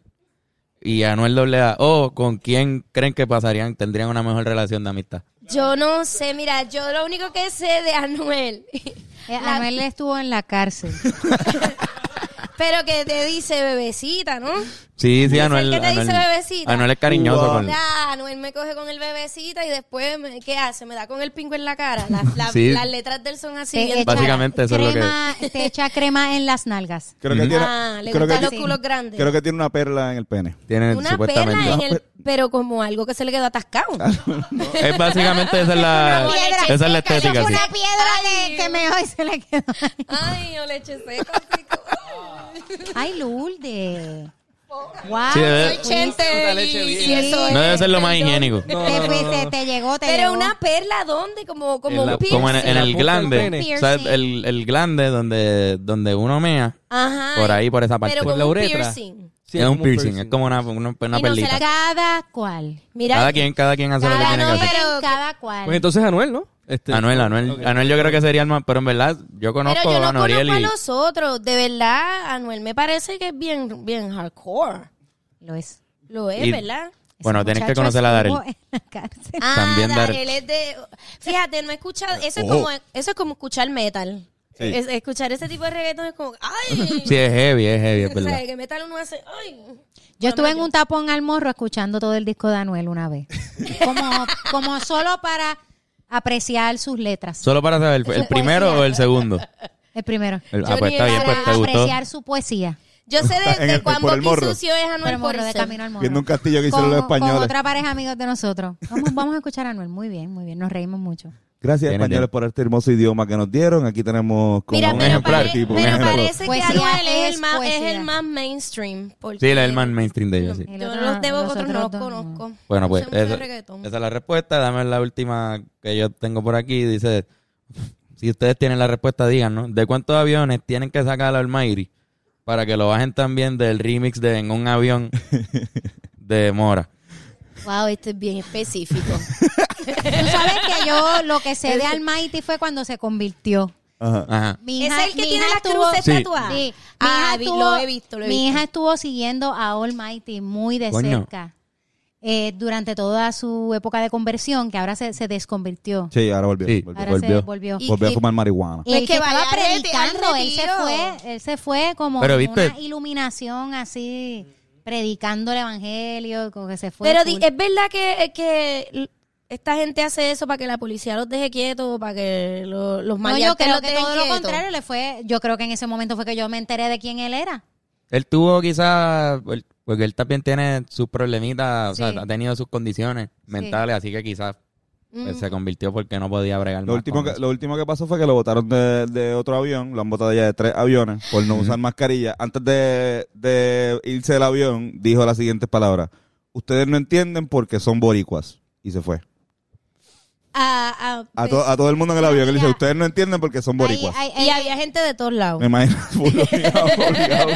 [SPEAKER 1] y Anuel AA. O con quién creen que pasarían, tendrían una mejor relación de amistad.
[SPEAKER 5] Yo no sé, mira, yo lo único que sé de Anuel.
[SPEAKER 6] Eh, Anuel estuvo en la cárcel.
[SPEAKER 5] Pero que te dice bebecita, ¿no?
[SPEAKER 1] Sí, sí,
[SPEAKER 5] ¿Es el
[SPEAKER 1] Anuel.
[SPEAKER 5] que te dice
[SPEAKER 1] Anuel-
[SPEAKER 5] bebecita?
[SPEAKER 1] Anuel es cariñoso
[SPEAKER 3] Wow.
[SPEAKER 1] con.
[SPEAKER 5] Ya, Anuel Ah, me coge con el bebecita y después, me- ¿qué hace? Me da con el pingo en la cara. Las, las-
[SPEAKER 1] Sí.
[SPEAKER 5] las letras del son así.
[SPEAKER 4] Eh,
[SPEAKER 6] Te
[SPEAKER 5] bien-
[SPEAKER 6] echa
[SPEAKER 1] Básicamente eso es lo que-
[SPEAKER 6] crema- Te echa crema en las nalgas.
[SPEAKER 3] Creo que tiene,
[SPEAKER 5] Ah, le
[SPEAKER 3] creo
[SPEAKER 5] gustan
[SPEAKER 3] que-
[SPEAKER 5] los culos grandes.
[SPEAKER 3] creo que tiene una perla en el pene.
[SPEAKER 1] Tiene
[SPEAKER 5] Una perla en
[SPEAKER 1] supuestamente. Ah, pues.
[SPEAKER 5] el... Pero como algo que se le quedó atascado.
[SPEAKER 1] Es básicamente esa es la,
[SPEAKER 6] piedra.
[SPEAKER 1] esa es la
[SPEAKER 6] Eso
[SPEAKER 1] estética,
[SPEAKER 6] fue
[SPEAKER 1] sí.
[SPEAKER 6] una piedra
[SPEAKER 5] Ay.
[SPEAKER 6] de que me hoy se le quedó.
[SPEAKER 5] Ay, yo leche seca, pico.
[SPEAKER 4] Ah.
[SPEAKER 6] Ay, Lourdes. Wow.
[SPEAKER 1] Sí, debe-
[SPEAKER 5] Soy chente
[SPEAKER 4] Puta leche
[SPEAKER 5] y,
[SPEAKER 4] bien.
[SPEAKER 5] y eso
[SPEAKER 1] No
[SPEAKER 5] es-
[SPEAKER 1] debe ser lo más higiénico.
[SPEAKER 4] No,
[SPEAKER 6] te
[SPEAKER 4] no, no,
[SPEAKER 6] fuiste,
[SPEAKER 4] no, no.
[SPEAKER 6] te llegó, te
[SPEAKER 5] Pero
[SPEAKER 6] llegó.
[SPEAKER 5] una perla, ¿dónde? Como, como
[SPEAKER 4] En
[SPEAKER 5] un
[SPEAKER 4] la-
[SPEAKER 5] piercing.
[SPEAKER 1] Como en, en
[SPEAKER 4] La
[SPEAKER 1] el
[SPEAKER 4] punta del
[SPEAKER 1] glande.
[SPEAKER 4] pene.
[SPEAKER 1] O sea, el, el glande donde, donde uno mea.
[SPEAKER 5] Ajá.
[SPEAKER 1] Por ahí, por esa parte.
[SPEAKER 5] Pero
[SPEAKER 1] Por
[SPEAKER 5] como
[SPEAKER 4] la
[SPEAKER 5] un
[SPEAKER 4] uretra.
[SPEAKER 5] piercing.
[SPEAKER 4] Sí,
[SPEAKER 1] es un piercing,
[SPEAKER 4] piercing.
[SPEAKER 1] es como una, una, una
[SPEAKER 5] Y no se
[SPEAKER 1] perlita.
[SPEAKER 5] la-
[SPEAKER 6] Cada cual.
[SPEAKER 5] Mira,
[SPEAKER 1] Cada quien, cada quien hace lo que
[SPEAKER 5] Cada
[SPEAKER 1] tiene
[SPEAKER 5] no,
[SPEAKER 1] que hacer.
[SPEAKER 5] pero-
[SPEAKER 6] cada cual.
[SPEAKER 4] Pues entonces Anuel, ¿no? Este,
[SPEAKER 1] Anuel, Anuel.
[SPEAKER 4] Ok.
[SPEAKER 1] Anuel yo creo que sería el más... Pero en verdad, yo conozco
[SPEAKER 5] pero yo
[SPEAKER 1] a
[SPEAKER 5] no
[SPEAKER 1] Noriel
[SPEAKER 5] conozco a
[SPEAKER 1] y...
[SPEAKER 5] los otros. De verdad, Anuel me parece que es bien, bien hardcore.
[SPEAKER 6] Lo es.
[SPEAKER 5] Lo es,
[SPEAKER 1] Y-
[SPEAKER 5] ¿verdad?
[SPEAKER 1] Bueno,
[SPEAKER 6] Ese
[SPEAKER 1] tienes que
[SPEAKER 6] muchacho
[SPEAKER 1] conocer a Darel.
[SPEAKER 6] estuvo en la cárcel.
[SPEAKER 5] Ah,
[SPEAKER 1] También dar-
[SPEAKER 5] Darel es de... Fíjate, no he escuchado... Eso, es,
[SPEAKER 3] Oh.
[SPEAKER 5] como, eso es como escuchar metal.
[SPEAKER 3] Sí.
[SPEAKER 5] Es- escuchar ese tipo de reggaetón es como... ¡Ay!
[SPEAKER 1] Sí, es heavy, es heavy, es
[SPEAKER 5] O sea,
[SPEAKER 1] verdad.
[SPEAKER 5] que metal uno hace... ¡Ay!
[SPEAKER 6] Yo estuve en un tapón al morro escuchando todo el disco de Anuel una vez. Como, como solo para apreciar sus letras.
[SPEAKER 1] Solo para saber,
[SPEAKER 6] Eso
[SPEAKER 1] ¿el
[SPEAKER 6] es
[SPEAKER 1] primero
[SPEAKER 6] poesía.
[SPEAKER 1] o el segundo?
[SPEAKER 6] El primero.
[SPEAKER 1] El-
[SPEAKER 5] Yo
[SPEAKER 1] ah, pues
[SPEAKER 5] ni
[SPEAKER 1] está bien,
[SPEAKER 5] la-
[SPEAKER 1] pues te
[SPEAKER 6] Para
[SPEAKER 1] gustó.
[SPEAKER 6] apreciar su poesía.
[SPEAKER 5] Yo sé
[SPEAKER 3] Está en
[SPEAKER 5] de, de
[SPEAKER 3] el-
[SPEAKER 5] cuán
[SPEAKER 3] por el
[SPEAKER 5] boqui
[SPEAKER 3] morro.
[SPEAKER 5] sucio es
[SPEAKER 6] Por el
[SPEAKER 5] Anuel por
[SPEAKER 6] morro de
[SPEAKER 5] ser.
[SPEAKER 6] camino al morro.
[SPEAKER 3] Viendo un castillo que hicieron
[SPEAKER 6] con,
[SPEAKER 3] los
[SPEAKER 6] con
[SPEAKER 3] españoles.
[SPEAKER 6] otra pareja de amigos de nosotros. Vamos, vamos a escuchar a Anuel. Muy bien, muy bien. Nos reímos mucho.
[SPEAKER 3] Gracias,
[SPEAKER 1] Tiene,
[SPEAKER 3] españoles,
[SPEAKER 1] tiene.
[SPEAKER 3] por este hermoso idioma que nos dieron. Aquí tenemos como
[SPEAKER 5] Mira,
[SPEAKER 3] un
[SPEAKER 5] pero,
[SPEAKER 3] ejemplar,
[SPEAKER 5] pare-
[SPEAKER 3] tipo, un
[SPEAKER 5] pero
[SPEAKER 3] ejemplo.
[SPEAKER 5] parece que
[SPEAKER 6] Poesía
[SPEAKER 5] Anuel Pues es el
[SPEAKER 6] es
[SPEAKER 5] más, es
[SPEAKER 6] poesía.
[SPEAKER 5] el más mainstream. Porque
[SPEAKER 1] Sí, el el más mainstream de ellos, sí.
[SPEAKER 6] El
[SPEAKER 5] Yo
[SPEAKER 6] otro
[SPEAKER 5] los
[SPEAKER 6] no,
[SPEAKER 5] debo
[SPEAKER 6] los
[SPEAKER 5] otros
[SPEAKER 6] otros
[SPEAKER 5] no
[SPEAKER 6] dos no.
[SPEAKER 5] conozco.
[SPEAKER 1] Bueno,
[SPEAKER 5] No
[SPEAKER 1] pues
[SPEAKER 5] sé mucho de
[SPEAKER 1] esa,
[SPEAKER 5] reggaetón.
[SPEAKER 1] esa es la respuesta. Dame la última que yo tengo por aquí. Dice, si ustedes tienen la respuesta, digan, ¿no? ¿De cuántos aviones tienen que sacar al Almighty para que lo bajen también del remix de En un avión de Mora?
[SPEAKER 5] Wow, esto es bien específico.
[SPEAKER 6] Tú sabes que yo lo que sé de Almighty fue cuando se convirtió.
[SPEAKER 3] Ajá.
[SPEAKER 1] Ajá.
[SPEAKER 6] Mi
[SPEAKER 5] es
[SPEAKER 6] hija-
[SPEAKER 5] el que
[SPEAKER 6] mi
[SPEAKER 5] tiene las
[SPEAKER 6] hija estuvo-
[SPEAKER 5] cruces
[SPEAKER 1] Sí.
[SPEAKER 5] tatuadas.
[SPEAKER 6] Sí. Mi
[SPEAKER 5] Ah,
[SPEAKER 6] hija
[SPEAKER 5] vi-
[SPEAKER 6] estuvo-
[SPEAKER 5] lo he visto, lo he visto.
[SPEAKER 6] Mi hija estuvo siguiendo a Almighty muy de
[SPEAKER 1] Coño.
[SPEAKER 6] cerca eh, durante toda su época de conversión, que ahora se, se desconvirtió.
[SPEAKER 3] Sí, ahora volvió.
[SPEAKER 1] Sí.
[SPEAKER 3] volvió.
[SPEAKER 6] ahora
[SPEAKER 1] volvió.
[SPEAKER 6] se volvió.
[SPEAKER 5] Y-
[SPEAKER 3] Volvió a
[SPEAKER 5] y-
[SPEAKER 3] fumar marihuana.
[SPEAKER 5] Es
[SPEAKER 6] El
[SPEAKER 5] Pues que
[SPEAKER 6] que estaba
[SPEAKER 5] vaya al reti-
[SPEAKER 6] predicando,
[SPEAKER 5] al
[SPEAKER 6] él se
[SPEAKER 5] retiro.
[SPEAKER 6] fue, él se fue como
[SPEAKER 1] Pero,
[SPEAKER 6] en
[SPEAKER 1] ¿viste?
[SPEAKER 6] una iluminación así, predicando el evangelio, como que se fue.
[SPEAKER 5] Pero
[SPEAKER 6] full.
[SPEAKER 5] di- eh, es verdad que, que l- esta gente hace eso para que la policía los deje quietos, para que lo- los
[SPEAKER 6] no, yo
[SPEAKER 5] maleantes
[SPEAKER 6] creo
[SPEAKER 5] los
[SPEAKER 6] que
[SPEAKER 5] dejen
[SPEAKER 6] todo lo
[SPEAKER 5] quietos.
[SPEAKER 6] contrario le fue, yo creo que en ese momento fue que yo me enteré de quién él era.
[SPEAKER 1] Él tuvo quizás, porque él también tiene sus problemitas, o
[SPEAKER 6] Sí.
[SPEAKER 1] sea, ha tenido sus condiciones mentales, así que quizás
[SPEAKER 5] Mm.
[SPEAKER 1] él se convirtió porque no podía bregar
[SPEAKER 3] Lo
[SPEAKER 1] más
[SPEAKER 3] último,
[SPEAKER 1] con
[SPEAKER 3] que,
[SPEAKER 1] eso.
[SPEAKER 3] lo último que pasó fue que lo botaron de, de otro avión, lo han botado ya de tres aviones por no usar mascarilla. Antes de, de irse del avión, dijo las siguientes palabras. Ustedes no entienden porque son boricuas. Y se fue.
[SPEAKER 5] Ah, ah,
[SPEAKER 3] A, to- a todo el mundo en el avión, que le dice, ustedes no entienden porque son boricuas.
[SPEAKER 6] Ahí- ahí-
[SPEAKER 5] y había gente de todos lados.
[SPEAKER 3] Me imagino. full obligado, obligado.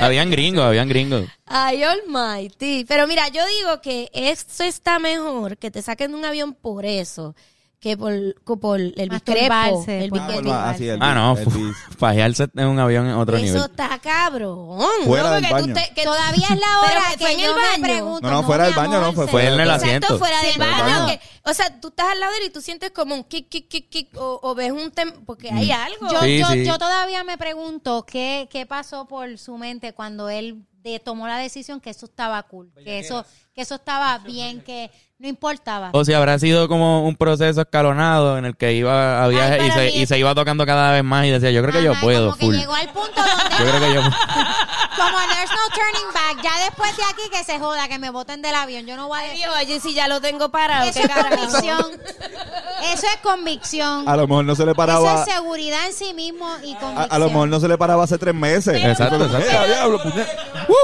[SPEAKER 1] Habían gringos, habían gringos.
[SPEAKER 5] Ay, almighty. Pero mira, yo digo que esto está mejor que te saquen de un avión por eso que por, co- por el discrepo.
[SPEAKER 6] Masturbarse,
[SPEAKER 5] El
[SPEAKER 6] por
[SPEAKER 3] Ah,
[SPEAKER 5] biscrepo.
[SPEAKER 3] bueno, así, el
[SPEAKER 1] Ah, no,
[SPEAKER 3] bis- el bis.
[SPEAKER 1] fajearse en un avión en otro
[SPEAKER 5] Eso
[SPEAKER 1] nivel.
[SPEAKER 5] está cabrón.
[SPEAKER 3] Fuera
[SPEAKER 5] No,
[SPEAKER 3] del
[SPEAKER 5] porque tú
[SPEAKER 3] baño.
[SPEAKER 5] te- que-
[SPEAKER 6] Todavía es la
[SPEAKER 5] Pero
[SPEAKER 6] hora
[SPEAKER 5] que
[SPEAKER 6] que,
[SPEAKER 5] fue en el
[SPEAKER 6] yo me
[SPEAKER 5] baño.
[SPEAKER 6] pregunto,
[SPEAKER 3] No, no, fuera
[SPEAKER 6] mi
[SPEAKER 3] del baño,
[SPEAKER 6] amor,
[SPEAKER 3] no, fue-
[SPEAKER 6] se-
[SPEAKER 1] fue en el
[SPEAKER 5] Exacto,
[SPEAKER 1] asiento.
[SPEAKER 5] fuera del
[SPEAKER 6] Sí,
[SPEAKER 5] baño.
[SPEAKER 6] claro.
[SPEAKER 5] que- o sea, tú estás al lado de él y tú sientes como un kick, kick, kick, kick, o, o ves un tem... Porque
[SPEAKER 1] Mm.
[SPEAKER 5] hay algo.
[SPEAKER 6] Yo,
[SPEAKER 1] Sí,
[SPEAKER 6] yo,
[SPEAKER 1] sí.
[SPEAKER 6] yo todavía me pregunto qué, qué pasó por su mente cuando él de- tomó la decisión que eso estaba cool, que eso, que eso estaba bien, que no importaba.
[SPEAKER 1] O si habrá sido como un proceso escalonado en el que iba a viaje
[SPEAKER 5] Ay,
[SPEAKER 1] y,
[SPEAKER 5] para
[SPEAKER 1] se,
[SPEAKER 5] mí
[SPEAKER 1] y
[SPEAKER 5] es-
[SPEAKER 1] se iba tocando cada vez más y decía, yo creo que yo
[SPEAKER 6] Ajá,
[SPEAKER 1] puedo,
[SPEAKER 6] como que
[SPEAKER 1] full.
[SPEAKER 6] llegó
[SPEAKER 1] Yo
[SPEAKER 6] al punto donde
[SPEAKER 1] creo que yo
[SPEAKER 6] como there's no turning back, ya después de aquí que se joda, que me boten del avión, yo no voy a...
[SPEAKER 5] Ay, oye, si ya lo tengo parado.
[SPEAKER 6] Eso
[SPEAKER 5] qué
[SPEAKER 6] es
[SPEAKER 5] carajo.
[SPEAKER 6] convicción.
[SPEAKER 5] Eh,
[SPEAKER 6] Eso es convicción.
[SPEAKER 3] A lo mejor no se le
[SPEAKER 6] Eso
[SPEAKER 3] paraba.
[SPEAKER 6] es seguridad en sí mismo y convicción.
[SPEAKER 3] A, a lo mejor no se le paraba hace tres meses.
[SPEAKER 1] Exacto,
[SPEAKER 3] Pero,
[SPEAKER 1] exacto.
[SPEAKER 3] "Mira, diablo, puñe-".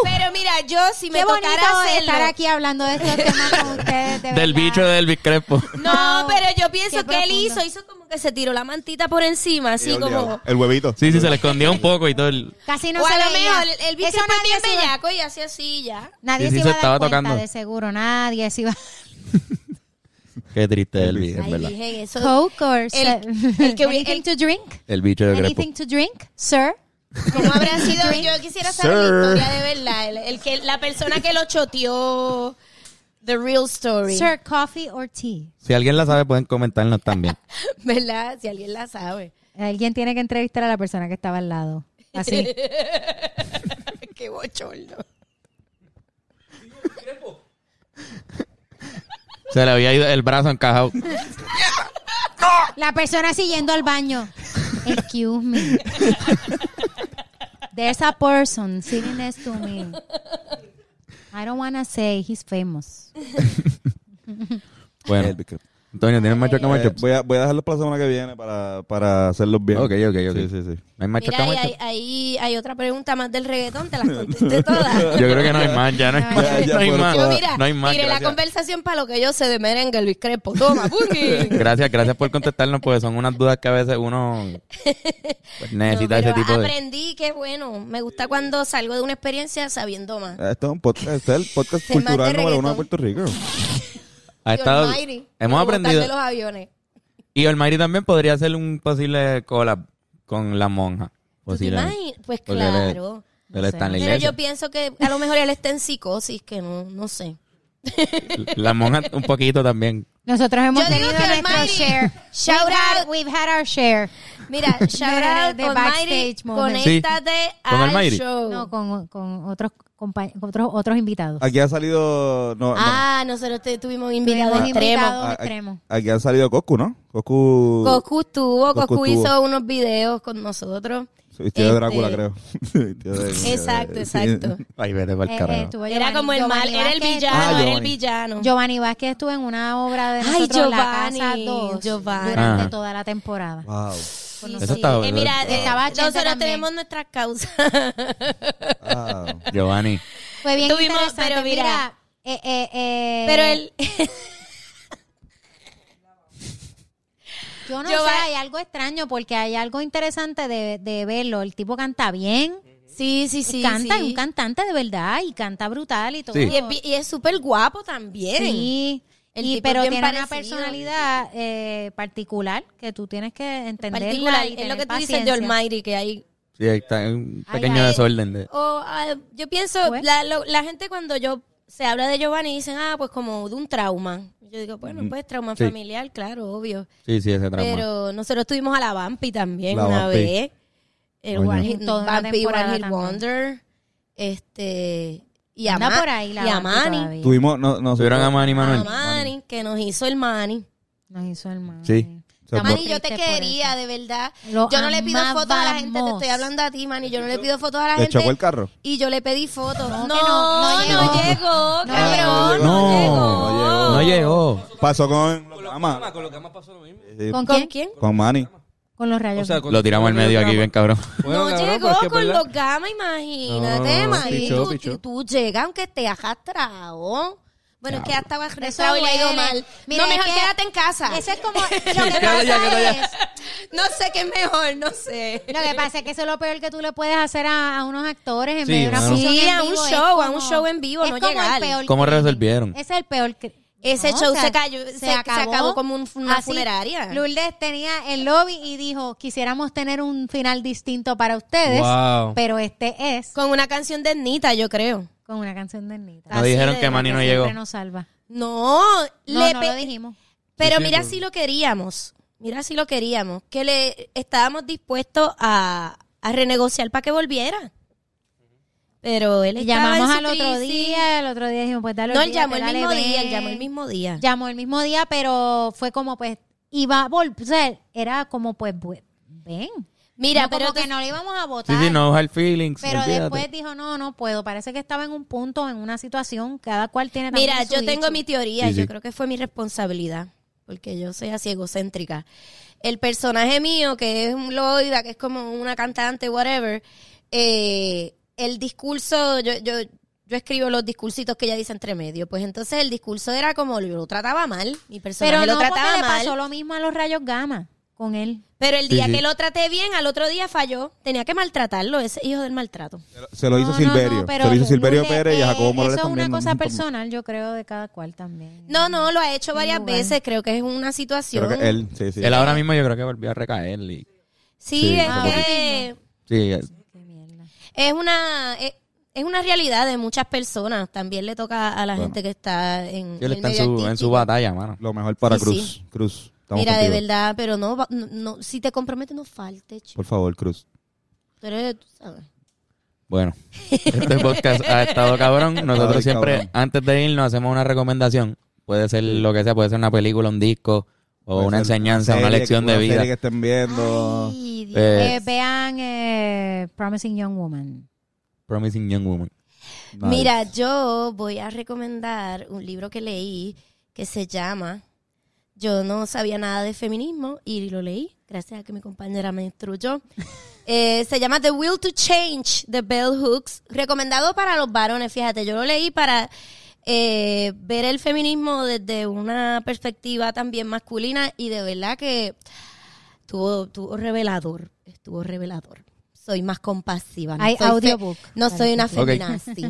[SPEAKER 5] Pero mira, yo si me
[SPEAKER 6] Qué bonito
[SPEAKER 5] tocara hacerlo...
[SPEAKER 6] estar aquí hablando de estos temas con ustedes. de
[SPEAKER 1] Del
[SPEAKER 6] verdad.
[SPEAKER 1] bicho del biscrepo.
[SPEAKER 5] No,
[SPEAKER 6] Wow.
[SPEAKER 5] pero yo pienso
[SPEAKER 6] Qué
[SPEAKER 5] que él
[SPEAKER 6] profundo.
[SPEAKER 5] hizo, hizo como que se tiró la mantita por encima, así
[SPEAKER 3] Sí,
[SPEAKER 5] como...
[SPEAKER 3] olvidado. El huevito.
[SPEAKER 1] Sí, sí, se le escondió un poco y todo. El...
[SPEAKER 6] Casi no
[SPEAKER 5] o a
[SPEAKER 6] se
[SPEAKER 5] lo
[SPEAKER 6] veía.
[SPEAKER 5] mejor el, el bicho
[SPEAKER 6] Eso
[SPEAKER 5] fue bien
[SPEAKER 6] se iba-
[SPEAKER 5] bellaco y hacía así ya.
[SPEAKER 6] Nadie
[SPEAKER 1] Sí, sí,
[SPEAKER 6] se
[SPEAKER 1] se
[SPEAKER 6] iba a
[SPEAKER 1] estaba
[SPEAKER 6] dar cuenta,
[SPEAKER 1] tocando.
[SPEAKER 6] de seguro. Nadie se iba...
[SPEAKER 1] Qué triste el bicho,
[SPEAKER 5] Ay,
[SPEAKER 1] es verdad.
[SPEAKER 5] virgen, eso...
[SPEAKER 6] Coke or...
[SPEAKER 5] El- el que-
[SPEAKER 6] anything
[SPEAKER 5] el-
[SPEAKER 6] to drink?
[SPEAKER 1] El bicho del biscrepo.
[SPEAKER 6] Anything to drink, sir?
[SPEAKER 5] ¿Cómo habrá sido? Yo quisiera saber la
[SPEAKER 3] Sir.
[SPEAKER 5] historia de verdad. El, el que, la persona que lo choteó... The real story.
[SPEAKER 6] Sir, coffee or tea?
[SPEAKER 1] Si alguien la sabe, pueden comentarnos también.
[SPEAKER 5] ¿Verdad? Si alguien la sabe.
[SPEAKER 6] Alguien tiene que entrevistar a la persona que estaba al lado. Así.
[SPEAKER 5] Qué bochorno.
[SPEAKER 1] Se le había ido el brazo encajado.
[SPEAKER 6] La persona siguiendo al baño. Excuse me. There's a person sitting next to me. I don't wanna say he's famous.
[SPEAKER 1] Bueno,
[SPEAKER 3] El Bicrup.
[SPEAKER 1] Antonio, ¿tienes macho que
[SPEAKER 3] Eh,
[SPEAKER 1] macho?
[SPEAKER 3] voy, a, voy a dejarlo para la semana que viene para, para hacerlos bien.
[SPEAKER 1] Ok, ok, ok.
[SPEAKER 3] Sí, sí, sí.
[SPEAKER 1] ¿No hay macho
[SPEAKER 5] Mira,
[SPEAKER 1] que
[SPEAKER 5] ahí,
[SPEAKER 1] macho?
[SPEAKER 5] ahí, ahí hay otra pregunta más del reggaetón, te las contesté todas.
[SPEAKER 1] Yo creo que no hay más, ya no hay
[SPEAKER 6] Ya,
[SPEAKER 1] más.
[SPEAKER 3] ya
[SPEAKER 1] No hay
[SPEAKER 3] fueron
[SPEAKER 1] más.
[SPEAKER 5] Yo, mira,
[SPEAKER 1] No hay más.
[SPEAKER 5] mire la
[SPEAKER 1] gracias.
[SPEAKER 5] conversación para lo que yo sé de merengue, Luis Crespo. Toma, boogie.
[SPEAKER 1] Gracias, gracias por contestarnos, porque son unas dudas que a veces uno pues, necesita
[SPEAKER 5] No,
[SPEAKER 1] ese
[SPEAKER 5] pero
[SPEAKER 1] tipo de.
[SPEAKER 5] Aprendí, qué bueno. Me gusta cuando salgo de una experiencia sabiendo más.
[SPEAKER 3] Ah, Esto es un podcast, este es el podcast
[SPEAKER 5] Se mata
[SPEAKER 3] cultural
[SPEAKER 5] el
[SPEAKER 3] número uno de
[SPEAKER 5] reggaetón.
[SPEAKER 3] Puerto Rico.
[SPEAKER 1] Ha
[SPEAKER 5] Dios
[SPEAKER 1] estado,
[SPEAKER 5] mighty,
[SPEAKER 1] hemos
[SPEAKER 5] como botar de los
[SPEAKER 1] aprendido.
[SPEAKER 5] aviones.
[SPEAKER 1] Y Olmairi también podría hacer un posible collab con la monja.
[SPEAKER 5] ¿Tú te
[SPEAKER 1] Posiblemente.
[SPEAKER 5] imaginas? Pues
[SPEAKER 1] Porque él es-
[SPEAKER 5] claro.
[SPEAKER 1] Él
[SPEAKER 6] No
[SPEAKER 1] está
[SPEAKER 6] sé.
[SPEAKER 1] en la
[SPEAKER 5] Pero
[SPEAKER 1] iglesia.
[SPEAKER 5] yo pienso que a lo mejor él está en psicosis, que no, no sé.
[SPEAKER 1] La monja un poquito también.
[SPEAKER 6] Nosotros hemos
[SPEAKER 5] Yo digo
[SPEAKER 6] tenido
[SPEAKER 5] que
[SPEAKER 6] nuestro
[SPEAKER 5] Almighty.
[SPEAKER 6] share.
[SPEAKER 5] Shout
[SPEAKER 6] We've had-
[SPEAKER 5] out.
[SPEAKER 6] We've had our share.
[SPEAKER 5] Mira, shout
[SPEAKER 6] De-
[SPEAKER 5] out
[SPEAKER 6] de
[SPEAKER 5] con
[SPEAKER 6] backstage moment.
[SPEAKER 1] Sí,
[SPEAKER 5] conéctate
[SPEAKER 1] con
[SPEAKER 5] al
[SPEAKER 1] Almighty.
[SPEAKER 5] show.
[SPEAKER 6] No, con, con otros, compa- con otros, otros invitados.
[SPEAKER 3] Aquí ha salido. No, no.
[SPEAKER 5] ah, nosotros te tuvimos invitados
[SPEAKER 6] Tuvimos
[SPEAKER 5] extremos.
[SPEAKER 6] invitados.
[SPEAKER 3] Ah,
[SPEAKER 6] extremos.
[SPEAKER 3] Aquí ha salido Coscu, ¿no? Coscu.
[SPEAKER 5] Coscu estuvo,
[SPEAKER 3] Coscu
[SPEAKER 5] Coscu
[SPEAKER 3] estuvo.
[SPEAKER 5] hizo unos videos con nosotros.
[SPEAKER 3] Se vistió de
[SPEAKER 5] Este-
[SPEAKER 3] Drácula, creo. Se vistió de-
[SPEAKER 5] Exacto,
[SPEAKER 3] sí.
[SPEAKER 5] exacto.
[SPEAKER 1] Ay, vete para el
[SPEAKER 6] Eh, eh,
[SPEAKER 1] carajo.
[SPEAKER 6] estuvo
[SPEAKER 5] Era
[SPEAKER 6] Giovanni-
[SPEAKER 5] como el mal,
[SPEAKER 6] Giovanni
[SPEAKER 5] era el
[SPEAKER 6] Vázquez.
[SPEAKER 5] villano,
[SPEAKER 3] Ah,
[SPEAKER 5] era el
[SPEAKER 3] Giovanni.
[SPEAKER 5] villano.
[SPEAKER 6] Giovanni Vázquez estuvo en una obra de
[SPEAKER 5] Ay,
[SPEAKER 6] nosotros,
[SPEAKER 5] Giovanni,
[SPEAKER 6] La Casa 2,
[SPEAKER 5] Giovanni.
[SPEAKER 6] durante
[SPEAKER 1] Ah.
[SPEAKER 6] toda la temporada.
[SPEAKER 3] Wow.
[SPEAKER 5] Sí,
[SPEAKER 1] Eso
[SPEAKER 5] sí.
[SPEAKER 1] está-
[SPEAKER 5] Eh, mira,
[SPEAKER 1] eso-
[SPEAKER 5] eh,
[SPEAKER 6] Estaba Chente
[SPEAKER 5] nosotros
[SPEAKER 6] también. Eh,
[SPEAKER 5] tenemos nuestras causas.
[SPEAKER 3] wow.
[SPEAKER 1] Giovanni.
[SPEAKER 6] Fue bien
[SPEAKER 5] Tuvimos-
[SPEAKER 6] interesante.
[SPEAKER 5] pero mira-
[SPEAKER 6] mira, eh, eh, eh,
[SPEAKER 5] Pero él,
[SPEAKER 6] yo no
[SPEAKER 5] Giova-
[SPEAKER 6] sé, hay algo extraño porque hay algo interesante de, de verlo. El tipo canta bien,
[SPEAKER 5] sí, sí, sí.
[SPEAKER 6] canta, es
[SPEAKER 5] sí.
[SPEAKER 6] un cantante de verdad y canta brutal y todo.
[SPEAKER 1] Sí.
[SPEAKER 5] Y es bi- y es súper guapo también.
[SPEAKER 6] Sí.
[SPEAKER 5] El
[SPEAKER 6] Y-
[SPEAKER 5] tipo es
[SPEAKER 6] pero
[SPEAKER 5] bien
[SPEAKER 6] tiene una
[SPEAKER 5] parecido.
[SPEAKER 6] personalidad eh, particular que tú tienes que entenderla
[SPEAKER 5] particular,
[SPEAKER 6] y
[SPEAKER 5] es lo
[SPEAKER 6] tener
[SPEAKER 5] que tú dices de
[SPEAKER 6] paciencia.
[SPEAKER 5] Almighty, que hay
[SPEAKER 1] Sí, ahí está un
[SPEAKER 6] Ay,
[SPEAKER 1] pequeño
[SPEAKER 6] ay.
[SPEAKER 1] desorden. De...
[SPEAKER 5] O, ah, yo pienso,
[SPEAKER 6] Pues.
[SPEAKER 5] la, lo- la gente cuando yo se habla de Giovanni dicen, ah, pues como de un trauma. Yo digo, bueno, pues trauma
[SPEAKER 1] Mm, Sí.
[SPEAKER 5] familiar, claro, obvio.
[SPEAKER 1] Sí, sí, ese trauma.
[SPEAKER 5] Pero nosotros estuvimos a la Vampi también
[SPEAKER 3] La
[SPEAKER 5] una
[SPEAKER 3] Vampi.
[SPEAKER 5] vez. El
[SPEAKER 1] Coño.
[SPEAKER 5] One Hit-
[SPEAKER 6] Toda una
[SPEAKER 5] Vampi
[SPEAKER 6] temporada
[SPEAKER 5] One Hit
[SPEAKER 6] también.
[SPEAKER 5] Wonder. Este, y a,
[SPEAKER 6] Anda
[SPEAKER 5] Ma-
[SPEAKER 6] por ahí la
[SPEAKER 5] y a
[SPEAKER 6] Barbie
[SPEAKER 5] Manny.
[SPEAKER 6] todavía.
[SPEAKER 3] Tuvimos. No, no,
[SPEAKER 1] Subieron a Manny
[SPEAKER 5] A
[SPEAKER 1] Manuel.
[SPEAKER 5] Manny, que nos hizo el Manny.
[SPEAKER 6] Nos hizo el mal.
[SPEAKER 1] Sí.
[SPEAKER 3] Se Estamos
[SPEAKER 6] Estamos
[SPEAKER 5] Manny, yo te
[SPEAKER 6] tristes por
[SPEAKER 5] quería, de verdad.
[SPEAKER 6] Lo
[SPEAKER 5] yo no le pido fotos a la gente, te
[SPEAKER 6] amamos.
[SPEAKER 5] estoy hablando a ti, Manny. Yo no le pido fotos a la
[SPEAKER 3] Le
[SPEAKER 5] gente.
[SPEAKER 3] chocó el carro.
[SPEAKER 5] Y yo le pedí fotos. No,
[SPEAKER 6] No,
[SPEAKER 5] no,
[SPEAKER 6] que no,
[SPEAKER 5] no
[SPEAKER 6] no llegó.
[SPEAKER 5] llegó,
[SPEAKER 6] No
[SPEAKER 5] cabrón. No
[SPEAKER 1] No,
[SPEAKER 5] llegó.
[SPEAKER 1] no llegó.
[SPEAKER 3] Pasó con. Ama.
[SPEAKER 4] Con lo que más pasó lo mismo.
[SPEAKER 3] Sí,
[SPEAKER 6] ¿Con,
[SPEAKER 5] ¿Con
[SPEAKER 6] quién?
[SPEAKER 5] quién?
[SPEAKER 3] Con Manny.
[SPEAKER 6] Con los rayos.
[SPEAKER 4] O sea, con-
[SPEAKER 1] Lo tiramos al medio aquí, bien cabrón.
[SPEAKER 5] No
[SPEAKER 4] Bueno, cabrón,
[SPEAKER 5] llegó
[SPEAKER 4] pero es que es
[SPEAKER 5] con
[SPEAKER 4] verdad.
[SPEAKER 5] los gamas, imagínate,
[SPEAKER 4] No,
[SPEAKER 5] Manny.
[SPEAKER 4] pichó,
[SPEAKER 5] tú,
[SPEAKER 4] pichó.
[SPEAKER 5] tú llegas aunque estés arrastrado. Bueno, es que ya estaba arrastrado
[SPEAKER 6] Eso
[SPEAKER 5] y le ha ido
[SPEAKER 6] huele.
[SPEAKER 5] mal.
[SPEAKER 6] Mira,
[SPEAKER 5] no,
[SPEAKER 6] es
[SPEAKER 5] mejor
[SPEAKER 6] que-
[SPEAKER 5] quédate en casa.
[SPEAKER 6] Eso es como. Lo que
[SPEAKER 4] Quédate ya, quédate
[SPEAKER 6] pasa
[SPEAKER 4] ya.
[SPEAKER 6] es.
[SPEAKER 5] No sé qué es mejor, no sé.
[SPEAKER 6] Lo que pasa es que eso es lo peor que tú le puedes hacer a, a unos actores en
[SPEAKER 4] Sí,
[SPEAKER 6] medio de una
[SPEAKER 4] claro.
[SPEAKER 6] función
[SPEAKER 5] Sí,
[SPEAKER 6] en
[SPEAKER 5] a un
[SPEAKER 6] vivo. Es
[SPEAKER 5] show, a
[SPEAKER 6] como-
[SPEAKER 5] un show en vivo,
[SPEAKER 6] es
[SPEAKER 5] no
[SPEAKER 6] como
[SPEAKER 5] llegar.
[SPEAKER 6] El peor
[SPEAKER 1] ¿Cómo
[SPEAKER 6] crimen.
[SPEAKER 1] resolvieron?
[SPEAKER 6] Ese es el peor. cri-
[SPEAKER 5] Ese
[SPEAKER 6] No,
[SPEAKER 5] show
[SPEAKER 6] o sea,
[SPEAKER 5] se cayó, se, se acabó. como un- una
[SPEAKER 6] Así,
[SPEAKER 5] funeraria.
[SPEAKER 6] Lourdes tenía el lobby y dijo: Quisiéramos tener un final distinto para ustedes,
[SPEAKER 4] Wow.
[SPEAKER 6] pero este es
[SPEAKER 5] Con una canción de Nita, yo creo.
[SPEAKER 6] con una canción de Nita.
[SPEAKER 1] No
[SPEAKER 5] así
[SPEAKER 1] dijeron
[SPEAKER 5] de-
[SPEAKER 1] que Manny no
[SPEAKER 6] siempre
[SPEAKER 1] llegó.
[SPEAKER 6] nos salva.
[SPEAKER 5] No,
[SPEAKER 6] No,
[SPEAKER 5] le
[SPEAKER 6] no
[SPEAKER 5] pe-
[SPEAKER 6] lo dijimos.
[SPEAKER 5] Pero
[SPEAKER 4] Sí, sí,
[SPEAKER 5] mira
[SPEAKER 4] por-
[SPEAKER 5] si lo queríamos, mira si lo queríamos, que le estábamos dispuestos a, a renegociar para que volviera. Pero él
[SPEAKER 6] Le
[SPEAKER 5] estaba
[SPEAKER 6] llamamos
[SPEAKER 5] en su
[SPEAKER 6] al otro
[SPEAKER 5] crisis.
[SPEAKER 6] día, el otro día dijimos, pues dale
[SPEAKER 5] No, él
[SPEAKER 6] olvídate,
[SPEAKER 5] llamó el
[SPEAKER 6] dale,
[SPEAKER 5] mismo día, él
[SPEAKER 6] ven.
[SPEAKER 5] llamó el mismo día.
[SPEAKER 6] Llamó el mismo día, pero fue como pues, iba a volver, era como pues, bu- ven.
[SPEAKER 5] Mira,
[SPEAKER 6] No, como
[SPEAKER 5] pero tú-
[SPEAKER 6] que no le íbamos a
[SPEAKER 1] Sí,
[SPEAKER 6] votar.
[SPEAKER 1] sí, no hard feelings.
[SPEAKER 6] Pero
[SPEAKER 1] olvídate.
[SPEAKER 6] después dijo, no, no puedo. Parece que estaba en un punto, en una situación, cada cual tiene también
[SPEAKER 5] mira,
[SPEAKER 6] su
[SPEAKER 5] yo
[SPEAKER 6] issue.
[SPEAKER 5] tengo mi teoría
[SPEAKER 1] Sí,
[SPEAKER 5] y yo
[SPEAKER 1] sí.
[SPEAKER 5] creo que fue mi responsabilidad, porque yo soy así egocéntrica. El personaje mío, que es un Loida, que es como una cantante, whatever, eh, el discurso, yo, yo, yo escribo los discursitos que ella dice entre medio, pues entonces el discurso era como yo lo trataba mal, mi personaje
[SPEAKER 6] Pero no
[SPEAKER 5] lo
[SPEAKER 6] porque
[SPEAKER 5] trataba
[SPEAKER 6] le
[SPEAKER 5] mal.
[SPEAKER 6] pasó lo mismo a los rayos gamma con él.
[SPEAKER 5] Pero el día
[SPEAKER 1] Sí, sí.
[SPEAKER 5] que lo traté bien, al otro día falló. Tenía que maltratarlo, ese hijo del maltrato.
[SPEAKER 3] Se lo hizo
[SPEAKER 6] No, no,
[SPEAKER 3] Silverio.
[SPEAKER 6] no, pero
[SPEAKER 3] se lo hizo Silverio
[SPEAKER 6] Lourdes,
[SPEAKER 3] Pérez y a
[SPEAKER 6] eh,
[SPEAKER 3] Jacobo Morales
[SPEAKER 6] Eso es
[SPEAKER 3] también.
[SPEAKER 6] una cosa
[SPEAKER 3] Nos-
[SPEAKER 6] personal, yo creo, de cada cual también.
[SPEAKER 5] No, no, lo ha hecho varias
[SPEAKER 6] lugar.
[SPEAKER 5] veces. Creo que es una situación.
[SPEAKER 3] Creo que él, sí, sí.
[SPEAKER 1] Él ahora mismo yo creo que volvió a recaer. y-
[SPEAKER 5] Sí,
[SPEAKER 1] Sí,
[SPEAKER 5] es
[SPEAKER 1] como
[SPEAKER 5] que
[SPEAKER 1] Sí, eh,
[SPEAKER 6] Qué mierda.
[SPEAKER 5] es una es, es una realidad de muchas personas. También le toca a la
[SPEAKER 3] Bueno.
[SPEAKER 5] gente que está en,
[SPEAKER 1] sí, él
[SPEAKER 5] el
[SPEAKER 1] está en
[SPEAKER 5] medio
[SPEAKER 1] su, en su
[SPEAKER 5] artístico.
[SPEAKER 1] batalla, mano.
[SPEAKER 3] Lo mejor para
[SPEAKER 5] Sí,
[SPEAKER 3] Cruz.
[SPEAKER 5] sí.
[SPEAKER 3] Cruz. estamos
[SPEAKER 5] Mira, de
[SPEAKER 3] contigo.
[SPEAKER 5] verdad, pero no, va- no, no, si te comprometes no falte, chico.
[SPEAKER 3] Por favor, Cruz.
[SPEAKER 5] Estoy Tú eres, tú sabes.
[SPEAKER 1] Bueno, este podcast ha estado cabrón. Nosotros
[SPEAKER 3] Ay,
[SPEAKER 1] siempre,
[SPEAKER 3] cabrón.
[SPEAKER 1] antes de irnos, hacemos una recomendación. Puede ser lo que sea, puede ser una película, un disco, o
[SPEAKER 3] Puede
[SPEAKER 1] una
[SPEAKER 3] ser
[SPEAKER 1] enseñanza, una,
[SPEAKER 3] serie que-
[SPEAKER 1] lección de
[SPEAKER 3] una
[SPEAKER 1] vida.
[SPEAKER 3] serie que estén viendo.
[SPEAKER 5] Ay, Dios.
[SPEAKER 1] Eh,
[SPEAKER 6] Eh, vean eh, Promising Young Woman.
[SPEAKER 1] Promising Young Woman.
[SPEAKER 3] Nice.
[SPEAKER 5] Mira, yo voy a recomendar un libro que leí que se llama Yo no sabía nada de feminismo y lo leí gracias a que mi compañera me instruyó. Eh, se llama The Will to Change de Bell Hooks, recomendado para los varones, fíjate, yo lo leí para eh, ver el feminismo desde una perspectiva también masculina y de verdad que estuvo, estuvo revelador, estuvo revelador. Soy más compasiva. no
[SPEAKER 6] Hay
[SPEAKER 5] soy fe-
[SPEAKER 6] audiobook.
[SPEAKER 5] No soy una
[SPEAKER 1] Ok.
[SPEAKER 5] feminazi.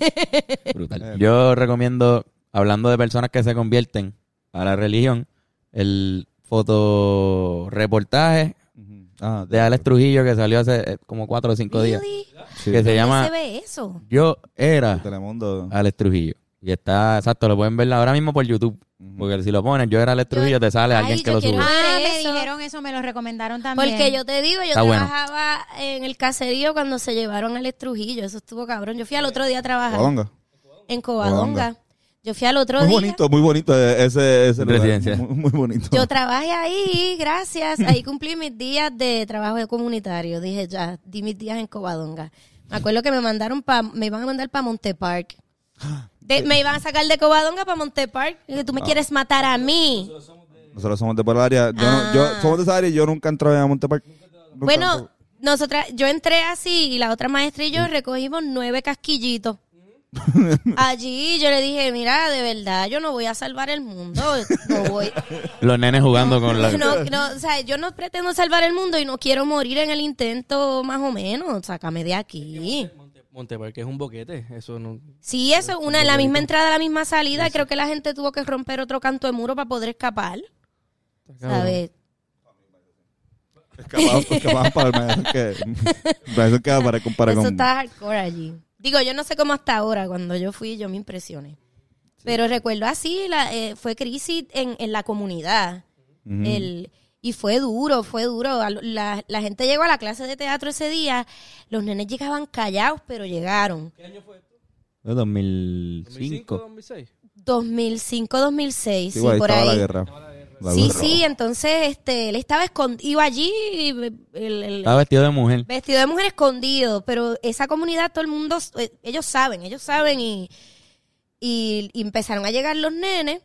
[SPEAKER 3] Eh.
[SPEAKER 1] Brutal. Yo recomiendo, hablando de personas que se convierten a la religión, el fotoreportaje
[SPEAKER 3] Ujú. Ah,
[SPEAKER 1] de Alex Trujillo que salió hace eh, como cuatro o cinco días.
[SPEAKER 5] Really?
[SPEAKER 3] sí.
[SPEAKER 1] Que se Ah,
[SPEAKER 5] ¿Dónde se
[SPEAKER 1] llama
[SPEAKER 5] ve eso?
[SPEAKER 1] Yo era
[SPEAKER 3] Telemundo.
[SPEAKER 1] Alex Trujillo. Y está, exacto, lo pueden ver ahora mismo por YouTube.
[SPEAKER 3] Ujú.
[SPEAKER 1] Porque si lo pones, yo era Alex Trujillo, te sale
[SPEAKER 5] Ay,
[SPEAKER 1] alguien que
[SPEAKER 5] yo
[SPEAKER 1] lo
[SPEAKER 5] quiero-
[SPEAKER 1] sube.
[SPEAKER 6] Ah,
[SPEAKER 5] Por
[SPEAKER 6] me
[SPEAKER 5] eso.
[SPEAKER 6] dijeron eso, me lo recomendaron también.
[SPEAKER 5] Porque yo te digo, yo
[SPEAKER 1] Está bueno.
[SPEAKER 5] trabajaba en el caserío cuando se llevaron al Estrujillo. Eso estuvo cabrón. Yo fui al otro día a trabajar
[SPEAKER 3] Codonga.
[SPEAKER 5] en Covadonga. Yo fui al otro
[SPEAKER 3] Muy
[SPEAKER 5] día.
[SPEAKER 3] bonito, muy bonito eh, ese, ese lugar.
[SPEAKER 1] Residencia.
[SPEAKER 3] Muy, muy bonito.
[SPEAKER 5] Yo trabajé ahí, gracias. Ahí cumplí mis días de trabajo de comunitario. Dije ya, di mis días en Covadonga. Me acuerdo que me mandaron pa, me iban a mandar para Monte Park.
[SPEAKER 1] Ah,
[SPEAKER 5] De- me iban a sacar de Covadonga para Monte Park. Y dije, Tú me quieres matar a mí.
[SPEAKER 3] Nosotros somos de por el área. Yo, no- yo-
[SPEAKER 5] Ah.
[SPEAKER 3] somos de esa área y yo nunca entré a Montepark.
[SPEAKER 5] Bueno, nosotras, yo entré así y la otra maestra y yo recogimos nueve casquillitos. Allí yo le dije, mira, de verdad, yo no voy a salvar el mundo, no voy.
[SPEAKER 1] Los nenes jugando con la...
[SPEAKER 5] No, no, o sea, yo no pretendo salvar el mundo y no quiero morir en el intento, más o menos. Sácame de aquí.
[SPEAKER 4] Monteparque es un boquete, eso no...
[SPEAKER 5] Sí, eso, una, la misma entrada, la misma salida. Creo que la gente tuvo que romper otro canto de muro para poder escapar. ¿Sabes?
[SPEAKER 3] Escapaban escapaban para el maestro que. Para eso queda para comparar
[SPEAKER 5] Eso
[SPEAKER 3] con.
[SPEAKER 5] está hardcore allí. Digo, yo no sé cómo hasta ahora, cuando yo fui, yo me impresioné. Pero recuerdo así, la, eh, fue crisis en, en la comunidad.
[SPEAKER 3] Ujú.
[SPEAKER 5] El- y fue duro, fue duro. A lo- La, la gente llegó a la clase de teatro ese día, los nenes llegaban callados, pero llegaron.
[SPEAKER 1] 2005.
[SPEAKER 4] 2006.
[SPEAKER 5] 2005, 2006,
[SPEAKER 3] Sí,
[SPEAKER 5] sí,
[SPEAKER 3] guay,
[SPEAKER 5] por
[SPEAKER 3] estaba
[SPEAKER 5] ahí.
[SPEAKER 3] la guerra. La
[SPEAKER 5] sí, eh.
[SPEAKER 3] guerra.
[SPEAKER 5] sí, entonces este, él estaba escondido allí, el-
[SPEAKER 3] Ah,
[SPEAKER 5] el-
[SPEAKER 1] Estaba vestido de mujer.
[SPEAKER 5] Vestido de mujer escondido, pero esa comunidad, todo el mundo, eh, ellos saben, ellos saben y, y, y empezaron a llegar los nenes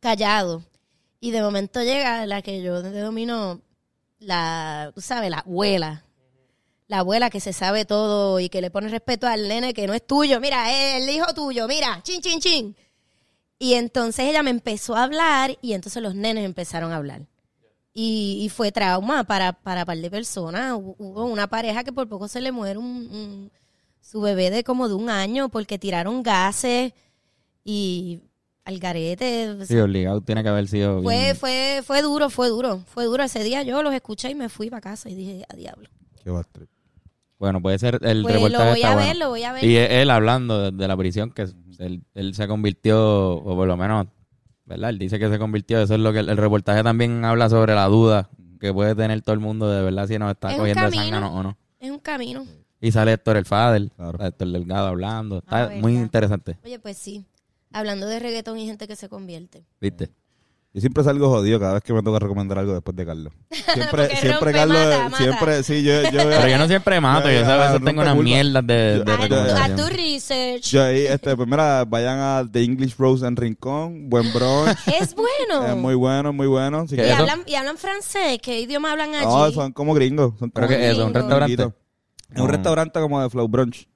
[SPEAKER 5] callados. Y de momento llega la que yo denomino la, tú sabes, la abuela. La abuela que se sabe todo y que le pone respeto al nene que no es tuyo. Mira, es el hijo tuyo, mira, chin, chin, chin. Y entonces ella me empezó a hablar y entonces los nenes empezaron a hablar. Y, y fue trauma para, para par de personas. Hu- Hubo una pareja que por poco se le muere un, un- su bebé de como de un año porque tiraron gases y al garete. o sea,
[SPEAKER 1] Sí, obligado tiene que haber sido...
[SPEAKER 5] fue,
[SPEAKER 1] bien-
[SPEAKER 5] fue, fue duro, fue duro, fue duro. Ese día yo los escuché y me fui para casa y dije, a diablo.
[SPEAKER 3] Qué bad trip.
[SPEAKER 1] Bueno, puede ser el
[SPEAKER 5] Pues lo
[SPEAKER 1] reportaje
[SPEAKER 5] voy
[SPEAKER 1] está
[SPEAKER 5] a ver,
[SPEAKER 1] bueno.
[SPEAKER 5] lo voy a ver.
[SPEAKER 1] Y él hablando de, de la prisión, que él, él se convirtió, o por lo menos, ¿verdad? Él dice que se convirtió, eso es lo que el, el reportaje también habla sobre la duda que puede tener todo el mundo de verdad si nos está
[SPEAKER 5] Es un
[SPEAKER 1] cogiendo de
[SPEAKER 5] camino.
[SPEAKER 1] zángano o no.
[SPEAKER 5] Es un camino.
[SPEAKER 1] Y sale Héctor el Fader,
[SPEAKER 3] Claro.
[SPEAKER 1] está Héctor Delgado hablando, está
[SPEAKER 6] Ah,
[SPEAKER 1] muy
[SPEAKER 6] ¿verdad?
[SPEAKER 1] interesante,
[SPEAKER 5] Oye, pues sí. Hablando de reggaetón y gente que se convierte.
[SPEAKER 1] ¿viste?
[SPEAKER 3] Yo siempre salgo jodido cada vez que me toca recomendar algo después de Carlos. Siempre,
[SPEAKER 5] Porque
[SPEAKER 3] siempre
[SPEAKER 5] rompe,
[SPEAKER 3] Carlos.
[SPEAKER 5] mata, mata.
[SPEAKER 3] Siempre, sí, yo. yo
[SPEAKER 1] Pero yo no siempre mato,
[SPEAKER 3] Ya,
[SPEAKER 1] yo
[SPEAKER 3] ya,
[SPEAKER 1] a veces
[SPEAKER 3] no
[SPEAKER 1] tengo
[SPEAKER 3] te
[SPEAKER 1] unas
[SPEAKER 3] culpa.
[SPEAKER 1] mierdas de, de
[SPEAKER 3] Ah,
[SPEAKER 5] A tu,
[SPEAKER 1] recomendaciones.
[SPEAKER 5] a tu research.
[SPEAKER 3] yo ahí, este, pues mira, vayan a The English Rose en Rincón, buen brunch.
[SPEAKER 5] es bueno.
[SPEAKER 3] Es muy bueno, muy bueno. Así
[SPEAKER 5] y,
[SPEAKER 1] ¿Qué?
[SPEAKER 3] que,
[SPEAKER 1] eso-
[SPEAKER 5] hablan, y hablan francés. ¿Qué idioma hablan allí?
[SPEAKER 3] no, son como gringos. Son
[SPEAKER 1] Pero
[SPEAKER 3] como
[SPEAKER 1] que es eso, un
[SPEAKER 5] Domingo.
[SPEAKER 1] restaurante. Ah.
[SPEAKER 3] Chiquito. Es un
[SPEAKER 1] No.
[SPEAKER 3] restaurante como de Flow Brunch.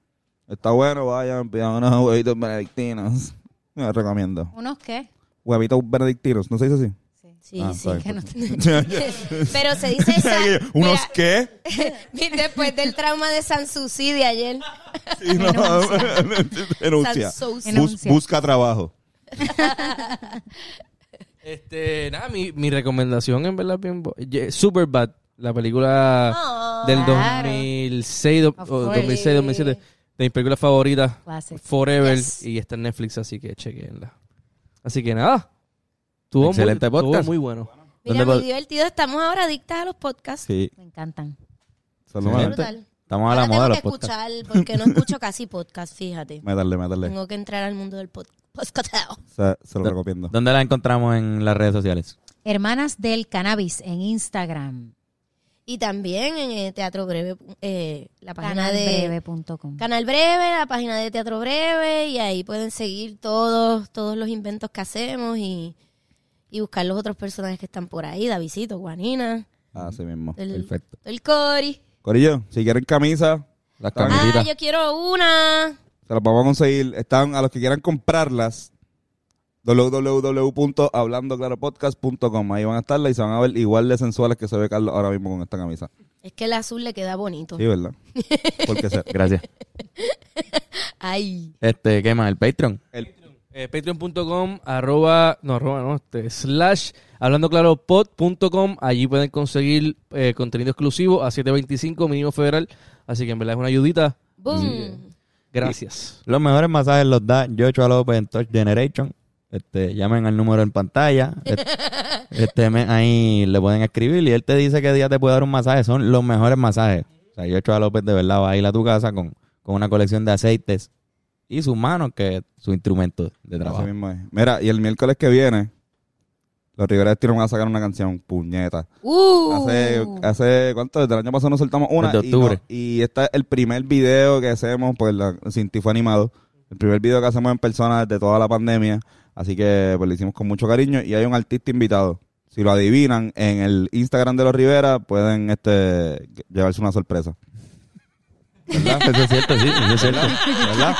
[SPEAKER 3] Está bueno, vayan, pidan unos huevitos benedictinos. Me recomiendo.
[SPEAKER 6] ¿Unos qué?
[SPEAKER 3] Huevitos benedictinos, ¿no se dice así?
[SPEAKER 5] Sí,
[SPEAKER 3] Ah,
[SPEAKER 5] sí.
[SPEAKER 3] sorry.
[SPEAKER 6] Que no te-
[SPEAKER 5] Pero se dice esa.
[SPEAKER 3] ¿Unos
[SPEAKER 5] Mira,
[SPEAKER 3] qué?
[SPEAKER 5] Después del trauma de Sanssouci de ayer.
[SPEAKER 3] Sí, no, Enuncia.
[SPEAKER 5] Sanssouci.
[SPEAKER 3] Bus- busca trabajo.
[SPEAKER 4] Este, nada, mi, mi recomendación en verdad es bien... bo- Ye- Superbad, la película
[SPEAKER 5] Oh,
[SPEAKER 4] del
[SPEAKER 6] Ah, claro.
[SPEAKER 4] 2006, do-
[SPEAKER 6] Of
[SPEAKER 4] o
[SPEAKER 6] course.
[SPEAKER 4] 2006, 2007, de mis películas favoritas,
[SPEAKER 6] Classic.
[SPEAKER 4] Forever,
[SPEAKER 5] Yes.
[SPEAKER 4] y está en Netflix, así que chequenla. Así que nada, tuvo
[SPEAKER 1] Excelente
[SPEAKER 4] muy, estuvo
[SPEAKER 1] podcast.
[SPEAKER 4] muy bueno.
[SPEAKER 5] Mira,
[SPEAKER 1] ¿Dónde
[SPEAKER 5] muy
[SPEAKER 1] pod-
[SPEAKER 5] divertido. Estamos ahora adictas a los podcasts.
[SPEAKER 3] Sí.
[SPEAKER 6] Me encantan.
[SPEAKER 3] Son lo
[SPEAKER 1] Sí.
[SPEAKER 3] malo.
[SPEAKER 5] brutal.
[SPEAKER 1] Estamos a
[SPEAKER 5] Ahora
[SPEAKER 1] la moda
[SPEAKER 5] tengo
[SPEAKER 1] de
[SPEAKER 5] que
[SPEAKER 1] los podcasts.
[SPEAKER 5] escuchar, porque no escucho casi podcast, fíjate.
[SPEAKER 3] Métale, métale.
[SPEAKER 5] Tengo que entrar al mundo del pod- podcasteo.
[SPEAKER 3] O sea, se lo recomiendo.
[SPEAKER 1] ¿Dónde la encontramos en las redes sociales?
[SPEAKER 6] Hermanas del Cannabis en Instagram.
[SPEAKER 5] Y también en eh, Teatro Breve, eh, la página de
[SPEAKER 6] Canalbreve.com.
[SPEAKER 5] Canal Breve, la página de Teatro Breve, y ahí pueden seguir todos, todos los inventos que hacemos y, y buscar los otros personajes que están por ahí, Davidito, Juanina,
[SPEAKER 3] Así mismo.
[SPEAKER 5] el,
[SPEAKER 1] Perfecto.
[SPEAKER 5] el Cori.
[SPEAKER 3] Corillo, si quieren camisa,
[SPEAKER 1] Las
[SPEAKER 3] Ah,
[SPEAKER 5] Ah,
[SPEAKER 1] camisitas.
[SPEAKER 5] yo quiero una.
[SPEAKER 3] se las vamos a conseguir. Están a los que quieran comprarlas www.hablandoclaropodcast.com Ahí van a estarlas y se van a ver igual de sensuales que se ve Carlos ahora mismo con esta camisa.
[SPEAKER 5] Es que el azul le queda bonito.
[SPEAKER 3] Sí, ¿verdad? Porque se-
[SPEAKER 1] Gracias.
[SPEAKER 5] Ay.
[SPEAKER 1] Este, ¿qué más? El Patreon.
[SPEAKER 3] el-
[SPEAKER 4] Eh, Patreon.com, arroba, no, arroba, no, este, slash, hablando claro, pod.com. Allí pueden conseguir eh, contenido exclusivo a 725 mínimo federal. Así que en verdad es una ayudita.
[SPEAKER 5] Boom.
[SPEAKER 4] Gracias.
[SPEAKER 1] Los mejores masajes los da Joshua López en Touch Generation. Este, llamen al número en pantalla. Este, este, me- ahí le pueden escribir y él te dice qué día te puede dar un masaje. Son los mejores masajes. O sea, Joshua López de verdad va a ir a tu casa con, con una colección de aceites y sus manos, que es su instrumento de
[SPEAKER 3] Así
[SPEAKER 1] trabajo.
[SPEAKER 3] mismo es. Mira, y el miércoles que viene, los Rivera Destino van a sacar una canción, puñeta.
[SPEAKER 5] Uh.
[SPEAKER 3] Hace, hace ¿cuánto? Desde el año pasado nos soltamos una.
[SPEAKER 1] Desde
[SPEAKER 3] y no-
[SPEAKER 1] octubre.
[SPEAKER 3] Y, este es el primer video que hacemos, pues la, sin tifo animado. El primer video que hacemos en persona desde toda la pandemia. Así que pues lo hicimos con mucho cariño. Y hay un artista invitado. Si lo adivinan en el Instagram de los Rivera, pueden este llevarse una sorpresa. ¿Verdad?
[SPEAKER 1] Eso es cierto, sí, eso es cierto.
[SPEAKER 3] ¿Verdad?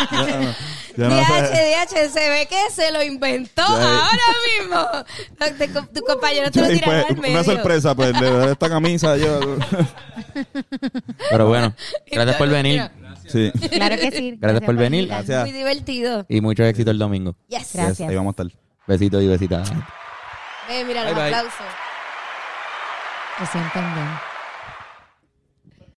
[SPEAKER 3] Yo, yo no
[SPEAKER 5] DH,
[SPEAKER 3] sé.
[SPEAKER 5] DH, se ve que se lo inventó
[SPEAKER 3] Ya,
[SPEAKER 5] ahora mismo. Te- tu compañero te lo
[SPEAKER 3] Y
[SPEAKER 5] tiraron
[SPEAKER 3] fue
[SPEAKER 5] al medio.
[SPEAKER 3] una sorpresa, pues, de verdad, esta camisa, yo...
[SPEAKER 1] Pero bueno, gracias por venir.
[SPEAKER 3] Sí.
[SPEAKER 6] Claro que sí.
[SPEAKER 1] Gracias por venir.
[SPEAKER 6] invitarme.
[SPEAKER 3] Gracias.
[SPEAKER 5] Muy divertido.
[SPEAKER 1] Y mucho éxito el domingo.
[SPEAKER 5] Yes.
[SPEAKER 6] Gracias.
[SPEAKER 3] Yes, ahí vamos a estar.
[SPEAKER 1] Besitos y besitas.
[SPEAKER 5] Ve, mira,
[SPEAKER 4] Bye,
[SPEAKER 5] los
[SPEAKER 4] bye.
[SPEAKER 5] aplausos.
[SPEAKER 6] Que sientan bien.